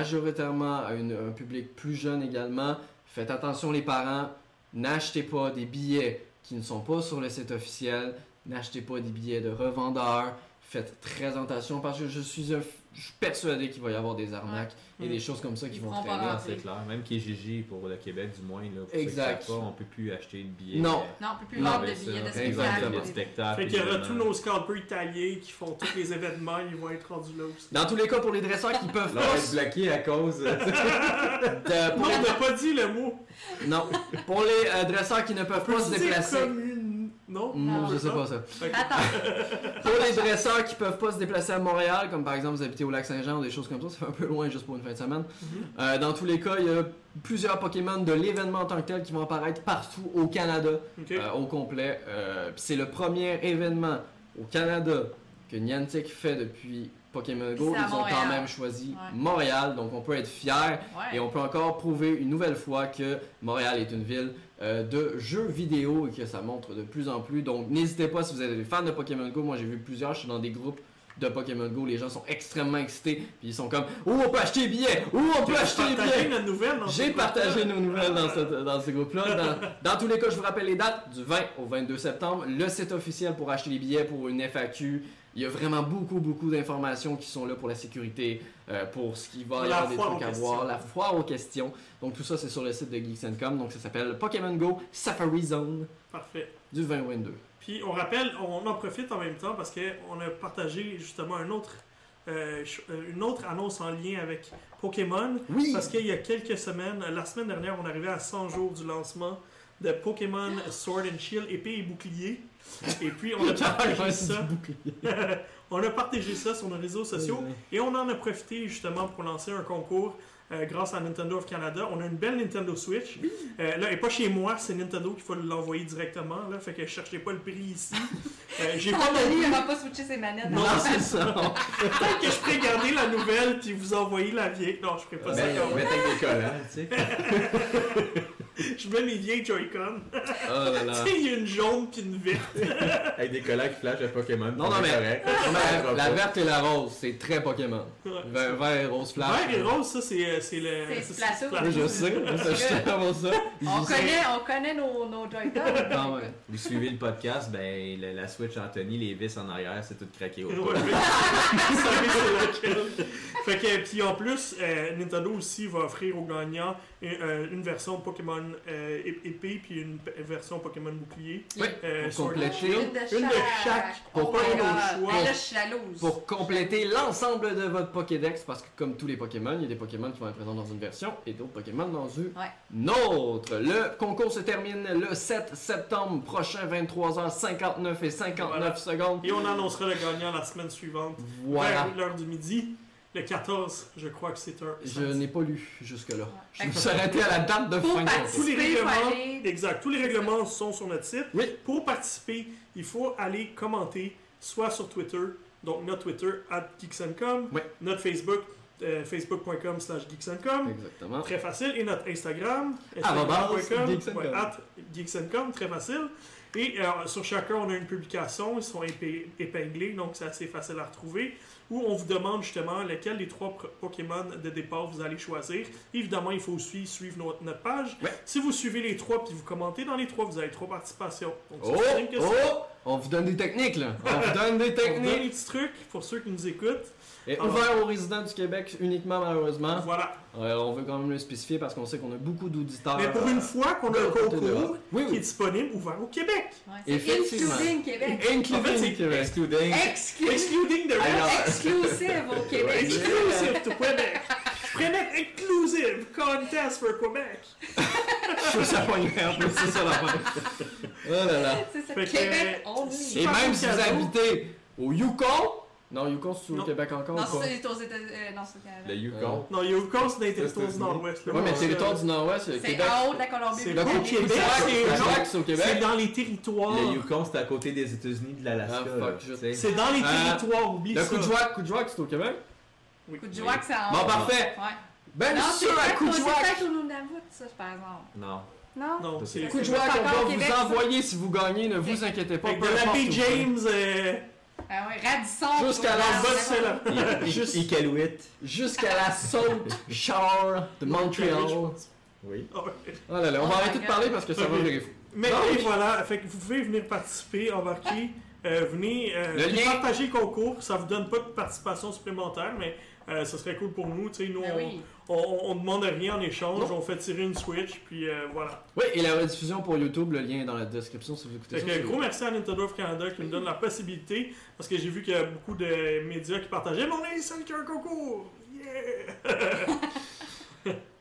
majoritairement à une- un public plus jeune également. Faites attention les parents. N'achetez pas des billets qui ne sont pas sur le site officiel. N'achetez pas des billets de revendeurs. Faites très attention parce que je suis, un- je suis persuadé qu'il va y avoir des arnaques et
Mm.
des choses comme ça qui
Ils
vont
feront pas
traîner.
Ah,
Ah,
oui.
c'est clair. Même qui est GG pour le Québec, du moins, là, pour ceux qui
Exact.
savent pas, on peut plus acheter de billets. euh,
Non.
Non, on peut plus
Non,
vendre de
avec
billets de
ça,
spectacle.
Exactement.
de spectacle.
fait qu'il y aura
évidemment.
tous nos scalpers italiens qui font tous les événements, ils vont être rendus là aussi.
Dans tous les cas, pour les dresseurs qui peuvent
Là, on va être
pas
bloqué à cause. euh,
de-
Non, on n'a pas dit le mot.
non, pour les euh, dresseurs qui ne peuvent pas se
Peux-tu dire
déplacer.
commune- Non?
Non,
Non.
je sais pas ça.
Ok.
Attends,
Pour les dresseurs qui peuvent pas se déplacer à Montréal, comme par exemple vous habitez au lac Saint-Jean ou des choses comme ça, ça fait un peu loin juste pour une fin de semaine.
Mhm.
Euh, dans tous les cas, il y a plusieurs Pokémon de l'événement en tant que tel qui vont apparaître partout au Canada
Ok.
euh, au complet. Euh, puis c'est le premier événement au Canada que Niantic fait depuis Pokémon Go.
C'est à
Ils ont
Montréal.
quand même choisi
Ouais.
Montréal, donc on peut être fier
ouais.
et on peut encore prouver une nouvelle fois que Montréal est une ville euh, de jeux vidéo et que ça montre de plus en plus. Donc n'hésitez pas si vous êtes des fans de Pokémon Go. Moi j'ai vu plusieurs, je suis dans des groupes de Pokémon Go. Les gens sont extrêmement excités. Puis ils sont comme Oh on peut acheter des billets Oh on peut acheter des
Partagez
billets
notre nouvelle dans
j'ai
ce
partagé
groupe-là.
nos nouvelles dans, cette- dans ce groupe-là. Dans, dans tous les cas, je vous rappelle les dates du 20 au 22 septembre. Le site officiel pour acheter les billets pour une FAQ. Il y a vraiment beaucoup, beaucoup d'informations qui sont là pour la sécurité, euh, pour ce qui va y
La
avoir des
foire
trucs
aux
à
questions.
voir, la foire aux questions. Donc tout ça, c'est sur le site de Geeks Com. Donc ça s'appelle Pokémon Go Safari Zone
Parfait.
du 20 au 22.
Puis on rappelle, on en profite en même temps parce qu'on a partagé justement un autre, euh, ch- euh, une autre annonce en lien avec Pokémon.
Oui!
Parce qu'il y a quelques semaines, la semaine dernière, on arrivait à 100 jours du lancement de Pokémon Sword and Shield, épée et bouclier. Et puis on a
Ah,
partagé ça. on a partagé ça sur nos réseaux sociaux. Et on en a profité justement pour lancer un concours euh, grâce à Nintendo of Canada. On a une belle Nintendo Switch. Euh, là, et pas chez moi, c'est Nintendo qu'il faut l'envoyer directement. Là, fait que cherchez pas le prix ici. Euh, J'ai pas
Anthony,
non
il
plus-
va pas switcher ses manettes.
Non, c'est ça.
Peut-être que je pourrais garder la nouvelle
ben.
puis vous envoyer la vieille. Non, je ferai pas ça.
Ben, on va mettre avec des collants, tu sais.
Je mets mes vieilles Joy-Con.
Oh là là.
Tu sais, il y a une jaune puis une verte.
Avec des collants qui flashent à Pokémon.
Non, non, mais-
correct.
La, la verte et la rose, c'est très Pokémon.
Ouais.
Vert, vert, rose flash.
Vert et rose, ça, c'est euh, c'est le.
C'est
ça,
Splatoon.
Oui, Ah, je sais, moi, ça, je suis avant ça.
On
Je Ah, sais.
connaît, on connaît nos, nos Joy-Con.
Non, mais-
Vous suivez le podcast, ben le- la Switch Anthony, les vis en arrière, c'est tout craqué au
Ouais,
pot.
mais- Vous savez c'est laquelle. Fait que, puis en plus, euh, Nintendo aussi va offrir aux gagnants une, euh, une version Pokémon euh, ép- épée puis une p- version Pokémon bouclier.
Oui,
Euh,
pour
Sword and
compléter.
Shield. Une de chaque.
Oh
Pour pas
my
avoir le
God.
choix.
Hey, Là, je suis jalouse.
Pour compléter l'ensemble de votre Pokédex, parce que comme tous les Pokémon, il y a des Pokémon qui vont être présents dans une version et d'autres Pokémon dans une autre. Le concours se termine le 7 septembre prochain, 23h59 et 59
Voilà.
secondes.
Et on annoncera le gagnant la semaine suivante.
Voilà.
Vers l'heure du midi. Le 14, je crois que c'est un.
Je n'ai pas lu jusque-là. Je
Ouais.
me suis arrêté à la date de
Pour
fin. de
Tous les
participer, faut
règlements-
aller-
Exact. Tous les règlements sont sur notre site.
Oui.
Pour participer, il faut aller commenter, soit sur Twitter, donc notre Twitter, at geeksandcom,
Oui.
notre Facebook, euh, facebook.com slash geeksandcom,
Exactement.
très facile, et notre Instagram,
Arrobas
instagram.com,
geeksandcom.
ouais, at geeksandcom, très facile. Et euh, sur chacun, on a une publication, ils sont épi- épinglés, donc c'est assez facile à retrouver, où on vous demande justement lequel des trois pro- Pokémon de départ vous allez choisir. Évidemment, il faut aussi suivre notre, notre page.
Ouais.
Si vous suivez les trois puis vous commentez dans les trois, vous avez trois participations. Donc, c'est
Oh,
aussi simple que ça.
oh, on vous donne des techniques là. On vous donne des
On vous donne
techniques.
des petits trucs pour ceux qui nous écoutent.
Et
Alors-
ouvert aux résidents du Québec uniquement malheureusement.
Voilà.
Euh, on veut quand même le spécifier parce qu'on sait qu'on a beaucoup d'auditeurs.
Mais pour une fois qu'on a
de
un
l'autre côté de
concours
l'Europe. Oui,
qui est
oui.
disponible ouvert au Québec.
Ouais, c'est
Effectivement.
Including Québec.
En fait, c'est
Québec.
Excluding.
Exclu-
Excluding the rest.
Alors-
Exclusive au Québec.
Exclusive to Québec. Je pourrais mettre Inclusive Contest for Québec.
Je trouve ça poignet en plus, c'est ça l'affaire. Oh là là.
C'est ça,
Fait que-
Québec, on
C'est-
Et
Super
même si vous
cadeau.
habitez au Yukon. Non, Yukon, c'est sous le
Non.
Québec encore
Non,
ou pas?
c'est aux États- euh, non, c'est au Canada.
Le Yukon.
Non, il y a encore c'est dans les territoires du
États-Unis.
Nord-Ouest. là.
Ouais, mais le
Euh,
territoire du Nord-Ouest, le
C'est
Québec.
en haut de la
c'est
Colombie.
le
Le
Québec,
Québec,
c'est-
Québec, c'est au
C'est
Québec.
dans les territoires.
Le Yukon, c'est à côté des États-Unis de l'Alaska.
Oh. Ah, fuck,
là,
je-
tu sais.
C'est dans les
Ah.
territoires, oublie
Le
ça.
Coudjouac, Coudjouac, c'est au Québec.
Oui.
Coup de joie que ça en
Bon,
haut.
parfait.
Ouais.
Ben
Ah. Non, c'est
sûr, à
peut-être au- c'est
Coudjouac.
peut-être au Nunavut, ça, par exemple.
Non.
Non?
Non, c'est...
Coup de
Fait
joie.
Coudjouac, on
Encore
va
au Québec,
vous
ça.
envoyer si vous gagnez, ne vous inquiétez pas.
que
peu
de la
importe
Bay
où vous
James euh,
Ah ouais, Radisson.
Jusqu'à
pour-
la
en bas de
Radisson.
celle-là.
I- I-
Juste-
Iqaluit.
allez. Jusqu'à la saute Charles de Montréal.
Je
Oh
pense.
Oui.
Ah ouais.
là là, on
Oh
va
my
arrêter de
God.
parler parce que ça va
Ok.
virer fou.
Mais
Donc-
et voilà, fait que vous pouvez venir participer, embarquer, euh, venez euh,
Le lien.
partager le concours. Ça vous donne pas de participation supplémentaire, mais euh, ça serait cool pour nous. tu sais, nous,
Ben
on,
oui.
on, on demande rien en échange, on fait tirer une Switch, puis euh, voilà.
Oui, et la rediffusion pour YouTube, le lien est dans la description si vous écoutez
Fait
ça.
que
sur-
gros merci à Nintendo of Canada qui nous donne la possibilité, parce que j'ai vu qu'il y a beaucoup de médias qui partageaient, mais on est les seuls qui ont un concours! Yeah!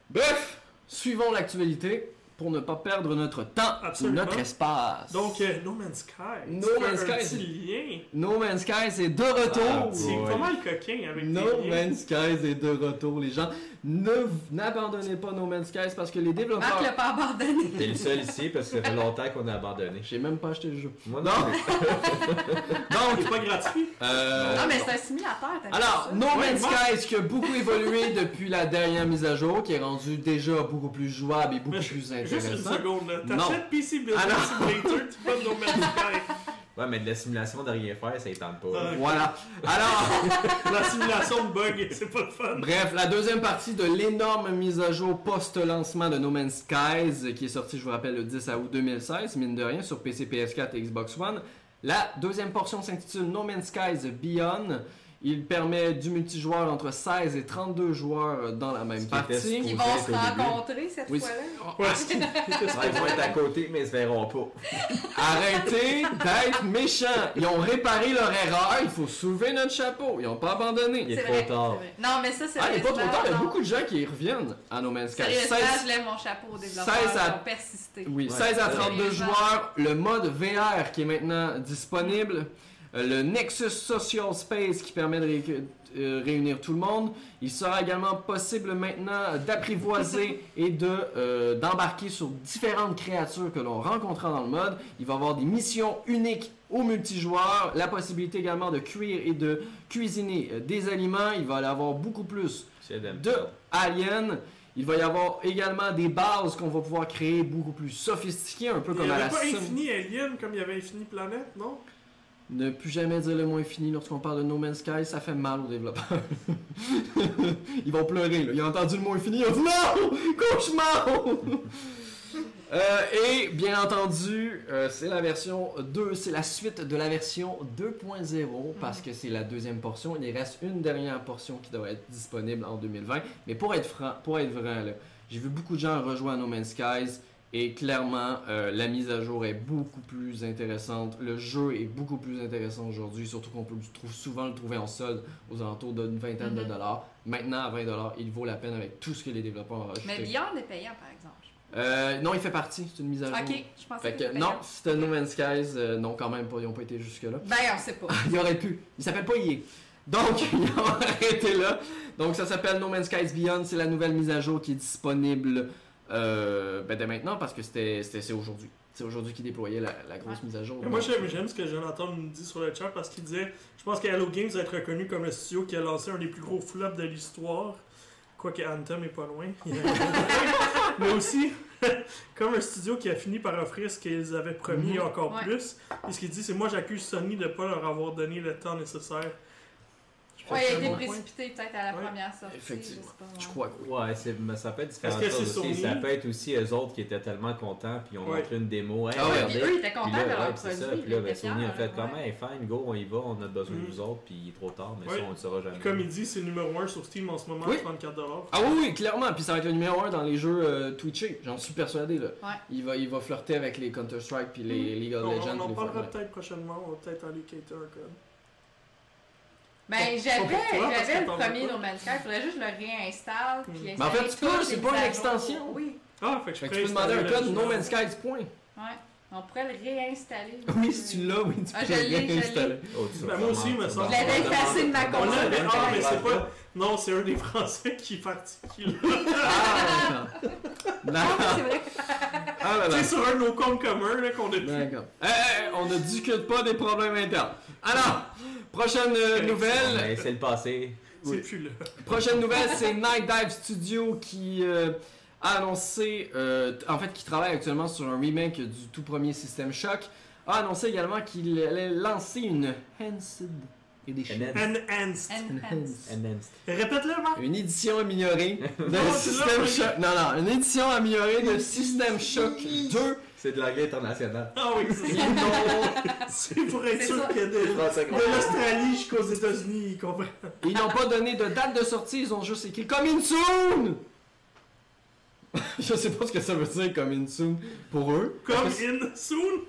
Bref, suivons l'actualité pour ne pas perdre notre temps,
Absolument.
notre espace.
Donc, euh, No Man's Sky.
No
tu fais
Man's
un
Sky,
petit
c'est-
lien.
No Man's Sky c'est de
Ah,
retour.
ouais.
C'est pas mal coquin avec
No
tes liens.
Man's Sky est de retour, les gens. Ne v- n'abandonnez pas No Man's Sky parce que les
Marc
développeurs.
l'a pas abandonné.
T'es le seul ici parce que ça fait longtemps qu'on a abandonné.
J'ai même pas acheté le jeu.
Moi
Non.
plus.
Il est pas gratuit.
Euh,
Non, Ah, mais c'est un simulateur. t'as
Alors,
vu ça?
No Man's
Ouais,
Sky, ce qui a beaucoup évolué depuis la dernière mise à jour, qui est rendu déjà beaucoup plus jouable et beaucoup
Mais
plus
Juste une
intéressant.
seconde, là.
Non.
T'achètes PC Business
Ah,
Simulator, tu vas No Man's Sky.
Ouais, mais de la simulation de rien faire, ça étend pas.
Ah.
Voilà. Alors,
La simulation de bug, c'est pas le fun.
Bref, la deuxième partie de l'énorme mise à jour post-lancement de No Man's Skies, euh, qui est sortie, je vous rappelle, le 10 août 2016, mine de rien, sur PC, PS4 et Xbox One. La deuxième portion s'intitule No Man's Skies Beyond. Il permet du multijoueur entre 16 et 32 joueurs euh, dans la même
Ce qui était
partie.
supposé-
Ils vont se
Au début.
rencontrer cette
Oui,
fois-là.
Ouais, ils vont être à côté, mais ils se verront pas.
Arrêtez d'être méchants. Ils ont réparé leur erreur. Il faut soulever notre chapeau. Ils n'ont pas
Il
abandonné.
est
C'est
trop
vrai,
tard.
c'est vrai. Non, mais ça, c'est
Ah, il n'est pas trop
sérieusement,
tard. Il y a
non.
beaucoup de gens qui reviennent à No Man's Sky.
Sérieusement,
16
je lève mon chapeau aux développeurs
16 à-
qui ont persisté.
Oui,
Ouais.
16 à
Ouais.
32 joueurs, le mode VR qui est maintenant disponible, euh, le Nexus Social Space qui permet de ré- euh, réunir tout le monde. Il sera également possible maintenant d'apprivoiser et de euh, d'embarquer sur différentes créatures que l'on rencontrera dans le mode. Il va y avoir des missions uniques aux multijoueurs, la possibilité également de cuire et de cuisiner euh, des aliments. Il va y avoir beaucoup plus
J'aime
de
ça.
Alien. Il va y avoir également des bases qu'on va pouvoir créer beaucoup plus sophistiquées, un peu
Il
comme
n'y
à
avait
la
pas
Sim.
Infini Alien comme il y avait Infini Planète, non?
Ne plus jamais dire le mot infini lorsqu'on parle de No Man's Sky, ça fait mal aux développeurs. ils vont pleurer, là. Ils ont entendu le mot infini, ils ont dit non! Cauchemar! Euh, et bien entendu, euh, c'est la version 2, c'est la suite de la version 2.0 parce que c'est la deuxième portion. Il reste une dernière portion qui doit être disponible en 2020. Mais pour être franc, pour être vrai, là, j'ai vu beaucoup de gens rejoindre No Man's Skies et clairement, euh, la mise à jour est beaucoup plus intéressante. Le jeu est beaucoup plus intéressant aujourd'hui, surtout qu'on peut le trou- souvent le trouver en solde aux alentours d'une vingtaine de
Mhm.
dollars. Maintenant, à 20 dollars, il vaut la peine avec tout ce que les développeurs ont rajouté.
Mais Beyond est payant, par exemple.
Euh, non, il fait partie, c'est une mise à jour.
Ok, je pensais
Euh, Fait
que
que,
c'était
non,
payant.
c'était No Man's Skies. euh, non, quand même, pas, ils n'ont pas été jusque-là.
Ben, on sait pas.
Ils auraient pu. Ils s'appellent pas EA. Donc, ils ont arrêté là. Donc, ça s'appelle No Man's Skies Beyond. C'est la nouvelle mise à jour qui est disponible euh, ben, dès maintenant parce que c'était c'était- c'est aujourd'hui. C'est aujourd'hui qu'ils déployaient la, la grosse mise à jour.
Mais Moi,
Donc,
j'aime j'aime ce que Jonathan nous dit sur le chat parce qu'il disait Je pense que Hello Games va être reconnu comme le studio qui a lancé un des plus gros flops de l'histoire. Quoique Anthem est pas loin. Mais aussi, comme un studio qui a fini par offrir ce qu'ils avaient promis
Mhm.
encore
Ouais.
plus. Et ce qu'il dit, c'est Moi, j'accuse Sony de pas leur avoir donné le temps nécessaire. Je pense
Ouais, il
que
a été
c'est un bon point.
précipité peut-être à la
Ouais.
première sortie.
Effectivement.
je sais pas, ouais.
Je crois que oui.
Ouais, c'est- mais ça peut être différent.
Parce que c'est
aussi.
Sony.
Ça peut être aussi eux autres qui étaient tellement contents, puis ils ont
Ouais.
montré une démo. Hey,
Ah ouais,
Ouais,
regardez.
puis eux, ils étaient
Puis
contents
là,
de leur
ouais, c'est
produit.
ça. Puis
ils
là,
étaient
ben, Sony a
fiers,
fait
ouais.
comment hey, fine, go, on y va, on a besoin de
Mm.
vous autres, puis il est trop tard, mais
Ouais.
ça, on le saura jamais.
Comme il dit, c'est numéro 1 sur Steam en ce moment,
Oui.
34$.
Ah oui, oui, clairement. Puis ça va être le numéro 1 dans les jeux euh, Twitchés. J'en suis persuadé. Là.
Ouais. Mhm.
Il, va, il va flirter avec les Counter-Strike puis les League of
On,
Legends.
on
puis
en
les
parlera
Fortnite.
peut-être prochainement, on va peut-être aller cater un code.
Ben,
Pas pour toi,
j'avais,
parce
j'avais
que
le
t'en veux
premier
pas.
No Man's Sky, il faudrait juste que je le réinstalle.
Mm.
Puis
Mais
en fait,
installer
tu peux,
toutes
c'est
les
pas
mises
une
à jour.
extension.
Oui,
Ah, fait que je
Fait que
pourrais
tu peux demander un
installer
code
le
No
jeu.
Man's Skies, point.
ouais. On pourrait le réinstaller.
Oui, si tu l'as, oui, tu
Ah,
peux
je l'ai, je l'ai.
réinstaller.
Oh, tu
Ben,
vas
moi aussi,
vraiment-
me
tu
semble.
vas
Je l'avais
vraiment-
effacé de ma
On
On
console.
l'avait-
avait.
Comment
Ah, mais
ça
c'est
va?
pas. Non, c'est un des Français qui est parti. qui l'a-
Ah, non.
C'est vrai.
Ah là là.
C'est sur un de nos comptes communs là, qu'on a pu.
D'accord. Eh, eh, on ne discute pas des problèmes internes. Alors, prochaine euh,
Bon,
nouvelle.
ben, C'est le passé.
C'est
Oui.
plus là.
Prochaine nouvelle, c'est Night Dive Studio qui euh, a annoncé, euh, t- en fait, qui travaille actuellement sur un remake du tout premier System Shock, a annoncé également qu'il allait lancer une Enhanced Edition.
Enhanced.
Enhanced.
Enhanced.
Enhanced.
Répète-le, Marc.
Une édition améliorée de
Non, tu l'as,
System Shock. Non, non, une édition améliorée de System Shock 2.
C'est de l'anglais international.
Ah oui, c'est
Ils
ça.
l'ont-
C'est pour être
C'est
sûr
ça.
qu'il y a de, de l'Australie jusqu'aux États-Unis, ils comprennent.
Ils n'ont pas donné de date de sortie, ils ont juste écrit Coming soon! Je sais pas ce que ça veut dire Coming soon pour eux.
Comme
Parce que
in soon.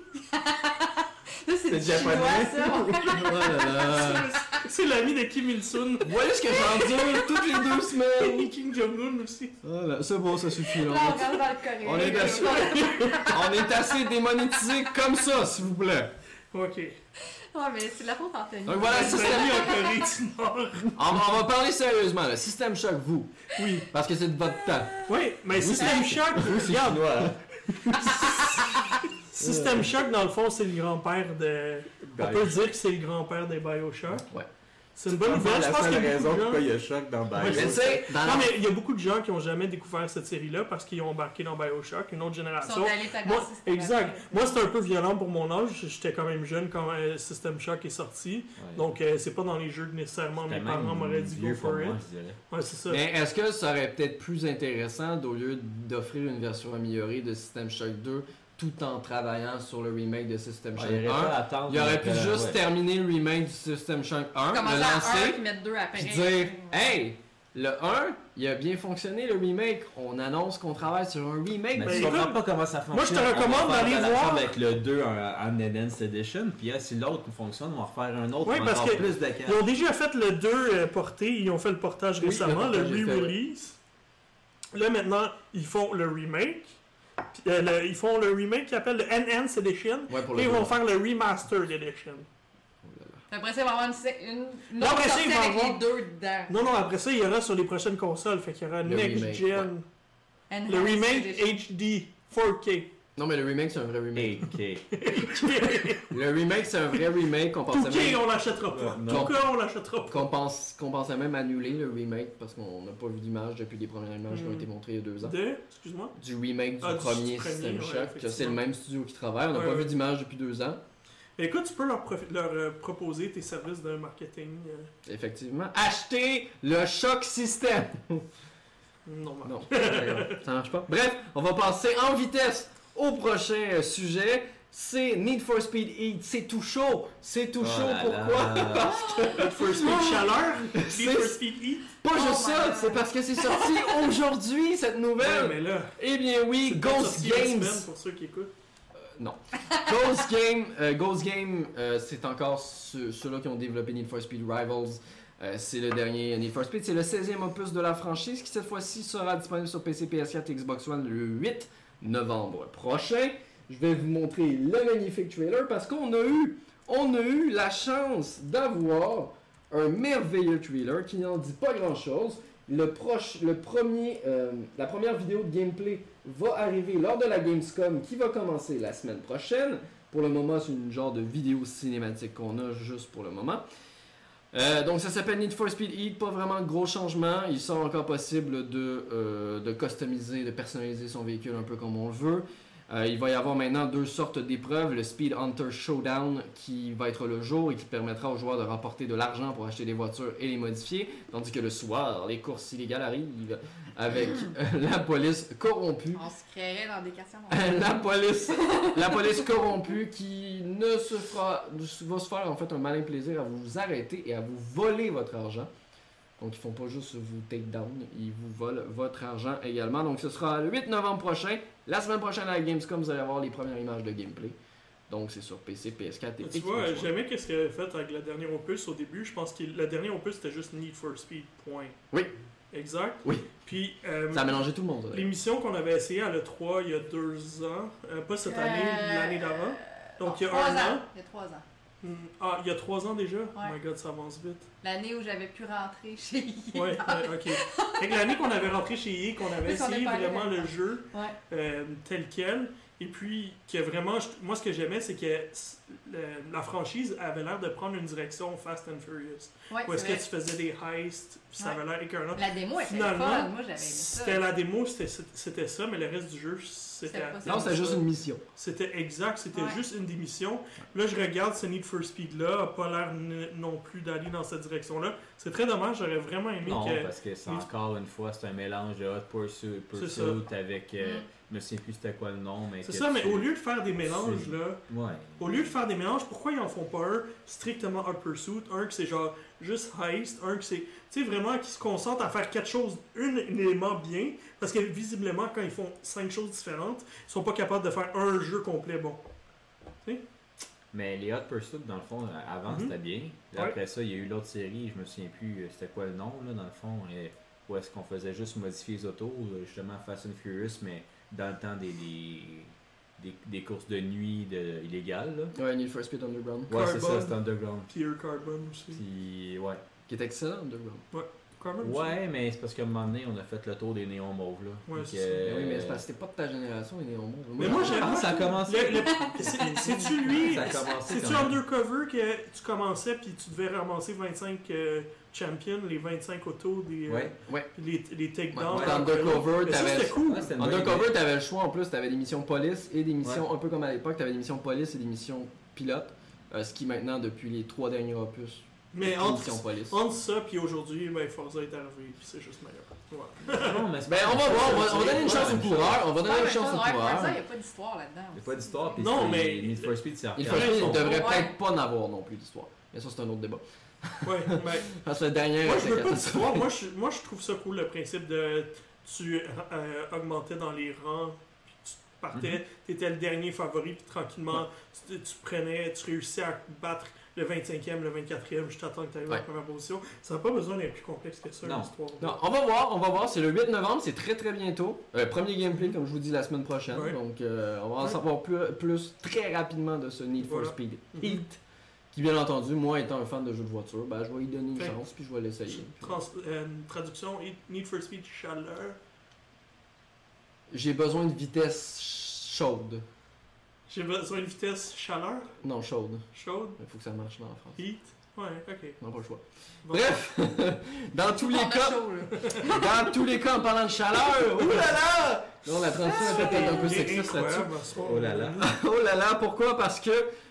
Ça, c'est du chinois, ça.
c'est- Oh là là.
C'est l'ami de Kim Il-sung.
Vous voyez ce que j'endure toutes les deux semaines!
Et Kim Jong-un aussi.
Oh là, c'est bon, ça suffit là.
Là, on rentre dans le coréen.
On est dessus. On est assez démonétisé comme ça, s'il vous plaît.
Ok.
Ouais, mais Ah, c'est de la faute Anthony.
Donc voilà,
C'est
System...
l'ami en Corée du Nord.
on, on va parler sérieusement, le System Shock, vous.
Oui.
Parce que c'est de votre temps.
Oui, mais System Shock, regarde. System Shock, dans le fond, c'est le grand-père de.
Ben,
On peut dire que c'est le grand-père des Bioshock.
Ouais.
C'est une bonne nouvelle. Je pense qu'il y a beaucoup de gens...
il y a choc dans
Ouais,
Mais tu sais, dans
Non,
la-
mais il y a beaucoup de gens qui n'ont jamais découvert cette série-là parce qu'ils ont embarqué dans Bioshock, une autre
Ils sont
génération.
allés taper
Moi,
sur Instagram.
exact. Moi, c'est un peu violent pour mon âge. J'étais quand même jeune quand euh, System Shock est sorti. Donc, euh, c'est pas dans les jeux que nécessairement mes parents m'auraient dit go for it. Ouais, c'est ça.
Mais est-ce que ça aurait peut-être plus intéressant d'au lieu d'offrir une version améliorée de System Shock 2 tout en travaillant sur le remake de System Shock 1 Il aurait pu
euh,
euh,
juste terminer le remake du System Shock 1,
Commencer
le
à un,
lancer,
puis mettre deux après.
puis dire Hey, le 1, il a bien fonctionné le remake, on annonce qu'on travaille sur un remake.
Mais
Ben,
tu
écoute,
comprends pas comment ça fonctionne.
moi, je te
On va
recommande
faire
d'aller
la
voir.
forme avec le 2 en, en Enhanced Edition, puis là, si l'autre fonctionne, on va refaire un autre
Oui,
pour
parce
encore
que
plus de
Ils ont déjà fait le 2 euh, porté, ils ont fait le portage
Oui,
récemment,
le
le,
portage est fait,
re-release. Là maintenant, ils font le remake. Puis, euh, le- ils font le remake qui appelle le Enhanced Edition.
Ouais, pour
Et
le
ils vont
remake.
faire le Remastered Edition.
Après ça, il va y avoir une, sé- une, une
Non,
autre
après ça,
sortie
il va
avec
avoir-
les deux dedans.
Non, non, après ça, il y aura sur les prochaines consoles. Fait qu'il y aura
Le
Next
remake,
Gen.
Enhanced
Le remake
Edition.
HD 4K.
Non, mais le remake, c'est un vrai remake.
Ok.
Le remake, c'est un vrai remake qu'on pensait
Touquet,
même.
on l'achètera pas.
Euh, non.
Touquet, on l'achètera pas.
Qu'on pense, qu'on pensait même annuler le remake parce qu'on n'a pas vu d'image depuis les premières images qui ont
Mm.
été montrées il y a deux ans.
Deux, excuse-moi.
Du remake du
Ah, du
premier
premier,
System
ouais,
Shock, que c'est le
effectivement.
même studio qui travaille. On n'a
Ouais,
pas
ouais.
vu d'image depuis deux ans.
Mais écoute, tu peux leur, profi- leur, euh, proposer tes services de marketing euh,
Effectivement. Achetez le Shock System!
non,
Non, d'accord, ça marche pas. Bref, on va passer en vitesse au prochain euh, sujet. C'est Need for Speed Heat. C'est tout chaud. C'est
Oh
Oh
tout chaud. Pourquoi?
Need for Speed Chaleur, Need
C'est-
for Speed E. Heat.
Pas
Oh
juste
my
ça.
God.
C'est parce que c'est sorti aujourd'hui, cette
Ouais,
nouvelle.
mais là,
Eh bien oui,
c'est
Ghost
sorti la
Games.
semaine pour ceux qui écoutent.
Ghost Game, euh, Ghost Game, euh, c'est encore ceux- ceux-là qui ont développé Need for Speed Rivals. Euh, c'est le dernier Need for Speed. C'est le 16e opus de la franchise qui, cette fois-ci, sera disponible sur PC, PS4 et Xbox One le 8 novembre prochain. Je vais vous montrer le magnifique trailer parce qu'on a eu, on a eu la chance d'avoir un merveilleux trailer qui n'en dit pas grand-chose. Le proche, le premier, euh, la première vidéo de gameplay va arriver lors de la Gamescom qui va commencer la semaine prochaine. Pour le moment, c'est une genre de vidéo cinématique qu'on a juste pour le moment. Euh, donc ça s'appelle Need for Speed Heat, pas vraiment de gros changements. Il sera encore possible de, euh, de customiser, de personnaliser son véhicule un peu comme on le veut. Euh, il va y avoir maintenant deux sortes d'épreuves, le Speed Hunter Showdown qui va être le jour et qui permettra aux joueurs de remporter de l'argent pour acheter des voitures et les modifier, tandis que le soir, les courses illégales arrivent avec euh, la police corrompue
On se créerait dans des questions.
la police, la police corrompue qui ne se fera, va se faire en fait un malin plaisir à vous arrêter et à vous voler votre argent. Donc ils font pas juste vous take down, ils vous volent votre argent également. Donc ce sera le 8 novembre prochain. La semaine prochaine à la Gamescom, vous allez avoir les premières images de gameplay. Donc c'est sur PC, PS4
Tu
et Xbox
vois,
One.
jamais qu'est-ce qu'il avait fait avec la dernière opus au début. Je pense que la dernière opus c'était juste Need for Speed, point.
Oui.
Exact.
Oui.
Puis, euh,
Ça a mélangé tout le monde. d'ailleurs.
l'émission qu'on avait essayé à l'E3 il y a deux ans, euh, pas cette année, l'année d'avant. Donc, il y a
trois
un
ans.
an.
Il y a trois ans.
Hmm, Ah, il y a trois ans déjà? Oh my god, ça avance vite.
L'année où j'avais pu rentrer chez EA.
Ouais, ouais, ok. Fait que l'année qu'on avait rentré chez EA, qu'on avait
Parce qu'on
essayé
est parlé
vraiment le
là-dedans.
jeu
Ouais.
euh, tel quel, et puis que vraiment, je- moi ce que j'aimais, c'est que s- le- la franchise avait l'air de prendre une direction Fast and Furious.
Ouais,
Où est-ce
c'est
que
vrai.
tu faisais des heists, puis ça
Ouais.
avait l'air écœurant.
La démo était
Finalement,
fun. Moi, j'avais aimé ça.
C'était la démo, c'était- c'était ça, mais le reste du jeu, c'était...
pas ça.
Non, c'était juste une mission.
C'était exact, c'était
Ouais.
juste une démission. Là, je regarde ce Need for Speed-là, a pas l'air n- non plus d'aller dans cette direction-là. C'est très dommage, j'aurais vraiment aimé
Non,
que...
parce que c'est encore une fois, c'est un mélange de Hot Pursuit,
C'est ça.
Pursuit avec. euh,
Mm.
Je me souviens plus c'était quoi le nom, mais.
C'est
que
ça, mais
tu-
au lieu de faire des mélanges,
C'est-
là,
Ouais.
au lieu de faire des mélanges, pourquoi ils en font pas un strictement Hot Pursuit, un que c'est genre juste heist, un que c'est. Tu sais, vraiment, qui se concentrent à faire quatre choses, une- un élément bien, parce que visiblement, quand ils font cinq choses différentes, ils sont pas capables de faire un jeu complet bon.
Mais les Hot Pursuit, dans le fond, euh, avant,
Mhm.
c'était bien. Puis
Ouais.
Après ça, il y a eu l'autre série, je me souviens plus euh, c'était quoi le nom, là, dans le fond, euh, où est-ce qu'on faisait juste modifier les autos, euh, justement Fast and Furious, mais dans le temps des, des, des, des courses de nuit de, illégales. là.
Ouais, Need for Speed Underground.
Ouais, c'est
Carbone.
ça, c'était Underground.
Pierre Carbon aussi.
Puis, ouais.
Qui est excellent, Underground.
Carbon aussi.
Ouais, mais c'est parce qu'à un moment donné, on a fait le tour des néons mauves, là.
Ouais,
Fait
c'est
que,
ça.
euh,
Mais Ben Oui, mais c'est parce que c'était pas de ta génération, il est en monde.
Mais moi, j'ai-
Ah, ça a commencé.
Le- le- c'est- C'est-tu lui
Ça a commencé.
C'est-tu
quand même.
undercover que tu commençais puis tu devais ramasser 25 euh, champions, les 25 autos, des, euh,
Ouais.
Ouais.
puis les, les takedowns?
Ouais,
Dans Undercover,
Mais ça,
t'avais
c'était cool.
Ouais, c'était une bonne idée.
Undercover, t'avais le choix en plus, t'avais des missions police et des missions, un peu comme à l'époque, t'avais des missions police et des missions pilote. euh, ce qui maintenant, depuis les trois derniers opus,
Mais
des
entre,
missions police.
entre ça puis aujourd'hui, ben, Forza est arrivé puis c'est juste meilleur. Ouais.
Non, mais c'est
Ben,
pas-
on va voir, on va,
c'est
on va donner une
pas
chance
la
au
même
coureur, on va donner
Ouais,
une
mais
chance
ça,
au
ouais,
coureur.
Forza, il n'y a pas d'histoire là-dedans.
Il n'y a pas d'histoire. puis
Non,
c'est-
mais-
Need for Speed,
Il
c'est arcade.
faut
Ouais,
il
ils
devrait
sont-
peut-être pas en avoir non plus d'histoire. Mais ça, c'est un autre débat.
Ouais, ben,
Parce que le dernier,
moi, je veux
c'est
pas d'histoire. Moi, je, moi, je trouve ça cool le principe de tu euh, augmentais dans les rangs, puis tu partais,
Mhm.
t'étais le dernier favori, puis tranquillement, tu, tu prenais, tu réussissais à battre le 25e, le 24e, je t'attends que tu arrives à
Ouais.
la première position. Ça n'a pas besoin d'être plus complexe que ça,
Non.
l'histoire.
Non, on va voir, on va voir. C'est le 8 novembre, c'est très très bientôt. Euh, premier gameplay, comme je vous dis, la semaine prochaine.
Ouais.
Donc, euh, on va en
Ouais.
savoir plus, plus très rapidement de ce Need
Voilà.
for Speed
Mhm.
Heat. Qui, bien entendu, moi étant un fan de jeux de voiture, ben, je vais y donner une
Fait-
chance puis je vais l'essayer. Puis,
Trans- euh, traduction Need for Speed chaleur.
J'ai besoin de vitesse ch- Chaude.
J'ai besoin d'une vitesse chaleur,
Non, chaude.
chaude,
Il faut que ça marche dans la France.
heat. Ouais, ok.
On n'a pas le choix.
Bon.
Bref, dans tous les
On a
cas,
chaud, là.
dans tous les cas, en parlant de chaleur, ouh là là! Non, la transition a peut-être un peu sexiste là-dessus.
Incroyable, bonsoir.
Oh là là.
Oh là là, pourquoi? Parce que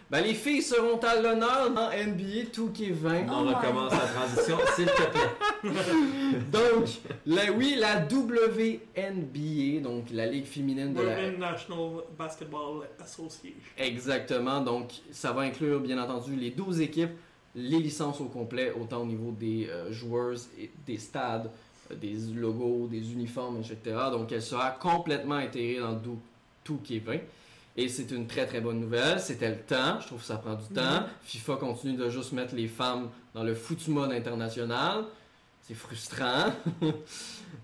ben, les filles seront à l'honneur dans NBA 2K20.
On
my
recommence la transition, s'il te plaît.
Donc, la, oui, la WNBA, donc la Ligue féminine de la...
Women National Basketball Association.
Exactement, donc ça va inclure bien entendu les 12 équipes, les licences au complet, autant au niveau des euh, joueuses, et des stades, euh, des logos, des uniformes, etc. Donc elle sera complètement intégrée dans dou- tout K20. Et c'est une très très bonne nouvelle, c'était le temps, je trouve que ça prend du temps. FIFA continue de juste mettre les femmes dans le foutu mode international. C'est frustrant.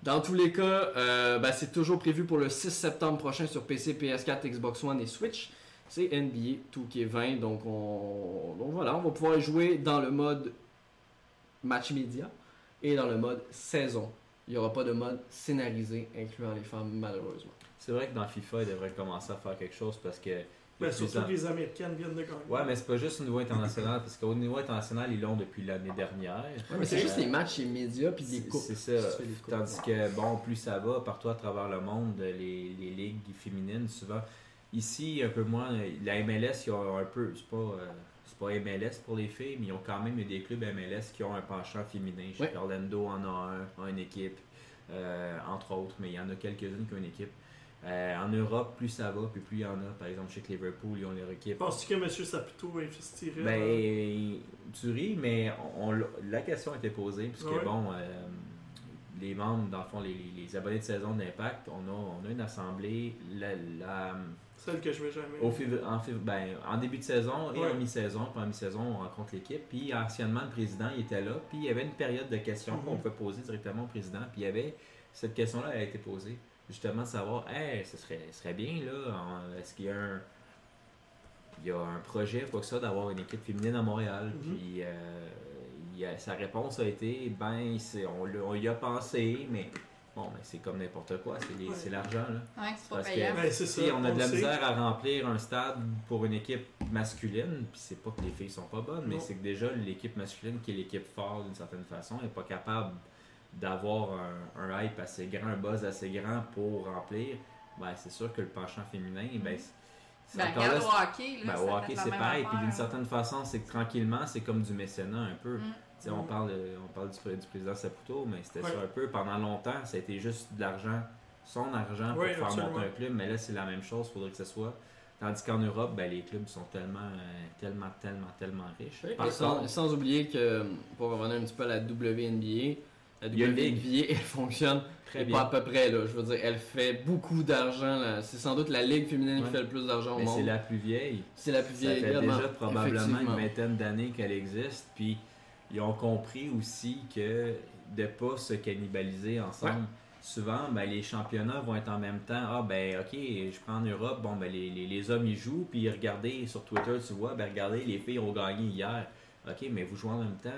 Dans tous les cas, euh, ben, c'est toujours prévu pour le 6 septembre prochain sur PC, PS4, Xbox One et Switch. C'est NBA 2K20, donc on... donc voilà, on va pouvoir jouer dans le mode match média et dans le mode saison. Il n'y aura pas de mode scénarisé incluant les femmes malheureusement.
C'est vrai que dans FIFA, ils devraient commencer à faire quelque chose parce que.
Ben,
depuis
surtout
le temps-
que les Américaines viennent de gagner.
Ouais, mais c'est pas juste au niveau international, parce qu'au niveau international, ils l'ont depuis l'année dernière.
mais c'est
Euh,
juste les matchs et médias puis des
C'est
coupes.
c'est
Si
ça.
tu fais des coupes.
Tandis que, bon, plus ça va, partout à travers le monde, les, les ligues féminines, souvent. Ici, un peu moins. La MLS, ils ont un peu. C'est pas, euh, c'est pas MLS pour les filles, mais ils ont quand même eu des clubs MLS qui ont un penchant féminin. Je sais
Ouais.
que Orlando en a un, a une équipe, euh, entre autres, mais il y en a quelques-unes qui ont une équipe. Euh, en Europe, plus ça va, puis plus il y en a. Par exemple, chez Liverpool, ils ont leur équipe.
Penses-tu que M. Saputo investirait dans-
Ben, tu ris, mais on, l'a- la question était posée, puisque
Ouais.
bon, euh, les membres, dans le fond, les, les- les abonnés de saison d'Impact, on a, on a une assemblée la, la-
euh, celle que je vais jamais?
au fév- en, fév- ben, en début de saison et
Ouais.
en mi-saison. Puis en mi-saison, on rencontre l'équipe. Puis anciennement, le président, il était là. Puis il y avait une période de questions
Mhm.
qu'on pouvait poser directement au président. Puis il y avait cette question-là, elle a été posée. Justement, de savoir, hey, ce serait, ce serait bien, là, en- est-ce qu'il y a un. Il y a un projet, quoi que ça, d'avoir une équipe féminine à Montréal.
Mhm.
Puis euh, il y a- sa réponse a été, ben, c'est- on, l'a- on y a pensé, mais bon, ben, c'est comme n'importe quoi, c'est les-
Ouais.
c'est l'argent, là.
Ouais, c'est pas
Parce que-
payable.
Ben, c'est ça.
Si on a de la
le sait.
misère à remplir un stade pour une équipe masculine, puis c'est pas que les filles sont pas bonnes, mais
Non.
c'est que déjà l'équipe masculine, qui est l'équipe forte d'une certaine façon, n'est pas capable d'avoir un, un hype assez grand, un buzz assez grand pour remplir. Ben, c'est sûr que le penchant féminin,
Mhm.
ben, c'est- c'est
Ben,
encore
regarde
là,
au hockey, là.
ben,
ça
au
fait
hockey,
la
c'est
même
pareil. Puis d'une
affaire.
certaine façon, c'est que tranquillement, c'est comme du mécénat un peu.
Mm.
Tu sais, On parle, de- on parle du, pré- du président Saputo, mais c'était
Ouais.
ça un peu. Pendant longtemps, ça a été juste de l'argent, son argent pour
Ouais,
faire
absolument.
monter un club. Mais là, c'est la même chose, faudrait que ce soit. Tandis qu'en Europe, ben, les clubs sont tellement, euh, tellement, tellement, tellement riches.
Et
Par
sans,
contre,
sans oublier que, pour revenir un petit peu à la WNBA, la
Il y a une ligue.
WNBA, elle fonctionne
très
pas à
bien.
peu près, là. Je veux dire, elle fait beaucoup d'argent. là. C'est sans doute la Ligue féminine
Ouais.
qui fait le plus d'argent au
Mais c'est
monde.
la plus vieille.
C'est la plus
Ça
vieille
fait
ligue,
déjà
vraiment.
probablement une
Effectivement.
vingtaine d'années qu'elle existe. Puis ils ont compris aussi que de ne pas se cannibaliser ensemble. Souvent, ben, les championnats vont être en même temps. Ah, ben, OK, je prends en Europe. Bon, ben, les, les- les hommes, ils jouent. Puis regardez sur Twitter, tu vois, ben, regardez, les filles ont gagné hier. OK, mais vous jouez en même temps.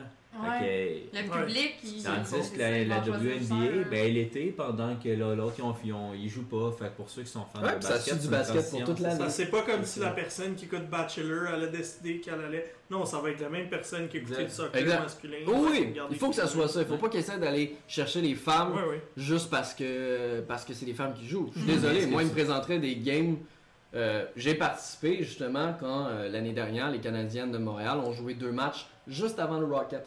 Ouais.
Fait que,
Le
Ouais.
public, il.
Tandis que la,
il
la
va choisir
WNBA,
ça.
ben, l'été, pendant que là, l'autre, ils, ont- ils ont- ils jouent pas. Fait que pour ceux qui sont fans
Ouais,
de
puis ça
basket,
suit du
c'est une
basket pour
transition.
toute l'année.
Ça, c'est pas comme si
C'est ça.
la personne qui écoute Bachelor allait décider qu'elle allait. Non, ça va être la même personne qui écoutait le
Exact.
soccer
Exact.
masculin.
Oh oui,
Regarder-
il faut que ça soit ça. Il faut pas qu'ils essaient d'aller chercher les femmes
Ouais, ouais.
juste parce que parce que c'est des femmes qui jouent. Je suis
Mhm.
désolé,
Est-ce que
moi, ils me
tu-
présenteraient des games. euh, J'ai participé justement quand euh, l'année dernière, les Canadiennes de Montréal ont joué deux matchs juste avant le Rocket.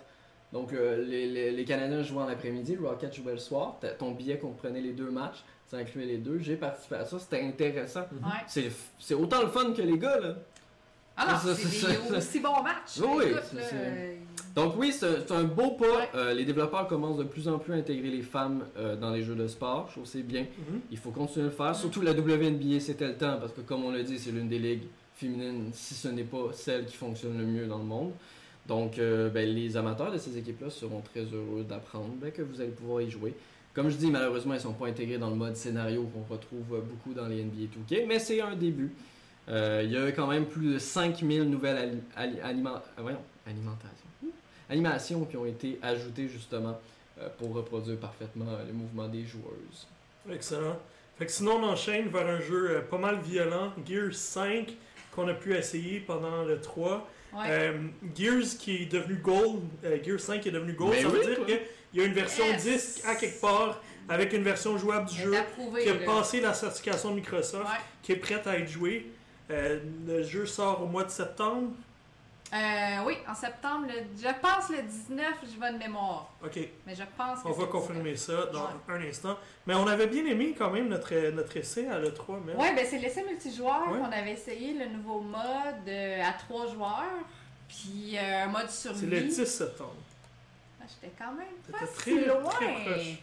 Donc euh, les, les- les Canadiens jouaient en après-midi, le Rocket jouait le soir. T'as- Ton billet comprenait les deux matchs, ça incluait les deux. J'ai participé à ça, c'était intéressant.
Ouais.
C'est c'est autant le fun que les gars, là.
Alors,
Ça,
c'est
ça, ça,
des
ça.
aussi bons matchs.
Oui, oui,
écoute,
c'est-
là,
c'est-
euh,
Donc oui, c'est c'est un beau pas.
Ouais.
Euh, les développeurs commencent de plus en plus à intégrer les femmes euh, dans les jeux de sport. Je trouve que c'est bien.
Mhm.
Il faut continuer de le faire. Surtout la WNBA, c'était le temps parce que comme on l'a dit, c'est l'une des ligues féminines, si ce n'est pas celle qui fonctionne le mieux dans le monde. Donc euh, ben, les amateurs de ces équipes-là seront très heureux d'apprendre ben, que vous allez pouvoir y jouer. Comme je dis, malheureusement, ils ne sont pas intégrés dans le mode scénario qu'on retrouve euh, beaucoup dans les NBA 2K, mais c'est un début. Euh, Il y a eu quand même plus de 5000 nouvelles ali- ali- aliment- ah, voyons, alimentations. Hmm? animations qui ont été ajoutées justement euh, pour reproduire parfaitement euh, le mouvement des joueuses.
Mhm. Excellent. Fait Fait que sinon, on enchaîne vers un jeu euh, pas mal violent, Gears 5, qu'on a pu essayer pendant le 3.
Ouais.
Euh, Gears qui est devenu Gold, euh, Gears 5 qui est devenu Gold,
Ben
Mais
ça veut
oui,
dire
quoi.
qu'il y a une version
Yes.
10 à quelque part, avec une version jouable du jeu,
C'est approuvé,
qui a
là.
passé la certification de Microsoft,
Ouais.
qui est prête à être jouée. Euh, le jeu sort au mois de septembre.
Euh, oui, en septembre, le- je pense le 19, je vais de mémoire.
Ok,
Mais je pense que
on
c'est
va
le
confirmer ça dans
Ouais.
un instant. Mais on avait bien aimé quand même notre, notre essai à l'E3 même.
19. Ouais, ben c'est l'essai multijoueur
Ouais.
qu'on avait essayé, le nouveau mode euh, à trois joueurs, puis euh, un mode survie.
C'est le 10 septembre.
Ah, J'étais quand même
T'étais
pas
très-
si loin.
très proche.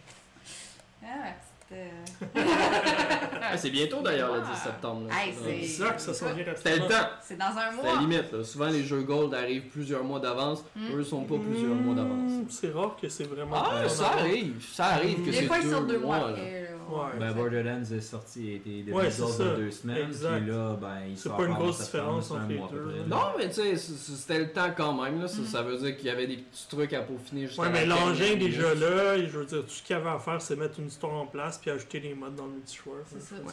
Ah, ma petite, euh,
Ah, c'est bientôt d'ailleurs le
Ah.
10 septembre. là.
Hey,
Ça,
C'est
C'est-
bizarre que ça s'en vient
C'était le
rapidement.
temps.
C'est dans un
C'était la
mois.
limite. là. Souvent, les jeux Gold arrivent plusieurs mois d'avance.
Mm.
Eux sont pas plusieurs mois d'avance.
Hmm, C'est rare que c'est vraiment.
Ah,
vraiment
ça arrive. Ça arrive que
Des
c'est
fois, ils
deux,
sortent deux mois.
mois. là.
après, là.
Ouais.
Ben, Borderlands est sorti et était
Ouais,
développé
c'est ça.
dans deux semaines.
Exact.
Puis là, ben, il
C'est
sort
pas une
en
grosse
septembre,
différence
c'est un
entre les
mois à peu
deux,
près.
là.
Non, mais tu sais, c- c- c'était le temps quand même. Là. Ça,
Mm.
ça veut dire qu'il y avait des petits trucs à peaufiner. jusqu'à
Ouais, mais
la
l'engin
dernière
déjà
minute.
là, et je veux dire, tout ce qu'il y avait à faire, c'est mettre une histoire en place puis ajouter des modes dans le multijoueur.
C'est ça.
Ouais.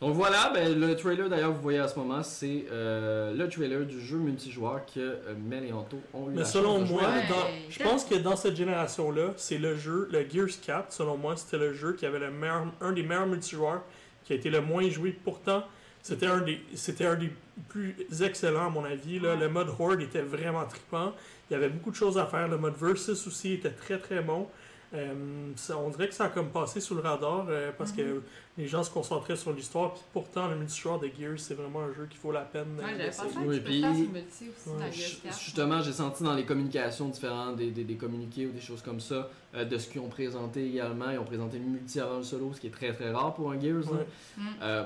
Donc voilà, ben, le trailer d'ailleurs, vous voyez à ce moment, c'est euh, le trailer du jeu multijoueur que euh, Mel et Anto ont eu.
Mais
la
selon
chance de jouer.
moi,
Ouais.
dans- je pense que dans cette génération-là, c'est le jeu, le Gears 4, selon moi, c'était le jeu qui avait le meilleur, un des meilleurs multijoueurs, qui a été le moins joué. Pourtant, c'était un des, c'était un des plus excellents à mon avis. là. Le mode Horde était vraiment trippant. Il y avait beaucoup de choses à faire. Le mode Versus aussi était très très bon. Euh, ça- on dirait que ça a comme passé sous le radar euh, parce
Mm-hmm.
que les gens se concentraient sur l'histoire. Puis pourtant, le multijoueur de Gears, c'est vraiment un jeu qui vaut la peine. euh,
Ouais, j'avais pas
d'essayer.
pensé que
Oui,
tu peux
puis-
faire du multi aussi dans
Ouais,
le
Ju-
Gears 4.
Justement, j'ai senti dans les communications différentes des, des, des communiqués ou des choses comme ça, euh, de ce qu'ils ont présenté également. Ils ont présenté multi avant le solo, ce qui est très très rare pour un Gears. là.
Ouais.
Mm.
Euh,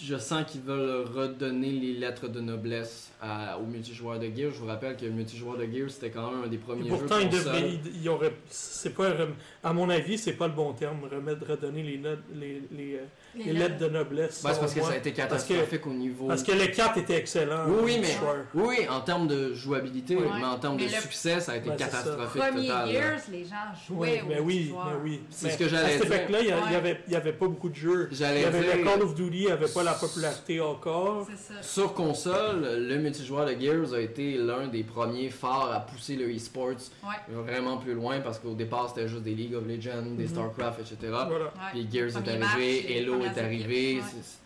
je sens qu'ils veulent redonner les lettres de noblesse à- aux multijoueurs de Gears. Je vous rappelle que le multijoueur de Gears, c'était quand même un des
Et
premiers
pourtant,
jeux
ils
console.
devraient, ils, ils auraient- c'est pas, rem- à mon avis, c'est pas le bon terme, remettre, redonner les, notes- les, les, euh,
Les
les lettres de noblesse.
Ben, c'est
selon
parce que
moi.
ça a été
Parce que-
catastrophique au niveau...
Parce que le 4 était excellent.
Oui,
euh,
oui, mais-
joueur.
Oui, oui, en termes de jouabilité,
Ouais.
mais en termes
Mais
de
le-
succès, ça a été
Ouais, c'est ça.
catastrophique
Premier
total. là.
Gears, les gens
Oui,
jouaient
mais
aux
ben oui,
joueurs.
mais oui.
C'est
Mais
ce que j'allais
À cette
dire.
époque-là, il n'y
Ouais.
avait, il y avait pas beaucoup de jeux. Il y
J'allais
avait le
dire...
Call of Duty, il n'y avait pas la popularité encore.
C'est ça.
Sur console, le multijoueur de Gears a été l'un des premiers phares à pousser le e-sports
Ouais.
vraiment plus loin parce qu'au départ c'était juste des League of Legends, des
Mhm.
StarCraft, etc.
Voilà.
Ouais.
Puis Gears
Premier
est
match,
arrivé,
les
Halo
premières
est arrivé.
équipes, ouais.
C'est-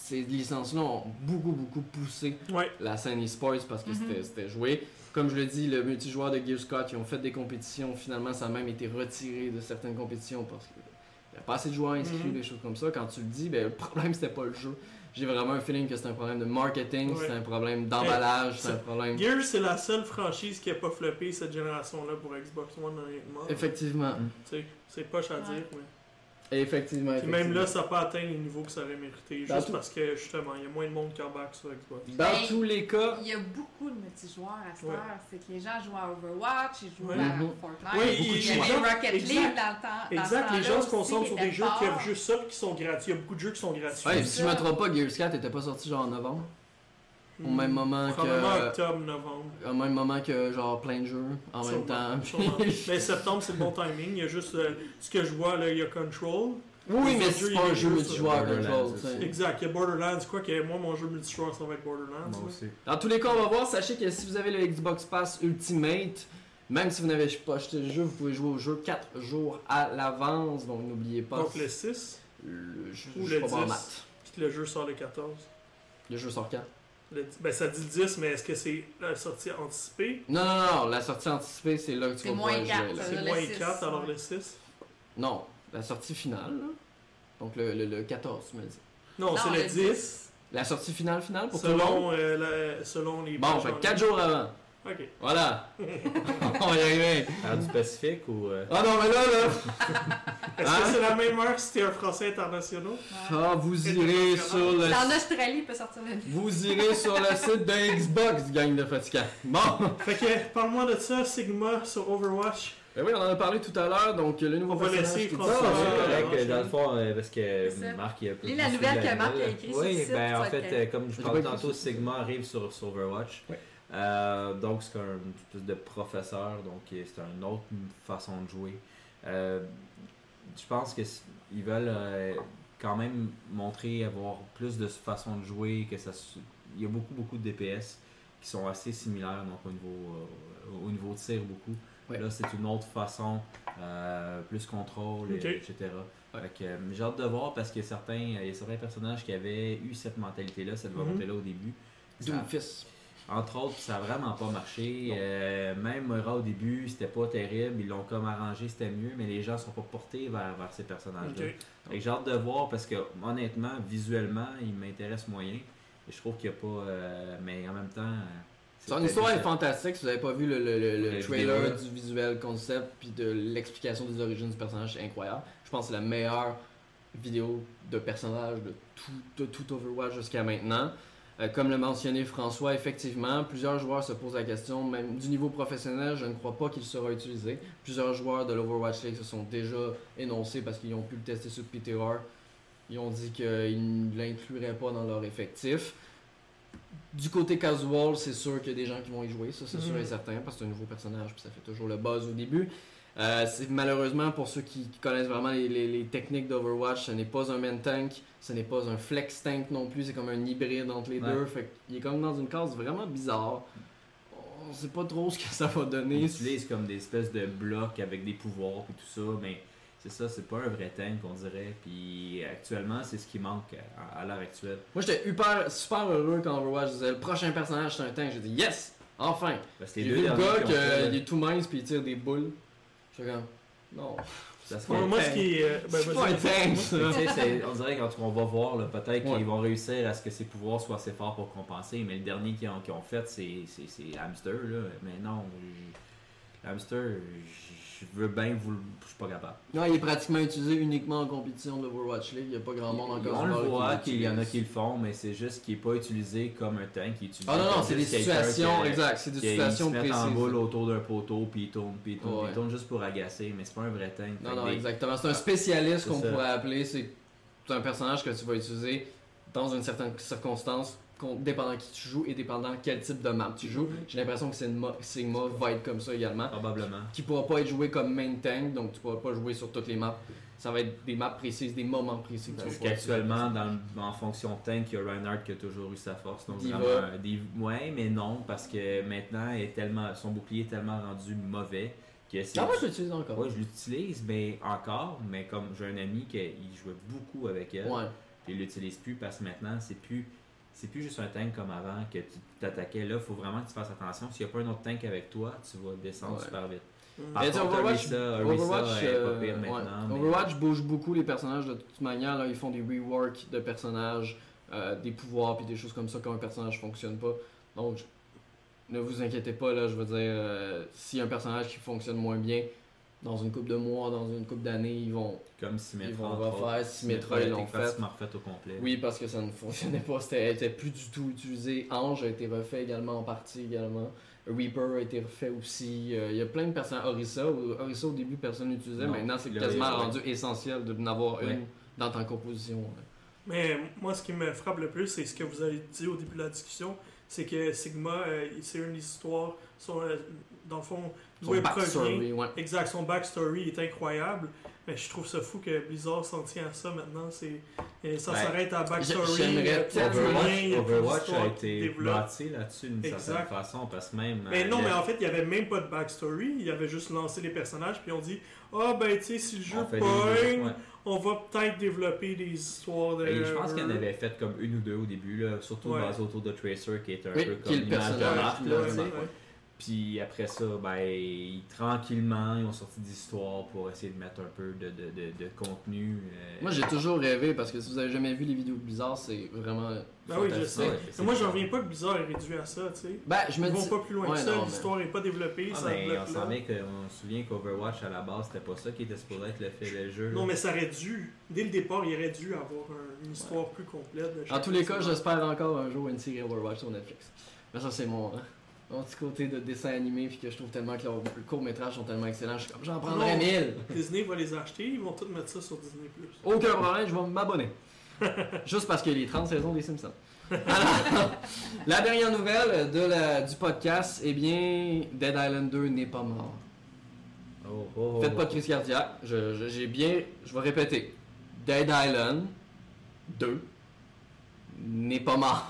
Ces licences-là ont beaucoup beaucoup poussé
Ouais.
la scène e-sports parce que
Mhm.
c'était- c'était joué. Comme je le dis, le multijoueur de Gears Scott, ils ont fait des compétitions. Finalement, ça a même été retiré de certaines compétitions parce qu'il n'y a pas assez de joueurs inscrits,
Mhm.
des choses comme ça. Quand tu le dis, ben, le problème, c'était pas le jeu. J'ai vraiment un feeling que c'est un problème de marketing,
Ouais.
c'est un problème d'emballage, c'est un
c'est-
problème.
Gears, c'est la seule franchise qui a pas floppé cette génération-là pour Xbox One, honnêtement.
Effectivement.
Tu sais, C'est poche à dire, mais.
Effectivement.
Puis même là,
effectivement.
ça n'a pas atteint les niveaux que ça aurait mérité.
Dans
Juste
tout-
parce que, justement, il y a moins de monde qui embarque sur Xbox.
Dans
Ben,
tous les cas,
Il y a beaucoup de multijoueurs à cette
Ouais.
heure. C'est que les gens jouent à Overwatch, ils jouent
Ouais.
à
Mhm.
Fortnite.
Oui,
il-
il y avait
les gens-
Rocket League
exact.
dans le temps. dans
Exact,
ce
les gens
temps-là
se concentrent
aussi,
sur
qui
des
étaient
jeux qui
forts.
aiment juste ça puis qui sont gratuits. Il y a beaucoup de jeux qui sont gratuits.
ouais,
c'est
si je me
ça.
trompe pas, Gears 4 n'était pas sorti genre en novembre. Au
Hmm.
même moment
Probablement
que.
octobre, novembre.
Au même moment que genre plein de jeux en même
Sûrement,
temps.
sûrement. Mais septembre, c'est le bon timing. Il y a juste euh, ce que je vois là, il y a Control.
Oui, mais c'est pas un jeu multijoueur
Borderlands,
control.
c'est
tu sais.
Exact, il y a Borderlands. Quoi que moi, mon jeu multijoueur, ça va être Borderlands.
Moi
là.
aussi.
Dans tous les cas, on va voir. Sachez que si vous avez le Xbox Pass Ultimate, même si vous n'avez pas acheté le jeu, vous pouvez jouer au jeu 4 jours à l'avance. Donc n'oubliez pas.
Donc le 6,
le- je,
ou
je suis
le
pas bon en
10.
maths.
puis le jeu sort le 14.
Le jeu sort quand
Le dix- ben, ça dit le 10, mais est-ce que c'est euh, la sortie anticipée
Non, non, non, la sortie anticipée, c'est là que tu
C'est
vas
moins
pouvoir
quatre,
jouer. là.
ça.
C'est
le
moins
6,
4, alors
ouais.
le 6
Non, la sortie finale. là. Donc le, le, le 14, tu me le dis.
Non, c'est
Non,
le 10.
La sortie finale, finale pour tout le monde
Selon, euh, la- selon les.
Bon, fait 4 jours avant.
Ok.
Voilà. on va y arriver.
Alors, du Pacifique ou. euh,
Ah non, mais là, là.
Est-ce
Hein?
que c'est la même heure si t'es un Français international?
Ouais.
Ah, vous irez sur le
C'est En Australie, il peut sortir le
Vous irez sur le site de Xbox, gang de fatigants. Bon!
Fait que, parle-moi de ça, Sigma sur Overwatch.
Ben oui, on en a parlé tout à l'heure, donc le nouveau
On va
personnage
laisser
qui-
François.
Ah,
Ouais,
c'est correct,
ouais,
euh, dans
ouais.
le fond, euh, parce
C'est
que
ça.
Marc, il a un peu
Lis la
plus
nouvelle
de
que Marc a
nouvelle.
écrit sur le
Oui,
site,
ben
tu
en
vas
fait,
être-
euh, comme je
J'ai
parlais
pas écrit
tantôt,
sur le
Sigma arrive sur, sur Overwatch.
Ouais.
Euh, donc, c'est un espèce de professeur, donc euh, c'est une autre façon de jouer. Euh, je pense que s- ils veulent euh, quand même montré avoir plus de façon de jouer, que ça se- il y a beaucoup beaucoup de DPS qui sont assez similaires donc au niveau euh, au niveau tir beaucoup.
Ouais.
Là c'est une autre façon, euh, plus contrôle, et-
Ok.
etc.
Ouais.
Fait que, euh, j'ai hâte de voir parce qu'il y a certains, euh, il y a certains personnages qui avaient eu cette mentalité-là, cette
Mhm.
volonté-là au début. Ça-
Doomfist.
entre autres, ça a vraiment pas marché.
Non.
Euh, même Moira au début, c'était pas terrible. Ils l'ont comme arrangé, c'était mieux, mais les gens sont pas portés vers, vers ces
Ah,
personnages-là.
Ok.
Fait que J'ai hâte de voir parce que honnêtement, visuellement, il m'intéresse moyen. Et je trouve qu'il n'y a pas. euh, mais en même temps. euh, c'est
Son
peut-être
histoire est
juste-
fantastique. Si vous n'avez pas vu le, le- le- le
Le
trailer
vidéo, là.
du visuel concept puis de l'explication des origines du personnage, c'est incroyable. Je pense que c'est la meilleure vidéo de personnage de tout, de tout Overwatch jusqu'à maintenant. Euh, comme le mentionné François, effectivement, plusieurs joueurs se posent la question, même du niveau professionnel, je ne crois pas qu'il sera utilisé. Plusieurs joueurs de l'Overwatch League se sont déjà énoncés parce qu'ils ont pu le tester sur PTR. Ils ont dit qu'ils ne l'incluraient pas dans leur effectif. Du côté casual, c'est sûr qu'il y a des gens qui vont y jouer, ça c'est sûr
Mhm.
et certain, parce que c'est un nouveau personnage, puis ça fait toujours le buzz au début. Euh, c'est malheureusement pour ceux qui, qui connaissent vraiment les, les- les techniques d'Overwatch, ce n'est pas un main tank, ce n'est pas un flex tank non plus, c'est comme un hybride entre les
Ouais.
deux. Fait qu'il est comme dans une case vraiment bizarre. On sait pas trop ce que ça va
Ils
donner.
utilisent comme des espèces de blocs avec des pouvoirs et tout ça, mais c'est ça, c'est pas un vrai tank, on dirait. Puis actuellement, c'est ce qui manque à, à l'heure actuelle.
Moi j'étais hyper, super heureux quand Overwatch disait le prochain personnage c'est un tank. J'ai dit yes, enfin.
Parce que
J'ai
les
vu
deux
le
derniers
gars
qui ont fait, là,
qu'il est tout mince puis il tire des boules. J'étais comme non.
ça se
Moi,
fait-
moi, ce qui est. euh, ben,
c'est
vas-y.
pas un tank ça.
Tu sais, c'est- on dirait quand on va voir, là, peut-être
Ouais.
qu'ils vont réussir à ce que ses pouvoirs soient assez forts pour compenser, mais le dernier qu'ils ont, qu'ils ont fait, c'est, c'est, c'est Hamster. Là. Mais non, je- Hamster, je- je veux bien vous le. Je suis pas capable.
Non, il est pratiquement utilisé uniquement en compétition de l'Overwatch League. Il n'y a pas grand monde encore sur
on le
bord qui
voit qu'il y en a
l'utilise.
qui le font, mais c'est juste qu'il n'est pas utilisé comme un tank. Il est utilisé
Ah non, non,
comme
c'est des
juste quelqu'un
situations,
qui-
exact, c'est des
qui- ils se
situations
mettent en boule
précises.
autour d'un poteau, puis ils tournent, puis ils tournent, puis
Ouais.
ils tournent juste pour agacer, mais c'est pas un vrai tank. Fait
Non,
que
non,
des- Ah,
exactement. C'est un spécialiste
C'est
qu'on
ça.
pourrait appeler. C'est c'est un personnage que tu vas utiliser dans une certaine circonstance, con- dépendant qui tu joues et dépendant quel type de map tu
Mhm.
joues. J'ai l'impression que Sigma, Sigma va être comme ça également.
Probablement.
Qui pourra pas être joué comme main tank, donc tu pourras pas jouer sur toutes les maps. Ça va être des maps précises, des moments précis. que tu vas
Parce
pouvoir
Ben, qu'actuellement, dans le- en fonction de tank, il y a Reinhardt qui a toujours eu sa force. Donc
Diva.
vraiment, euh, des- ouais, mais non, parce que maintenant, elle est tellement, son bouclier est tellement rendu mauvais que
utiliser.
c'est.
Ah, moi je l'utilise encore.
Ouais, je l'utilise, mais encore, mais comme j'ai un ami qui il jouait beaucoup avec elle,
Ouais.
puis il l'utilise plus parce que maintenant, c'est plus. C'est plus juste un tank comme avant que tu t'attaquais. Là, faut vraiment que tu fasses attention. S'il n'y a pas un autre tank avec toi, tu vas descendre
Ouais.
super vite.
Mm.
Par
Mais tu sais,
contre,
Overwatch-
Orisa- Orisa
Overwatch,
est pas
euh,
pire
ouais.
maintenant, mais-
Overwatch bouge beaucoup les personnages de toute manière. Là, ils font des rework de personnages, euh, des pouvoirs, puis des choses comme ça quand un personnage fonctionne pas. Donc, je- ne vous inquiétez pas, là, je veux dire, euh, si un personnage qui fonctionne moins bien, dans une coupe de mois, dans une coupe d'années, ils vont,
Comme
ils
Symmetra.
vont
entre autres.
refaire. Symmetra, ils l'ont
était
fait.
pratiquement refaite au complet.
Oui, parce que ça ne fonctionnait pas. C'était, elle était plus du tout utilisé. Ange a été refait également en partie également. Reaper a été refait aussi. Euh, Il y a plein de personnes. Orisa, au- Orisa au début personne n'utilisait.
Non.
Maintenant c'est
Le-
quasiment
ouais.
rendu essentiel de n'avoir
Ouais.
une dans ta composition. euh, ouais.
Mais moi, ce qui me frappe le plus, c'est ce que vous avez dit au début de la discussion, c'est que Sigma, euh, c'est une histoire, son, euh, dans le fond, d'où
Son
elle provient.
backstory, ouais.
Exact, son backstory est incroyable, mais je trouve ça fou que Blizzard s'en tient à ça maintenant. C'est, euh, ça
Ouais.
s'arrête à backstory.
J- j'aimerais
il y a plus de liens, il y
Ben, Overwatch,
a plus
Overwatch
d'histoire
a
qui
été
développe.
bâti là-dessus d'une certaine
Exact.
façon parce que même.
Mais
euh,
non,
le-
mais en fait, il n'y avait même pas de backstory. Il y avait juste lancé les personnages, puis on dit Ah, ben, tu sais, si le jeu
on fait des-
pogne,
ouais.
on va peut-être développer des histoires de.
Et Ben, je pense qu'il y en avait fait comme une ou deux au début, là, surtout
Ouais.
basé autour de Tracer qui est un
Oui,
peu
qui
comme
est le
l'image de
personnage
marque.
qui
là,
l'a
tu sais.
vraiment-
Puis après ça, ben, ils- tranquillement, ils ont sorti des histoires pour essayer de mettre un peu de, de, de, de contenu. euh,
Moi j'ai toujours rêvé parce que si vous avez jamais vu les vidéos bizarres, c'est vraiment. euh,
Ben oui, je
fantastique.
sais.
Ouais,
Mais
c'est-
moi, je reviens pas que Blizzard est réduit à ça, tu sais.
Ben je me
Ils vont
dis.
pas plus loin
Ouais,
que ça,
non, mais-
l'histoire est pas développée,
Ah,
ça
ben, on
bloque
s'en
là.
met que- on se souvient qu'Overwatch à la base, c'était pas ça qui était supposé être le fait le jeu.
Non,
là.
mais ça aurait dû, dès le départ, il aurait dû avoir un- une histoire plus complète. de
En
chaque
tous les cas,
personnage.
j'espère encore un jour une série Overwatch sur Netflix. Mais ça, c'est mon, hein, mon petit côté de dessin animé, puis que je trouve tellement que leurs courts-métrages sont tellement excellents, je suis comme, j'en prendrais
Non.
mille!
Disney va les acheter, ils vont tous mettre ça sur Disney+.
Aucun problème, je vais m'abonner. Juste parce qu'il y a les 30 saisons des Simpsons. Alors, la dernière nouvelle de la- du podcast, eh bien, Dead Island 2 n'est pas mort.
Oh, oh, oh.
Faites pas de crise cardiaque. Je, je- j'ai bien. Je vais répéter. Dead Island
2.
n'est pas mort.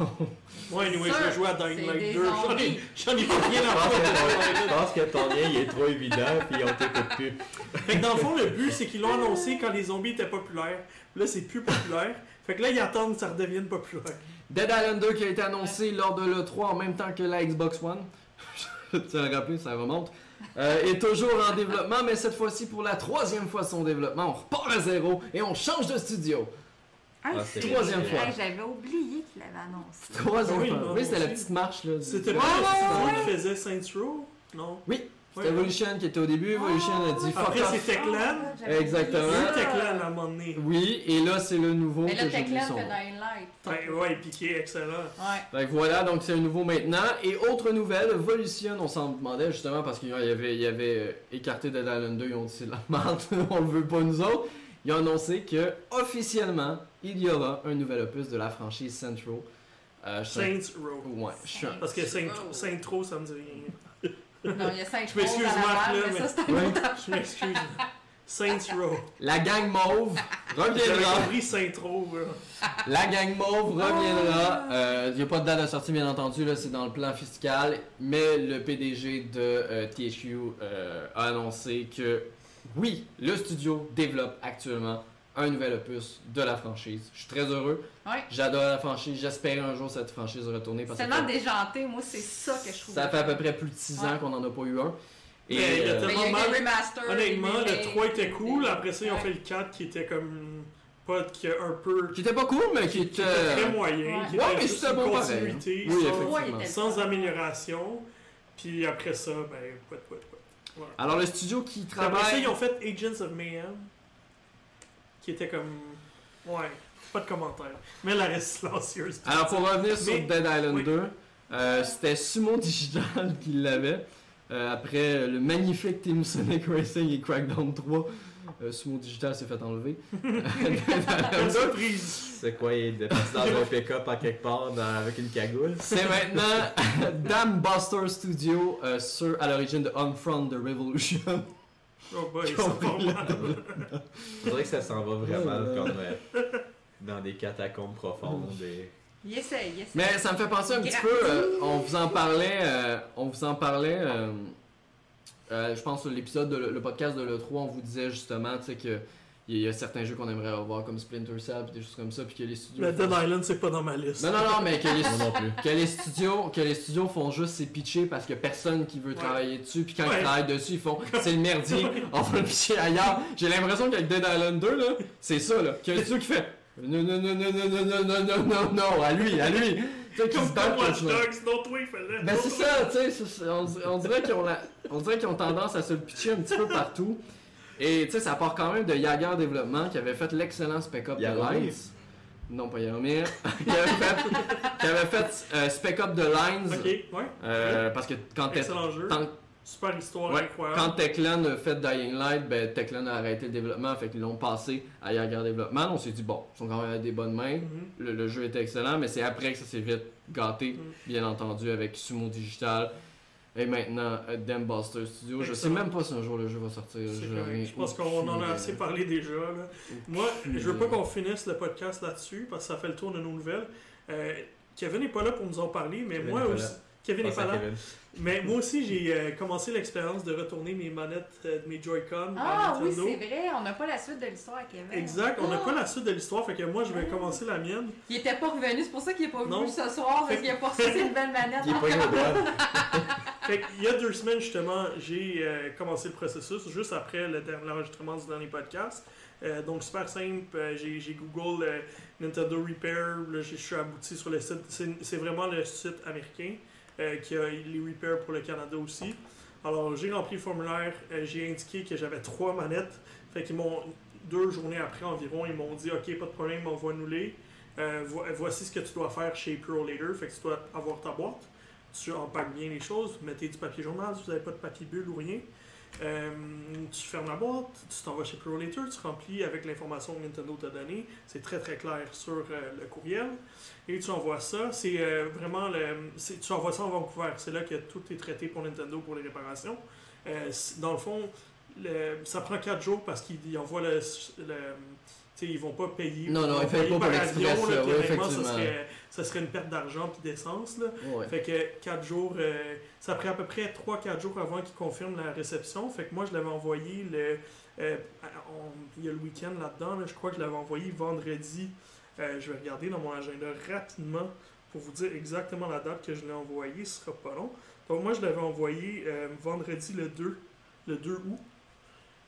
Moi, anyway,
Ça,
je joue à Dying
c'est
Light
des
2. J'en ai,
zombies.
j'en ai pas rien à
Je pense
foutre.
que- je pense que ton lien il est trop évident, puis on t'écoute plus.
Fait que dans le fond, le but, c'est qu'ils l'ont annoncé quand les zombies étaient populaires. Là, c'est plus populaire. Fait que là, ils attendent que ça redevienne populaire.
Dead Island 2 qui a été annoncé lors de l'E3 en même temps que la Xbox One. tu l'as rappelé, ça remonte. Euh, est toujours en développement, mais cette fois-ci, pour la troisième fois de son développement, on repart à zéro et on change de studio.
Ah,
Ah,
c'est
c'est-
Troisième
vrai,
fois.
J'avais oublié qu'il l'avait annoncé.
Troisième
Ah oui,
fois.
moi
oui, c'était la
aussi.
petite marche. là. du-
C'était
de-
pas
ouais,
le
ouais,
studio qui faisait Saints Row? Non.
Oui,
Ouais,
C'était Evolution qui était au début. Evolution a dit
Ah,
fuck
Après,
off.
c'est Techland.
Ah, j'avais
Exactement.
C'est
oublié ça.
Techland hein. à un moment donné.
Oui, et là, c'est le nouveau
Mais là,
que j'ai oublié
Techland
son
fait
nom.
Dying Light.
Ouais, ben, ouais, piqué, excellent.
Ouais.
Fait que voilà, donc c'est un nouveau maintenant. Et autre nouvelle, Volition, on s'en demandait justement parce qu'il y avait, il y avait euh, écarté Dead Island 2, ils ont dit c'est de la merde, on le veut pas nous autres. Ils ont annoncé que officiellement, il y aura un nouvel opus de la franchise Central. Euh, je suis-
Saints Row.
Ouais, je suis un-
Parce que Saint-
Oh.
Saint Row, ça me dit rien.
Non, il y a 5
Je m'excuse, Marc, là,
mais
mais-
ça, c'est un
Ouais.
Je m'excuse. Saints Row.
La gang mauve
J'avais
reviendra.
compris Saint Row. là.
La gang mauve reviendra.
Ah.
Il n'y a pas de date de sortie, bien entendu, là, c'est dans le plan fiscal. Mais le PDG de euh, THQ euh, a annoncé que oui, le studio développe actuellement un nouvel opus de la franchise. Je suis très heureux.
Ouais.
J'adore la franchise. J'espère un jour cette franchise retourner
C'est
parce que
tellement déjanté, moi, c'est ça que je trouve.
ça fait à peu près plus de 6 ans
Ouais.
qu'on n'en a pas eu un.
Mais il
Et
y a
euh,
Mais il y a eu
Tellement
des remasters.
Honnêtement,
des
le 3 était cool.
des-
Après ça, ils ont
Ouais.
fait le 4 qui était comme. Pas qui a un peu.
qui était pas cool, mais qui était. euh,
Qui était très moyen.
Ouais.
Qui
Ouais, mais
était juste
c'était
une
bon pareil.
continuité.
Oui,
sans-
effectivement.
effectivement.
sans amélioration. Puis après ça, ben, what, what, what. Voilà.
Alors le studio qui
Puis Après ça,
travaille.
ils ont fait Agents of Mayhem, qui était comme. Ouais, pas de commentaire. Mais la reste silencieuse.
Alors pour revenir sur
Mais-
Dead Island
oui.
2, euh, c'était Sumo Digital qui l'avait. Euh, après euh, le magnifique Team Sonic Racing et Crackdown 3, euh, Sumo Digital s'est fait enlever. Dead
Quelle
Island 2.
surprise!
C'est quoi, il est parti dans un pick-up à quelque part dans- avec une cagoule?
C'est maintenant Dam Buster Studio euh, sur, à l'origine de On Front The Revolution.
Oh boy,
Ils
c'est
ont
pas
pris
mal.
Je dirais que ça s'en va vraiment
Ouais, ouais.
comme euh, dans des catacombes profondes. Et...
Il essaie, il essaie.
Mais ça me fait penser un petit peu, euh, on vous en parlait, euh, on vous en parlait, euh, euh, je pense sur l'épisode, de le, le podcast de l'E3, on vous disait justement, tu sais, que il y, a certains jeux qu'on aimerait avoir comme Splinter Cell, puis des choses comme ça, puis que les studios...
Mais
font-
Dead Island, c'est pas dans ma liste.
Non, non, non, mais que les,
Moi non plus.
que les studios, que les studios font juste c'est pitcher parce que personne qui veut
Ouais.
travailler dessus, puis quand
Ouais.
ils travaillent dessus, ils font c'est le merdier, on va le pitcher ailleurs. J'ai l'impression qu'avec Dead Island 2, là, c'est ça, là, qu'il y a un studio qui fait non, non, non, non, non, non, non, non, non, non, non, à lui, à lui. Tu sais, qui se
Comme
bat
dans Watch
contre le-
Dogs, non, toi, il fallait.
ben c'est ça, tu sais, c'est- c'est- on, on dirait qu'ils ont la- on dirait qu'ils ont tendance à se le pitcher un petit peu partout. Et tu sais, ça part quand même de Yager Développement qui avait fait l'excellent Spec Up de
Yaromir.
Lines. Non, pas Yaromir. qui avait fait, qui avait fait, euh, Spec Up de Lines.
Ok, ouais.
Euh, parce que quand t'es-
Excellent jeu.
tant-
Super histoire
Ouais, quand
incroyable.
Techland a fait Dying Light, ben Techland a arrêté le développement, fait qu'ils l'ont passé à Yager Développement. On s'est dit, bon, ils sont quand même à des bonnes mains.
Mhm.
Le, le jeu était excellent, mais c'est après que ça s'est vite gâté,
Mm.
bien entendu, avec Sumo Digital et maintenant euh, Dam Buster Studio. Je sais
Excellent.
même pas si un jour le jeu va sortir.
C'est
j'en
correct.
ai
Je pense
aucune
qu'on en a
idée.
assez parlé déjà. Là. Moi, je veux pas qu'on finisse le podcast là-dessus parce que ça fait le tour de nos nouvelles. Euh, Kevin n'est pas là pour nous en parler, mais
Kevin
moi
est pas
aussi.
là.
Kevin n'est
Pense à
pas là.
Kevin.
Mais moi aussi, j'ai euh, commencé l'expérience de retourner mes manettes, euh, mes Joy-Con à
Ah oui,
Nintendo.
c'est vrai, on n'a pas la suite de l'histoire à Kevin.
Exact, on n'a
Ah!
pas la suite de l'histoire, fait que moi je vais commencer la mienne.
Il était pas revenu, c'est pour ça qu'il est pas
Non.
venu ce soir, parce qu'il a pas reçu ses nouvelles manettes. Ah,
Il est pas au doigt.
Fait qu'il y a deux semaines justement, j'ai euh, commencé le processus juste après le der- l'enregistrement du dernier podcast. Euh, donc super simple, euh, j'ai j'ai Google euh, Nintendo Repair, là, je je suis abouti sur le site, c'est c'est vraiment le site américain euh, qui a les repairs pour le Canada aussi. Alors j'ai rempli le formulaire, euh, j'ai indiqué que j'avais trois manettes, fait qu'ils m'ont, deux journées après environ, ils m'ont dit ok pas de problème, envoie-nous les, Euh, vo- voici ce que tu dois faire chez Pro Later, fait que tu dois avoir ta boîte tu empactes bien les choses, vous mettez du papier journal si vous n'avez pas de papier bulle ou rien. Euh, tu fermes la boîte, tu t'en vas chez ProLater, tu remplis avec l'information que Nintendo t'a donnée. C'est très très clair sur euh, le courriel. Et tu envoies ça. C'est euh, vraiment le. c'est- Tu envoies ça en Vancouver. C'est là que tout est traité pour Nintendo pour les réparations. Euh, c- dans le fond, le- ça prend 4 jours parce qu'il envoie le, le- tu sais, ils vont pas payer.
Non, non,
vont
ils payent
payer
pas
par
pour
avion,
l'express,
là,
là,
puis
ouais,
honnêtement, ça
effectivement.
serait, ça serait une perte d'argent puis d'essence. Là.
Ouais.
Fait que 4 jours, euh, ça prend à peu près 3-4 jours avant qu'ils confirment la réception. Fait que moi, je l'avais envoyé le. euh, on- il y a le week-end là-dedans, là, je crois que je l'avais envoyé vendredi. Euh, je vais regarder dans mon agenda rapidement pour vous dire exactement la date que je l'ai envoyé, ce sera pas long. Donc moi, je l'avais envoyé euh, vendredi le 2, le 2 août.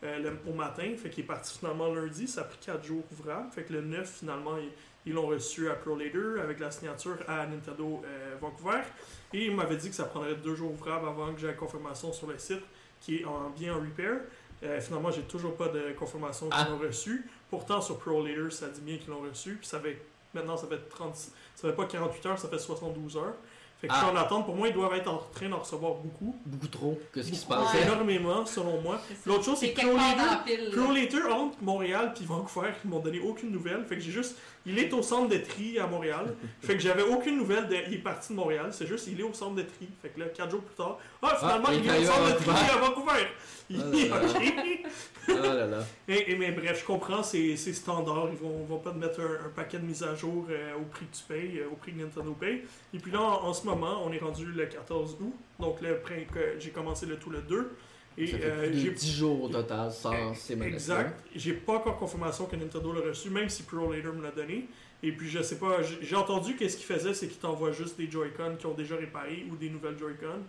euh, le- au matin, fait qu'il est parti finalement lundi, ça a pris 4 jours ouvrables, fait que le 9 finalement ils- ils l'ont reçu à Pro Later avec la signature à Nintendo euh, Vancouver. Et il m'avait dit que ça prendrait deux jours ouvrables avant que j'aie la confirmation sur le site, qui est en, bien en repair. Euh, finalement, j'ai toujours pas de confirmation qu'ils
Ah.
l'ont reçu. Pourtant, sur Pro Later, ça dit bien qu'ils l'ont reçu. Puis ça fait, maintenant, ça fait 30, ça fait pas 48 heures, ça fait 72 heures. Fait
Ah.
que je suis en attente. Pour moi, ils doivent être en train d'en recevoir beaucoup.
Beaucoup trop que ce qui se
Ouais.
passait.
Énormément, selon moi.
C'est ça.
L'autre chose, c'est
C'est
que
quelque
Pro
part dans
Later,
la pile.
Pro
là.
Later entre Montréal puis Vancouver, ils m'ont donné aucune nouvelle. Fait que j'ai juste. Il est au centre de tri à Montréal. Fait que j'avais aucune nouvelle de. Il est parti de Montréal. C'est juste, il est au centre de tri. Fait que là, 4 jours plus tard. Ah, finalement,
Ah,
il
il
est
est
au centre de tri
allé à
à Vancouver. Ok.
Ah là là. Ah là là.
Et, et- mais bref, je comprends, c'est c'est standard. Ils vont, vont pas te mettre un, un paquet de mises à jour euh, au prix que tu payes, euh, au prix que Nintendo paye. Et puis là, en, en ce moment, on est rendu le 14 août. Donc le print- que j'ai commencé le tout le 2. Et
Ça fait
euh,
plus de
j'ai
10 jours au total sans ces maladies.
Exact. J'ai pas encore confirmation que Nintendo l'a reçu, même si Pro Later me l'a donné. Et puis je sais pas, j- j'ai entendu qu'est-ce qu'ils faisaient, c'est qu'ils t'envoient juste des Joy-Con qui ont déjà réparé ou des nouvelles Joy-Con.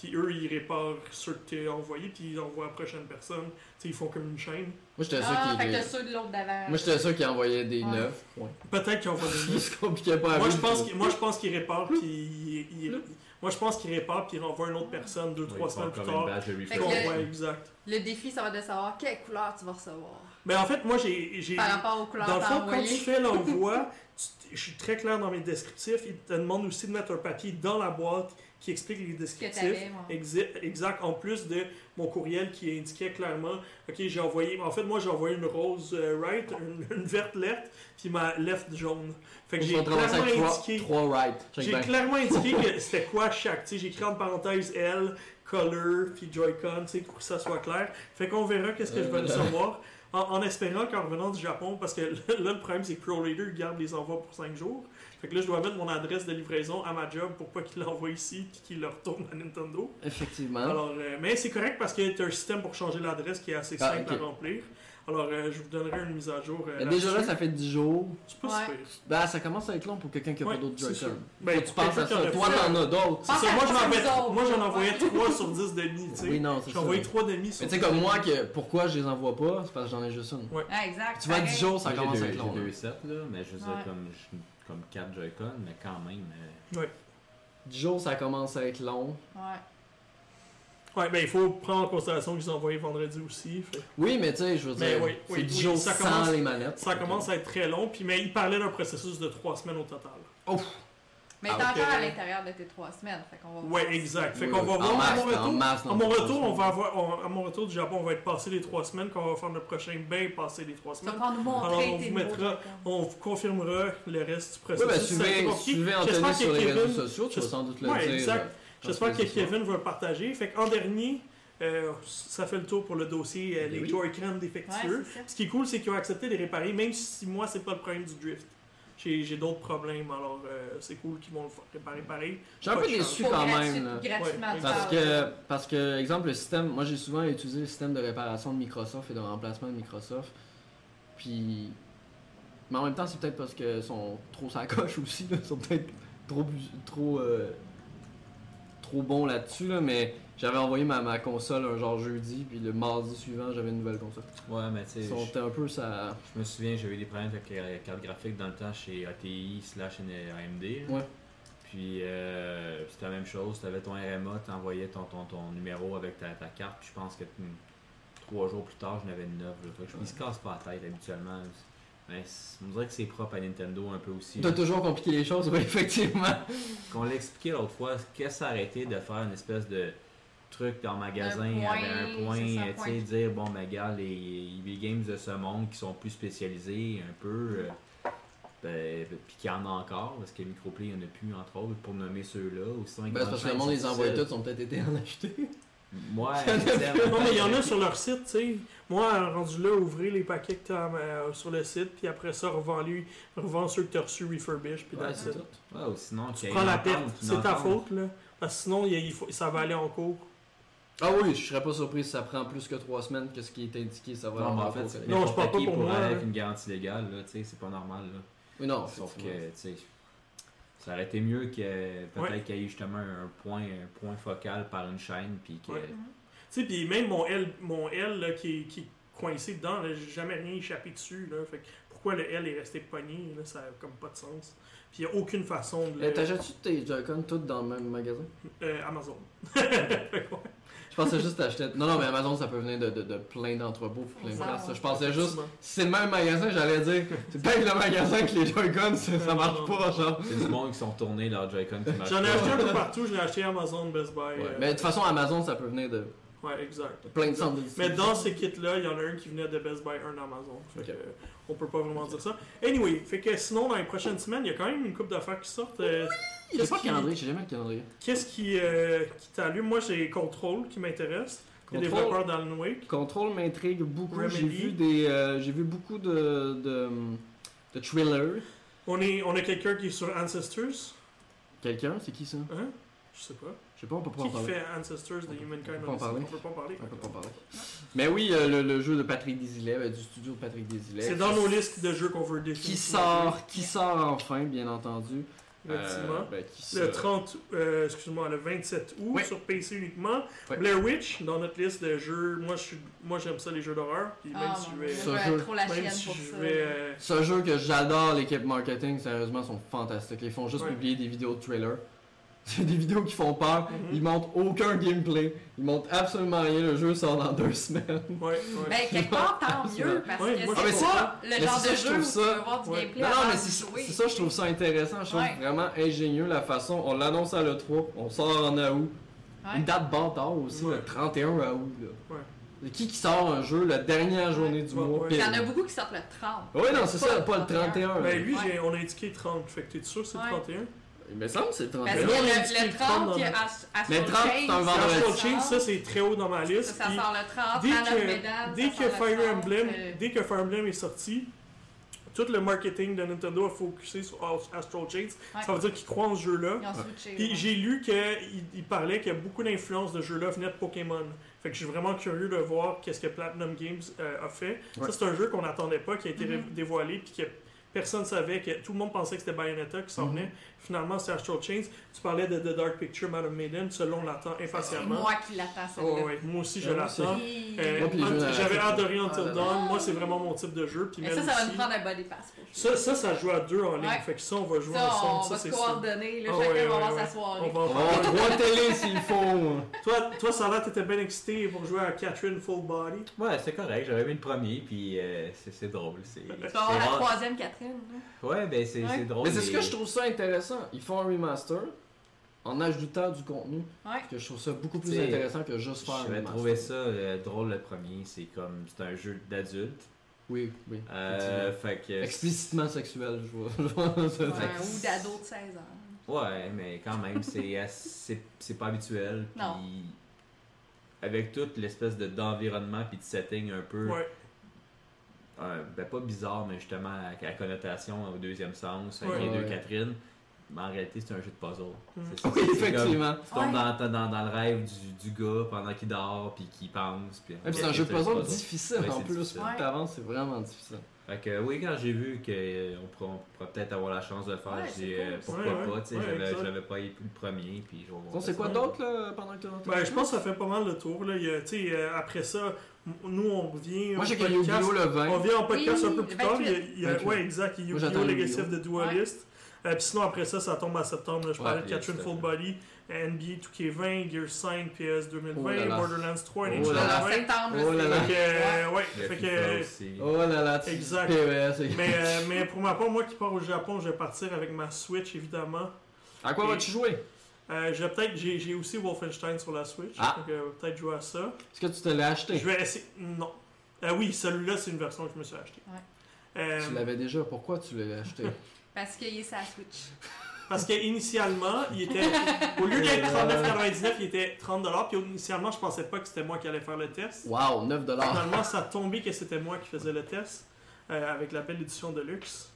Puis eux, ils réparent ceux que t'as envoyés, puis ils envoient à la prochaine personne. Tu sais, ils font comme une chaîne.
Moi, j'étais sûr
Ah, fait
qu'il
que ceux de l'autre d'avant.
Moi, j'étais sûr qu'il envoyait des
Ouais.
9. Ouais.
Peut-être qu'ils envoient des
Il se compliquait pas à
Moi,
vivre.
je pense qu'ils- moi, je pense qu'ils réparent, puis ils- ils- moi, je pense qu'ils réparent, puis ils renvoient une autre personne deux, trois semaines plus tard.
Fait que
Bon,
le-
ouais, exact.
Le défi, ça va être de savoir quelle couleur tu vas recevoir.
Mais en fait, moi, j'ai. j'ai-
Par rapport aux couleurs
Dans le
que
fond, quand tu
envoyées.
fais l'envoi, tu- je suis très clair dans mes descriptifs. Ils te demandent aussi de mettre un papier dans la boîte qui explique les
que
descriptifs.
t'avais, moi.
Exi- Exact, en plus de mon courriel qui indiquait clairement, ok, j'ai envoyé, en fait, moi j'ai envoyé une rose euh, right, une, une verte left, puis ma left jaune. Fait que j'ai
On
clairement
commence avec 3,
indiqué.
right. Check
J'ai
back.
clairement indiqué que c'était quoi chaque. Tu sais, j'ai écrit en parenthèse L, Color, puis Joy-Con, tu sais, pour que ça soit clair. Fait qu'on verra qu'est-ce que je vais
Euh,
recevoir. En, en espérant qu'en revenant du Japon, parce que là, le problème, c'est que Pro Raider garde les envois pour 5 jours. Fait que là, je dois mettre mon adresse de livraison à ma job pour pas qu'il l'envoie ici puis qu'il le retourne à Nintendo.
Effectivement.
Alors, euh, mais c'est correct parce que t'as un système pour changer l'adresse qui est assez
Ah,
simple
ok.
à remplir. Alors, euh, je vous donnerai une mise à jour. euh,
Mais déjà là,
là-dessus.
ça fait 10 jours.
C'est pas si
Ouais.
pire.
Bah, ça commence à être long pour quelqu'un qui a
Ouais,
pas d'autres
c'est sûr.
Joy-Con.
Ben,
Faut que tu penses
quelqu'un
à
qui
ça.
en a
Toi,
plus.
t'en as d'autres.
C'est ça,
Pense
moi
à
j'en avais-
vous autres.
moi, j'en
Ouais.
envoyais 3 sur 10 demi, tu sais.
Oui, non, c'est
J'ai
ça.
envoyé
Mais
3 demi sur
tu sais, comme moi, que pourquoi je les envoie pas, c'est parce que j'en ai juste une.
Ah, exact.
Tu vas à 10
pareil.
jours, ça
Ça
commence à être
J'ai
long.
deux
là.
sets, là, mais je veux dire,
Ouais.
comme, je- comme 4 Joy-Con, mais quand même. euh,
10 jours, ça commence à être long.
Ouais.
Ouais, mais il faut prendre en considération qu'ils ont envoyé vendredi aussi. fait.
Oui, mais tu sais, je veux
Mais
dire,
Ben oui,
c'est
oui,
10
oui,
jours
ça
sans
commence-
les manettes.
Ça
Ok.
commence à être très long, puis mais ils parlaient d'un processus de 3 semaines au total.
Mais t'es
Ah,
ok.
encore à l'intérieur de tes trois semaines. Fait qu'on va voir
Ouais,
ça.
exact. Fait
Oui,
qu'on
oui.
va
En
voir à
masse,
mon
en
retour.
masse, non,
À mon
pas
retour,
en
on va avoir, on- à mon retour du Japon, on va être passé les 3 semaines. Quand on va faire le prochain, ben passé les 3
Tu vas
semaines.
pouvoir nous montrer
Alors, on
tes
vous
nouveaux
mettra-
trucs, hein.
On vous confirmera le reste du
Oui,
processus. Ça
ben,
a été
suivez,
compliqué.
suivez
J'espère
Anthony
que
sur les
Kevin-
réseaux sociaux, tu vas
j'es-
sans doute le
Ouais,
dire.
exact.
euh, quand
J'espère
tu
que
vas le voir.
Kevin va le partager. Fait qu'en dernier, euh, ça fait le tour pour le dossier euh,
Ben
les
oui.
Joy-Con
hein. Ouais,
défectueux.
c'est ça.
Ce qui est cool, c'est qu'ils ont accepté de les réparer, même si moi, c'est pas le problème du drift. J'ai j'ai d'autres problèmes, alors euh, c'est cool qu'ils vont le faire réparer pareil.
Je suis un peu
Pas de
déçu
Faut
quand
gratu-
même. là.
Gratuitement.
Ouais.
tu
Parce
parles.
que, parce que, exemple, le système, moi j'ai souvent utilisé le système de réparation de Microsoft et de remplacement de Microsoft. Puis. Mais en même temps, c'est peut-être parce qu'ils sont trop sacoches aussi, là. Ils sont peut-être trop. bus- trop. euh, trop bons là-dessus, là. Mais j'avais envoyé ma, ma console un genre jeudi, puis le mardi suivant, j'avais une nouvelle console.
Ouais, mais tu sais,
Ils
je,
sont un peu ça.
je me souviens, j'avais eu des problèmes avec euh, la carte graphique dans le temps chez ATI slash euh, AMD. là.
Ouais.
Puis euh, c'était la même chose, tu avais ton RMA, tu envoyais ton, ton, ton numéro avec ta, ta carte, puis je pense que hum, trois jours plus tard, j'en avais une neuve. Là, Fait que je me se casse pas la tête habituellement. Mais c'est- on dirait que c'est propre à Nintendo un peu aussi.
T'as toujours compliqué les choses, oui, effectivement.
Qu'on l'a expliqué l'autre fois, qu'est-ce que ça a arrêté de faire une espèce de truc dans le magasin
Un
avec un
point, c'est ça,
point, euh, tu
point.
sais, dire bon, ben, regarde, les eBay Games de ce monde qui sont plus spécialisés un peu, euh, ben, ben, puis qu'il y en a encore, parce que Microplay, il n'y en a plus, entre autres, pour nommer ceux-là. Ou sinon, ils
Ben, c'est parce que le monde les envoie
artificielle.
tous, ils ont peut-être été en acheter.
Ouais,
Non, mais il y en a sur leur site, tu sais. Moi, rendu là, ouvrez les paquets que t'as euh, sur le site, puis après ça, revends-lui, revends ceux que t'as reçus, refurbish, puis
Ouais,
that's
c'est
it.
tout. Ouais, ou sinon,
Tu
as
prends
une
la
entente,
perte,
une
c'est ta
entente.
faute, là. Parce que sinon, il, il faut, ça va aller en cours.
Ah oui, je serais pas surpris si ça prend plus que trois semaines que ce qui est indiqué, ça va
Non, mais
dans
en
le
fait,
cours
c'est
collectif.
Non, je
n'importe
parle pas
qui
pour
pourrait
moi,
aller avec
là.
une garantie légale, là, tu sais, c'est pas normal. Là.
Ah,
Oui, non,
Sauf que,
effectivement.
tu sais, ça aurait été mieux que peut-être
Ouais.
qu'il y ait justement un point, un point focal par une chaîne, puis que.
Ouais. Tu sais, puis même mon L, mon L là, qui, est- qui est coincé dedans, là, j'ai jamais rien échappé dessus, là. Fait que pourquoi le L est resté pogné, là, ça a comme pas de sens. Puis il n'y a aucune façon de le...
Euh, T'achètes-tu tes Joy-Con toutes dans le même magasin?
euh, Amazon.
Je pensais juste t'acheter... Non, non, mais Amazon, ça peut venir de, de, de plein d'entrepôts, puis plein de
Ça,
places.
ouais.
Je pensais juste, si c'est le même magasin, j'allais dire, c'est peut-être le magasin que les Joy-Con, ça ça marche pas, genre.
C'est du monde qui sont tournés leur Joy-Con qui marche
J'en ai
pas.
acheté un peu partout, j'ai acheté Amazon, Best Buy.
Ouais.
euh,
Mais de toute façon, Amazon, ça peut venir de
ouais, exact.
de plein de centres de
Mais
distribution.
dans ces kits-là, il y en a un qui venait de Best Buy, un d'Amazon. Fait
Ok.
que, euh, on peut pas vraiment dire ça. Anyway, fait que sinon, dans les prochaines semaines, il y a quand même une coupe d'affaires qui sortent. euh,
Il y a
qu'est-ce
pas le
qui-
calendrier, j'ai jamais le calendrier.
Qu'est-ce qui, euh, qui t'allume? Moi, j'ai Control qui m'intéresse. Les
Control.
développeurs d'Alan Wake.
Control m'intrigue beaucoup. J'ai
Remedy.
vu des, euh, j'ai vu beaucoup de, de, de thrillers.
On, est, on a quelqu'un qui est sur Ancestors.
Quelqu'un, c'est qui ça
Hein? Je sais pas.
Je sais pas, on peut pas en
Qui qui
parler.
fait Ancestors de
On peut-
Humankind
on peut pas en parler.
On peut pas en parler.
On peut pas en parler. Mais oui, euh, le, le jeu de Patrick Desilets, ben, du studio de Patrick Desilets.
C'est dans nos listes de jeux qu'on veut
Qui
définir.
sort, qui sort enfin, bien entendu.
Effectivement.
Euh, ben, qui
Le
sort-
30, euh, excuse-moi, le 27 août
Oui.
sur PC uniquement.
Oui.
Blair Witch dans notre liste de jeux. Moi, je suis, moi j'aime ça les jeux d'horreur. Puis même
Ah,
si je
mon
vais,
Dieu,
Ça,
je vais
je-
être trop la
même
chienne
si
pour
je
ça.
vais, euh,
Ce jeu que j'adore, l'équipe marketing, sérieusement, sont fantastiques. Ils font juste
Ouais.
publier des vidéos de trailers. C'est des vidéos qui font peur.
Mhm.
Ils montrent aucun gameplay. Ils montrent absolument rien. Le jeu sort dans deux semaines.
ouais, ouais.
Ben, quelque part, tant mieux, parce
Ouais,
que
moi,
Ah, mais
c'est
ça,
le
mais
genre
c'est ça,
de
je
jeu
trouve
où
ça-
tu veux voir du
Ouais.
gameplay
Non, non,
avant
mais
de
c'est
jouer.
c'est ça, je trouve ça intéressant. Je trouve
Ouais.
vraiment ingénieux la façon. On l'annonce à l'E3, on sort en août.
Ouais.
Une date bâtard aussi,
Ouais.
le 31 à août. Là.
Ouais.
Mais Qui qui sort un jeu la dernière journée du
Ouais,
mois
ouais.
Il
pile?
y en a beaucoup qui sortent le 30.
Oui, non, c'est ça, pas le 31.
Ben, lui,
Ouais.
j'ai- on a indiqué 30. Fait que t'es sûr que c'est le
Ouais.
31?
Il me semble que c'est le
Parce
31.
que
Ben,
le,
moi, on a dit
le
le 30,
30, il y a
dans-
As-
Mais
Astral
30, c'est un
Chain,
vendredi.
Astral
ça
Chain,
sort.
ça, c'est très haut dans ma
Ça,
liste.
ça
puis
sort le 30,
dès
Man of
que,
Medan,
dès,
ça
que
sort le
Fire
30,
Emblem,
euh,
dès que Fire Emblem est sorti, tout le marketing de Nintendo a focusé sur Ast- Astral Chains.
ouais,
Ça veut dire qu'ils croient en ce jeu-là.
Ils ont switché.
Puis
ouais.
j'ai lu qu'il il parlait que beaucoup d'influence de jeux-là venait de Pokémon. Fait que je suis vraiment curieux de voir qu'est-ce que Platinum Games euh, a fait.
Ouais.
Ça, c'est un jeu qu'on n'attendait pas, qui a été ré-
Mhm.
dévoilé, puis que personne savait, que tout le monde pensait que c'était Bayonetta qui s'en
Mhm.
venait. Finalement, c'est Astral Chains. Tu parlais de The Dark Picture, Madame Maiden. Selon l'attend
Ben, C'est
impatiemment.
moi qui l'attends, celle-là.
Oh, ouais, moi aussi, je
Euh,
l'attends.
Puis-
Euh,
Moi, puis les
Hunt-
jeux narratifs.
J'avais adoré Until
Ah, là, là.
Dawn. Moi, c'est vraiment mon type de jeu. Puis
Mais
Mel
ça, ça va
aussi.
nous prendre un body pass pour
ça,
jouer.
ça, ça joue à deux en ligne.
Ouais.
Fait que ça, on va jouer
Ça, on
ensemble.
va
ça,
se
c'est sûr.
coordonner. là,
Ah,
chacun
ouais,
va avoir
ouais,
sa
ouais.
soirée.
On va en
On va avoir
parler.
trois télés s'il faut.
Toi, toi Sarah, t'étais bien excité pour jouer à Catherine Full Body.
Ouais, c'est correct, j'avais mis le premier, puis euh, c'est c'est drôle. C'est
Tu
c'est
vas avoir la
rare.
troisième Catherine. là.
Ouais, ben c'est
Ouais.
c'est drôle.
Mais c'est ce que je trouve ça intéressant. Ils font un remaster en ajoutant du contenu.
Ouais.
Que je trouve ça beaucoup plus
T'sais,
intéressant que juste faire un
J'avais
remaster.
trouvé ça euh, drôle le premier, c'est comme. C'est un jeu d'adulte.
Oui, oui.
Euh, fait que.
Explicitement sexuel, je vois. je vois ça.
Ouais, Ou d'ado de 16 ans.
Ouais, mais quand même, c'est assez- c'est c'est pas habituel. puis
Non.
Avec toute l'espèce de- d'environnement puis de setting un peu,
Ouais.
euh, ben pas bizarre, mais justement à, à connotation au deuxième sens, avec
Ouais.
les deux
Ouais.
Catherine, mais en réalité c'est un jeu de puzzle.
Mm.
C'est- c'est-
Oui,
c'est comme-
effectivement.
Tu tombes
Ouais.
dans, dans, dans le rêve du, du gars pendant qu'il dort puis qu'il pense. Puis,
Ouais, puis c'est un jeu
de
puzzle difficile
Ouais,
en
c'est
plus.
difficile.
Plus t'avances, c'est vraiment difficile.
Fait que oui, quand j'ai vu qu'on pourra, on pourra peut-être avoir la chance de le faire,
Ouais,
j'ai dit
c'est cool,
euh,
ça.
pourquoi
Ouais,
pas,
ouais.
tu sais,
Ouais,
j'avais-
exact.
je l'avais pas eu le premier, puis je vais voir
Donc, c'est
ça.
quoi d'autre là, pendant que t'as
Ben, je pense que ça fait pas mal le tour. Là. Il y a, tu sais, euh, après ça, m- nous, on revient.
Moi
en
j'ai que
podcast.
Yu-Gi-Oh! le 20.
On revient en podcast
Oui,
un peu plus
le
tard.
28.
Il y a, il y a-
28.
ouais, exact. Il y a
Moi,
Yu-Gi-Oh!
j'attends
Legacy of
Yu-Gi-Oh!
the Duelist. Euh, Puis sinon, après ça, ça tombe à septembre. là. Je
Ouais,
parlais de
puis il y a
Catherine
tout ça.
Full Body, NBA 2K20, Gear 5, PS 2020,
Oh là là.
Borderlands 3,
Oh
NHL
là là.
Alors,
20.
septembre,
Oh là
c'est-
là.
Fait que, euh, ouais,
Il y a
fait
FIFA
que.
aussi.
Oh là là, tu E
Exact.
PES. et-
Mais, euh, mais pour ma part, moi qui pars au Japon, je vais partir avec ma Switch, évidemment.
À quoi vas-tu jouer
Euh, j'ai peut-être j'ai, j'ai aussi Wolfenstein sur la Switch,
Ah.
donc euh, peut-être jouer à ça.
Est-ce que tu te l'as acheté
Je vais essayer. Non. Ah oui, celui-là c'est une version que je me suis achetée.
Ouais.
Euh,
Tu l'avais déjà, pourquoi tu l'as acheté
Parce qu'il est sa Switch.
Parce que initialement, il était au lieu
Euh,
d'être 39,99, il était 30$. Puis initialement, je pensais pas que c'était moi qui allais faire le test.
Wow, 9
Finalement, ça a tombé que c'était moi qui faisais le test euh, avec la belle édition de luxe.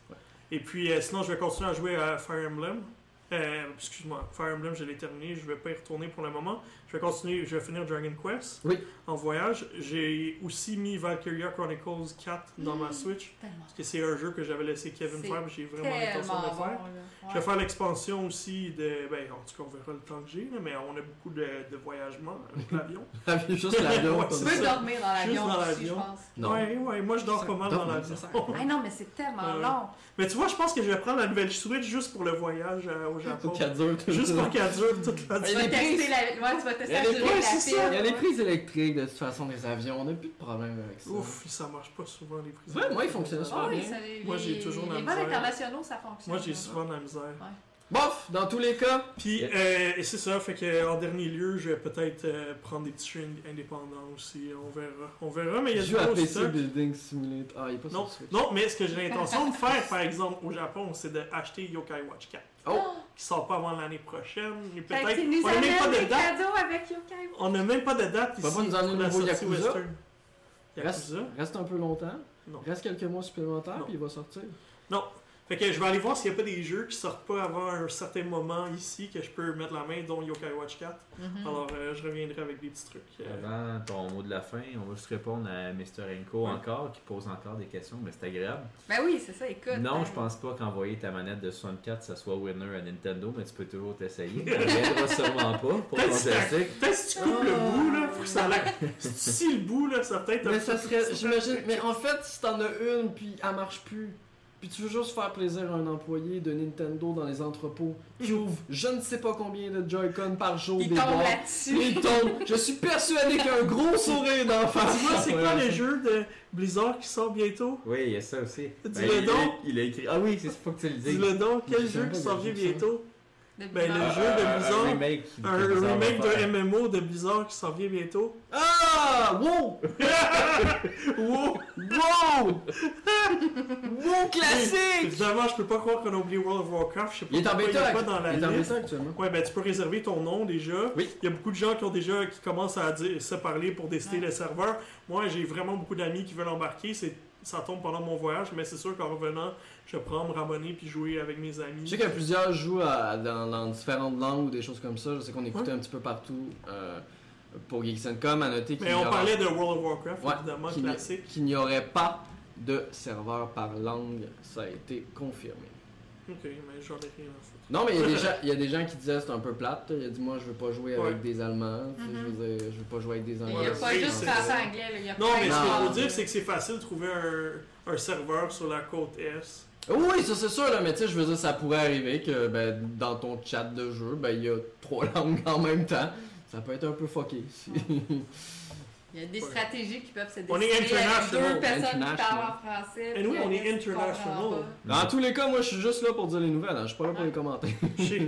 Et puis, euh, sinon, je vais continuer à jouer à Fire Emblem. Euh, Excuse-moi, Fire Emblem, je l'ai terminé. Je vais pas y retourner pour le moment. Je vais continuer, je vais finir Dragon Quest
Oui.
en voyage. J'ai aussi mis Valkyria Chronicles 4 dans ma Switch.
Tellement
Parce que c'est un jeu que j'avais laissé Kevin
Mm. C'est
faire, mais j'ai vraiment l'intention de
tellement
le
bon.
faire.
là.
Je
Ouais.
vais faire l'expansion aussi de. Ben, en tout cas, on verra le temps que j'ai, là, mais on a beaucoup de, de voyagements euh, avec l'avions.
T'avais juste l'avion.
Ouais,
comme
c'est
Tu
ça.
peux dormir dans
Juste dans
l'avion aussi, je
l'avion.
pense.
Non.
Ouais, ouais, moi je dors pas mal
Ça-
dans
dormir,
l'avion.
ça sert
Ah non, mais c'est tellement
Ouais.
long.
Mais tu vois, je pense que je vais prendre la nouvelle Switch juste pour le voyage euh, au
Faut
Japon.
qu'elle dure tout
juste
ça.
pour qu'elle dure toute la
Tu
Elle
durée.
est
vas
les prises.
tester la, ouais, tu vas tester la
Elle est-
durée de
ouais,
la
c'est ça.
file.
Il y a les prises électriques de toute façon des avions, on n'a plus de problème avec ça.
Ouf, ça marche pas souvent les prises.
Ouais, moi, ils fonctionnent
Ah
super
oui,
bien.
ça, les-
Moi, j'ai toujours la
Les vols
misère.
internationaux, ça fonctionne.
Moi j'ai
là.
souvent de la misère.
Bof, dans tous les cas,
Puis,
Yes.
euh, et c'est ça, fait que en dernier lieu, je vais peut-être euh, prendre des petits jeux indépendants aussi. On verra. On verra, mais il y a du
joue à
gros
PC
stock.
Building Simulator. Ah, il est pas
Non,
sur Switch.
non, mais ce que j'ai l'intention de faire, par exemple, au Japon, c'est d'acheter Yokai Watch 4.
Oh.
Qui sort pas avant l'année prochaine. Et
Fait
peut-être.
qu'ils nous
Ah, On n'a même pas
amènent
de
des
date.
cadeaux avec Yokai.
On n'a même pas de date ici.
Va pas Bah, nous emmener
pour
le
la
nouveau
sortie
Yakuza?
Western.
Reste,
Yakuza?
reste un peu longtemps.
Non.
Reste quelques mois supplémentaires,
Non.
puis il va sortir.
Fait que je vais aller voir s'il n'y a pas des jeux qui sortent pas avant un certain moment ici que je peux mettre la main, dont Yokai Watch 4.
Mm.
Alors euh, je reviendrai avec des petits trucs. euh,
Avant ton mot de la fin, on va juste répondre à Mr. Enko encore, qui pose encore des questions, mais c'est agréable.
Ben oui, c'est ça, écoute.
Non,
hein.
je pense pas qu'envoyer ta manette de 64, ça soit winner à Nintendo, mais tu peux toujours t'essayer. Ça reviendra sûrement pas pour ton
Peut-être si t'as-
classique.
peut-être si tu coupes le
Oh.
bout, là, pour que ça l'aille. Si le bout, là, ça peut-être. un
Mais ça
petit-
serait, j'imagine, mais en fait, si t'en as une, puis elle marche plus, puis tu veux juste faire plaisir à un employé de Nintendo dans les entrepôts qui ouvre je ne sais pas combien de Joy-Con par jour
Il
des
tombe
boîtes.
là-dessus.
Il tombe. Je suis persuadé qu'un gros sourire d'enfant.
Dis-moi, c'est quoi le jeu de Blizzard qui sort bientôt
Oui, il y a ça aussi.
Dis-le
Ben, il,
donc.
il a écrit. Ah oui, c'est pas que tu le dis.
Dis-le donc,
Je
quel
sais
jeu
pas
qui
quel
sort
jeu
bientôt
De
Ben, le
bizarre.
jeu de Blizzard.
Euh, Un remake.
Un
que Blizzard va
remake
faire.
de MMO de Blizzard qui s'en vient bientôt.
Ah! Wow!
Wow!
Wow! wow classique!
Évidemment, je peux pas croire qu'on a oublié World of Warcraft. Je sais pas
Il est en
pourquoi
bêta,
il est pas dans la
il est en
liste.
bêta actuellement.
Ouais, ben tu peux réserver ton nom déjà.
Oui.
Il y a beaucoup de gens qui ont déjà qui commencent à dire, se parler pour décider
Ouais.
le serveur. Moi, j'ai vraiment beaucoup d'amis qui veulent embarquer. C'est ça tombe pendant mon voyage, mais c'est sûr qu'en revenant, je prends me ramener puis jouer avec mes amis.
Je sais qu'il y a plusieurs jouent à- dans, dans différentes langues ou des choses comme ça. Je sais qu'on écoutait un petit peu partout euh, pour Geeks and Com. À noter qu'il
Mais on
y aura-
parlait de World of Warcraft,
Ouais,
évidemment,
qu'il n'y-
classique.
qu'il n'y aurait pas de serveur par langue. Ça a été confirmé.
Ok, mais j'en ai rien à foutre.
Non, mais il y a des gens- il y, a des gens qui disaient c'est un peu plate. Il a dit moi je veux pas jouer avec
Ouais.
des Allemands. tu sais, Je veux dire, je veux pas jouer avec des
Mm-hmm. Il
Anglais.
n'y a
Ouais,
pas
c'est-
juste
c'est-
français anglais, là, il y a
Non, mais ce que je
Ah.
veux dire, c'est que c'est facile de trouver un, un serveur sur la côte Est.
Oui, ça c'est sûr, là, mais tu sais, je veux dire, ça pourrait arriver que ben, dans ton chat de jeu, ben, il y a trois langues en même temps. Ça peut être un peu fucké. si-
Il y a des stratégies qui peuvent se
On est
décider avec
international,
deux personnes qui parlent
international.
en français.
Et nous,
puis
on
le
est
reste, tu comprends
international.
pas.
dans tous les cas, moi, je suis juste là pour dire les nouvelles. hein. Je suis pas là pour les commenter.
Je sais.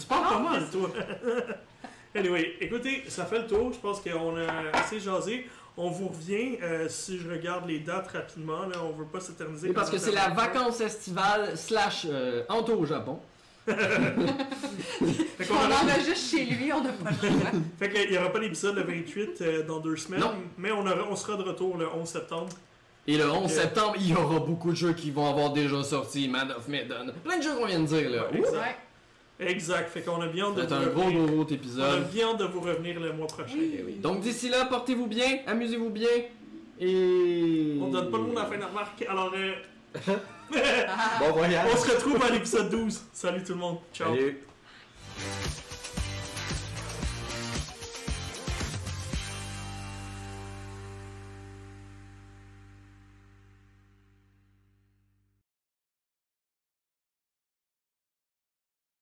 tu parles pas mal, toi. anyway, écoutez, ça fait le tour. Je pense qu'on a assez jasé. On vous revient euh, si je regarde les dates rapidement. Là, on veut pas s'éterniser.
Et parce que
pendant
c'est la vacance estivale slash euh, Anto au Japon.
Fait qu'on
On
aura-
enregistre chez lui, on n'a pas le choix.
fait qu'il n'y aura pas l'épisode le 28 euh, dans deux semaines.
Non.
Mais on, aura, on sera de retour le 11 septembre.
Et le 11
Euh.
septembre, il y aura beaucoup de jeux qui vont avoir déjà sorti. Man of Medan. Plein de jeux qu'on vient de dire, là.
Ouais,
Ouh,
exact. Exact. Fait qu'on a bien hâte de
C'est
vous
un gros,
revenir.
gros, gros
On a
épisode.
bien hâte de vous revenir le mois prochain.
Oui.
Donc d'ici là, portez-vous bien, amusez-vous bien. Et.
On donne pas le monde à la fin de la remarque. Alors, euh,
Bon voyage.
on se retrouve à l'épisode 12. Salut tout le monde. Ciao.
Salut.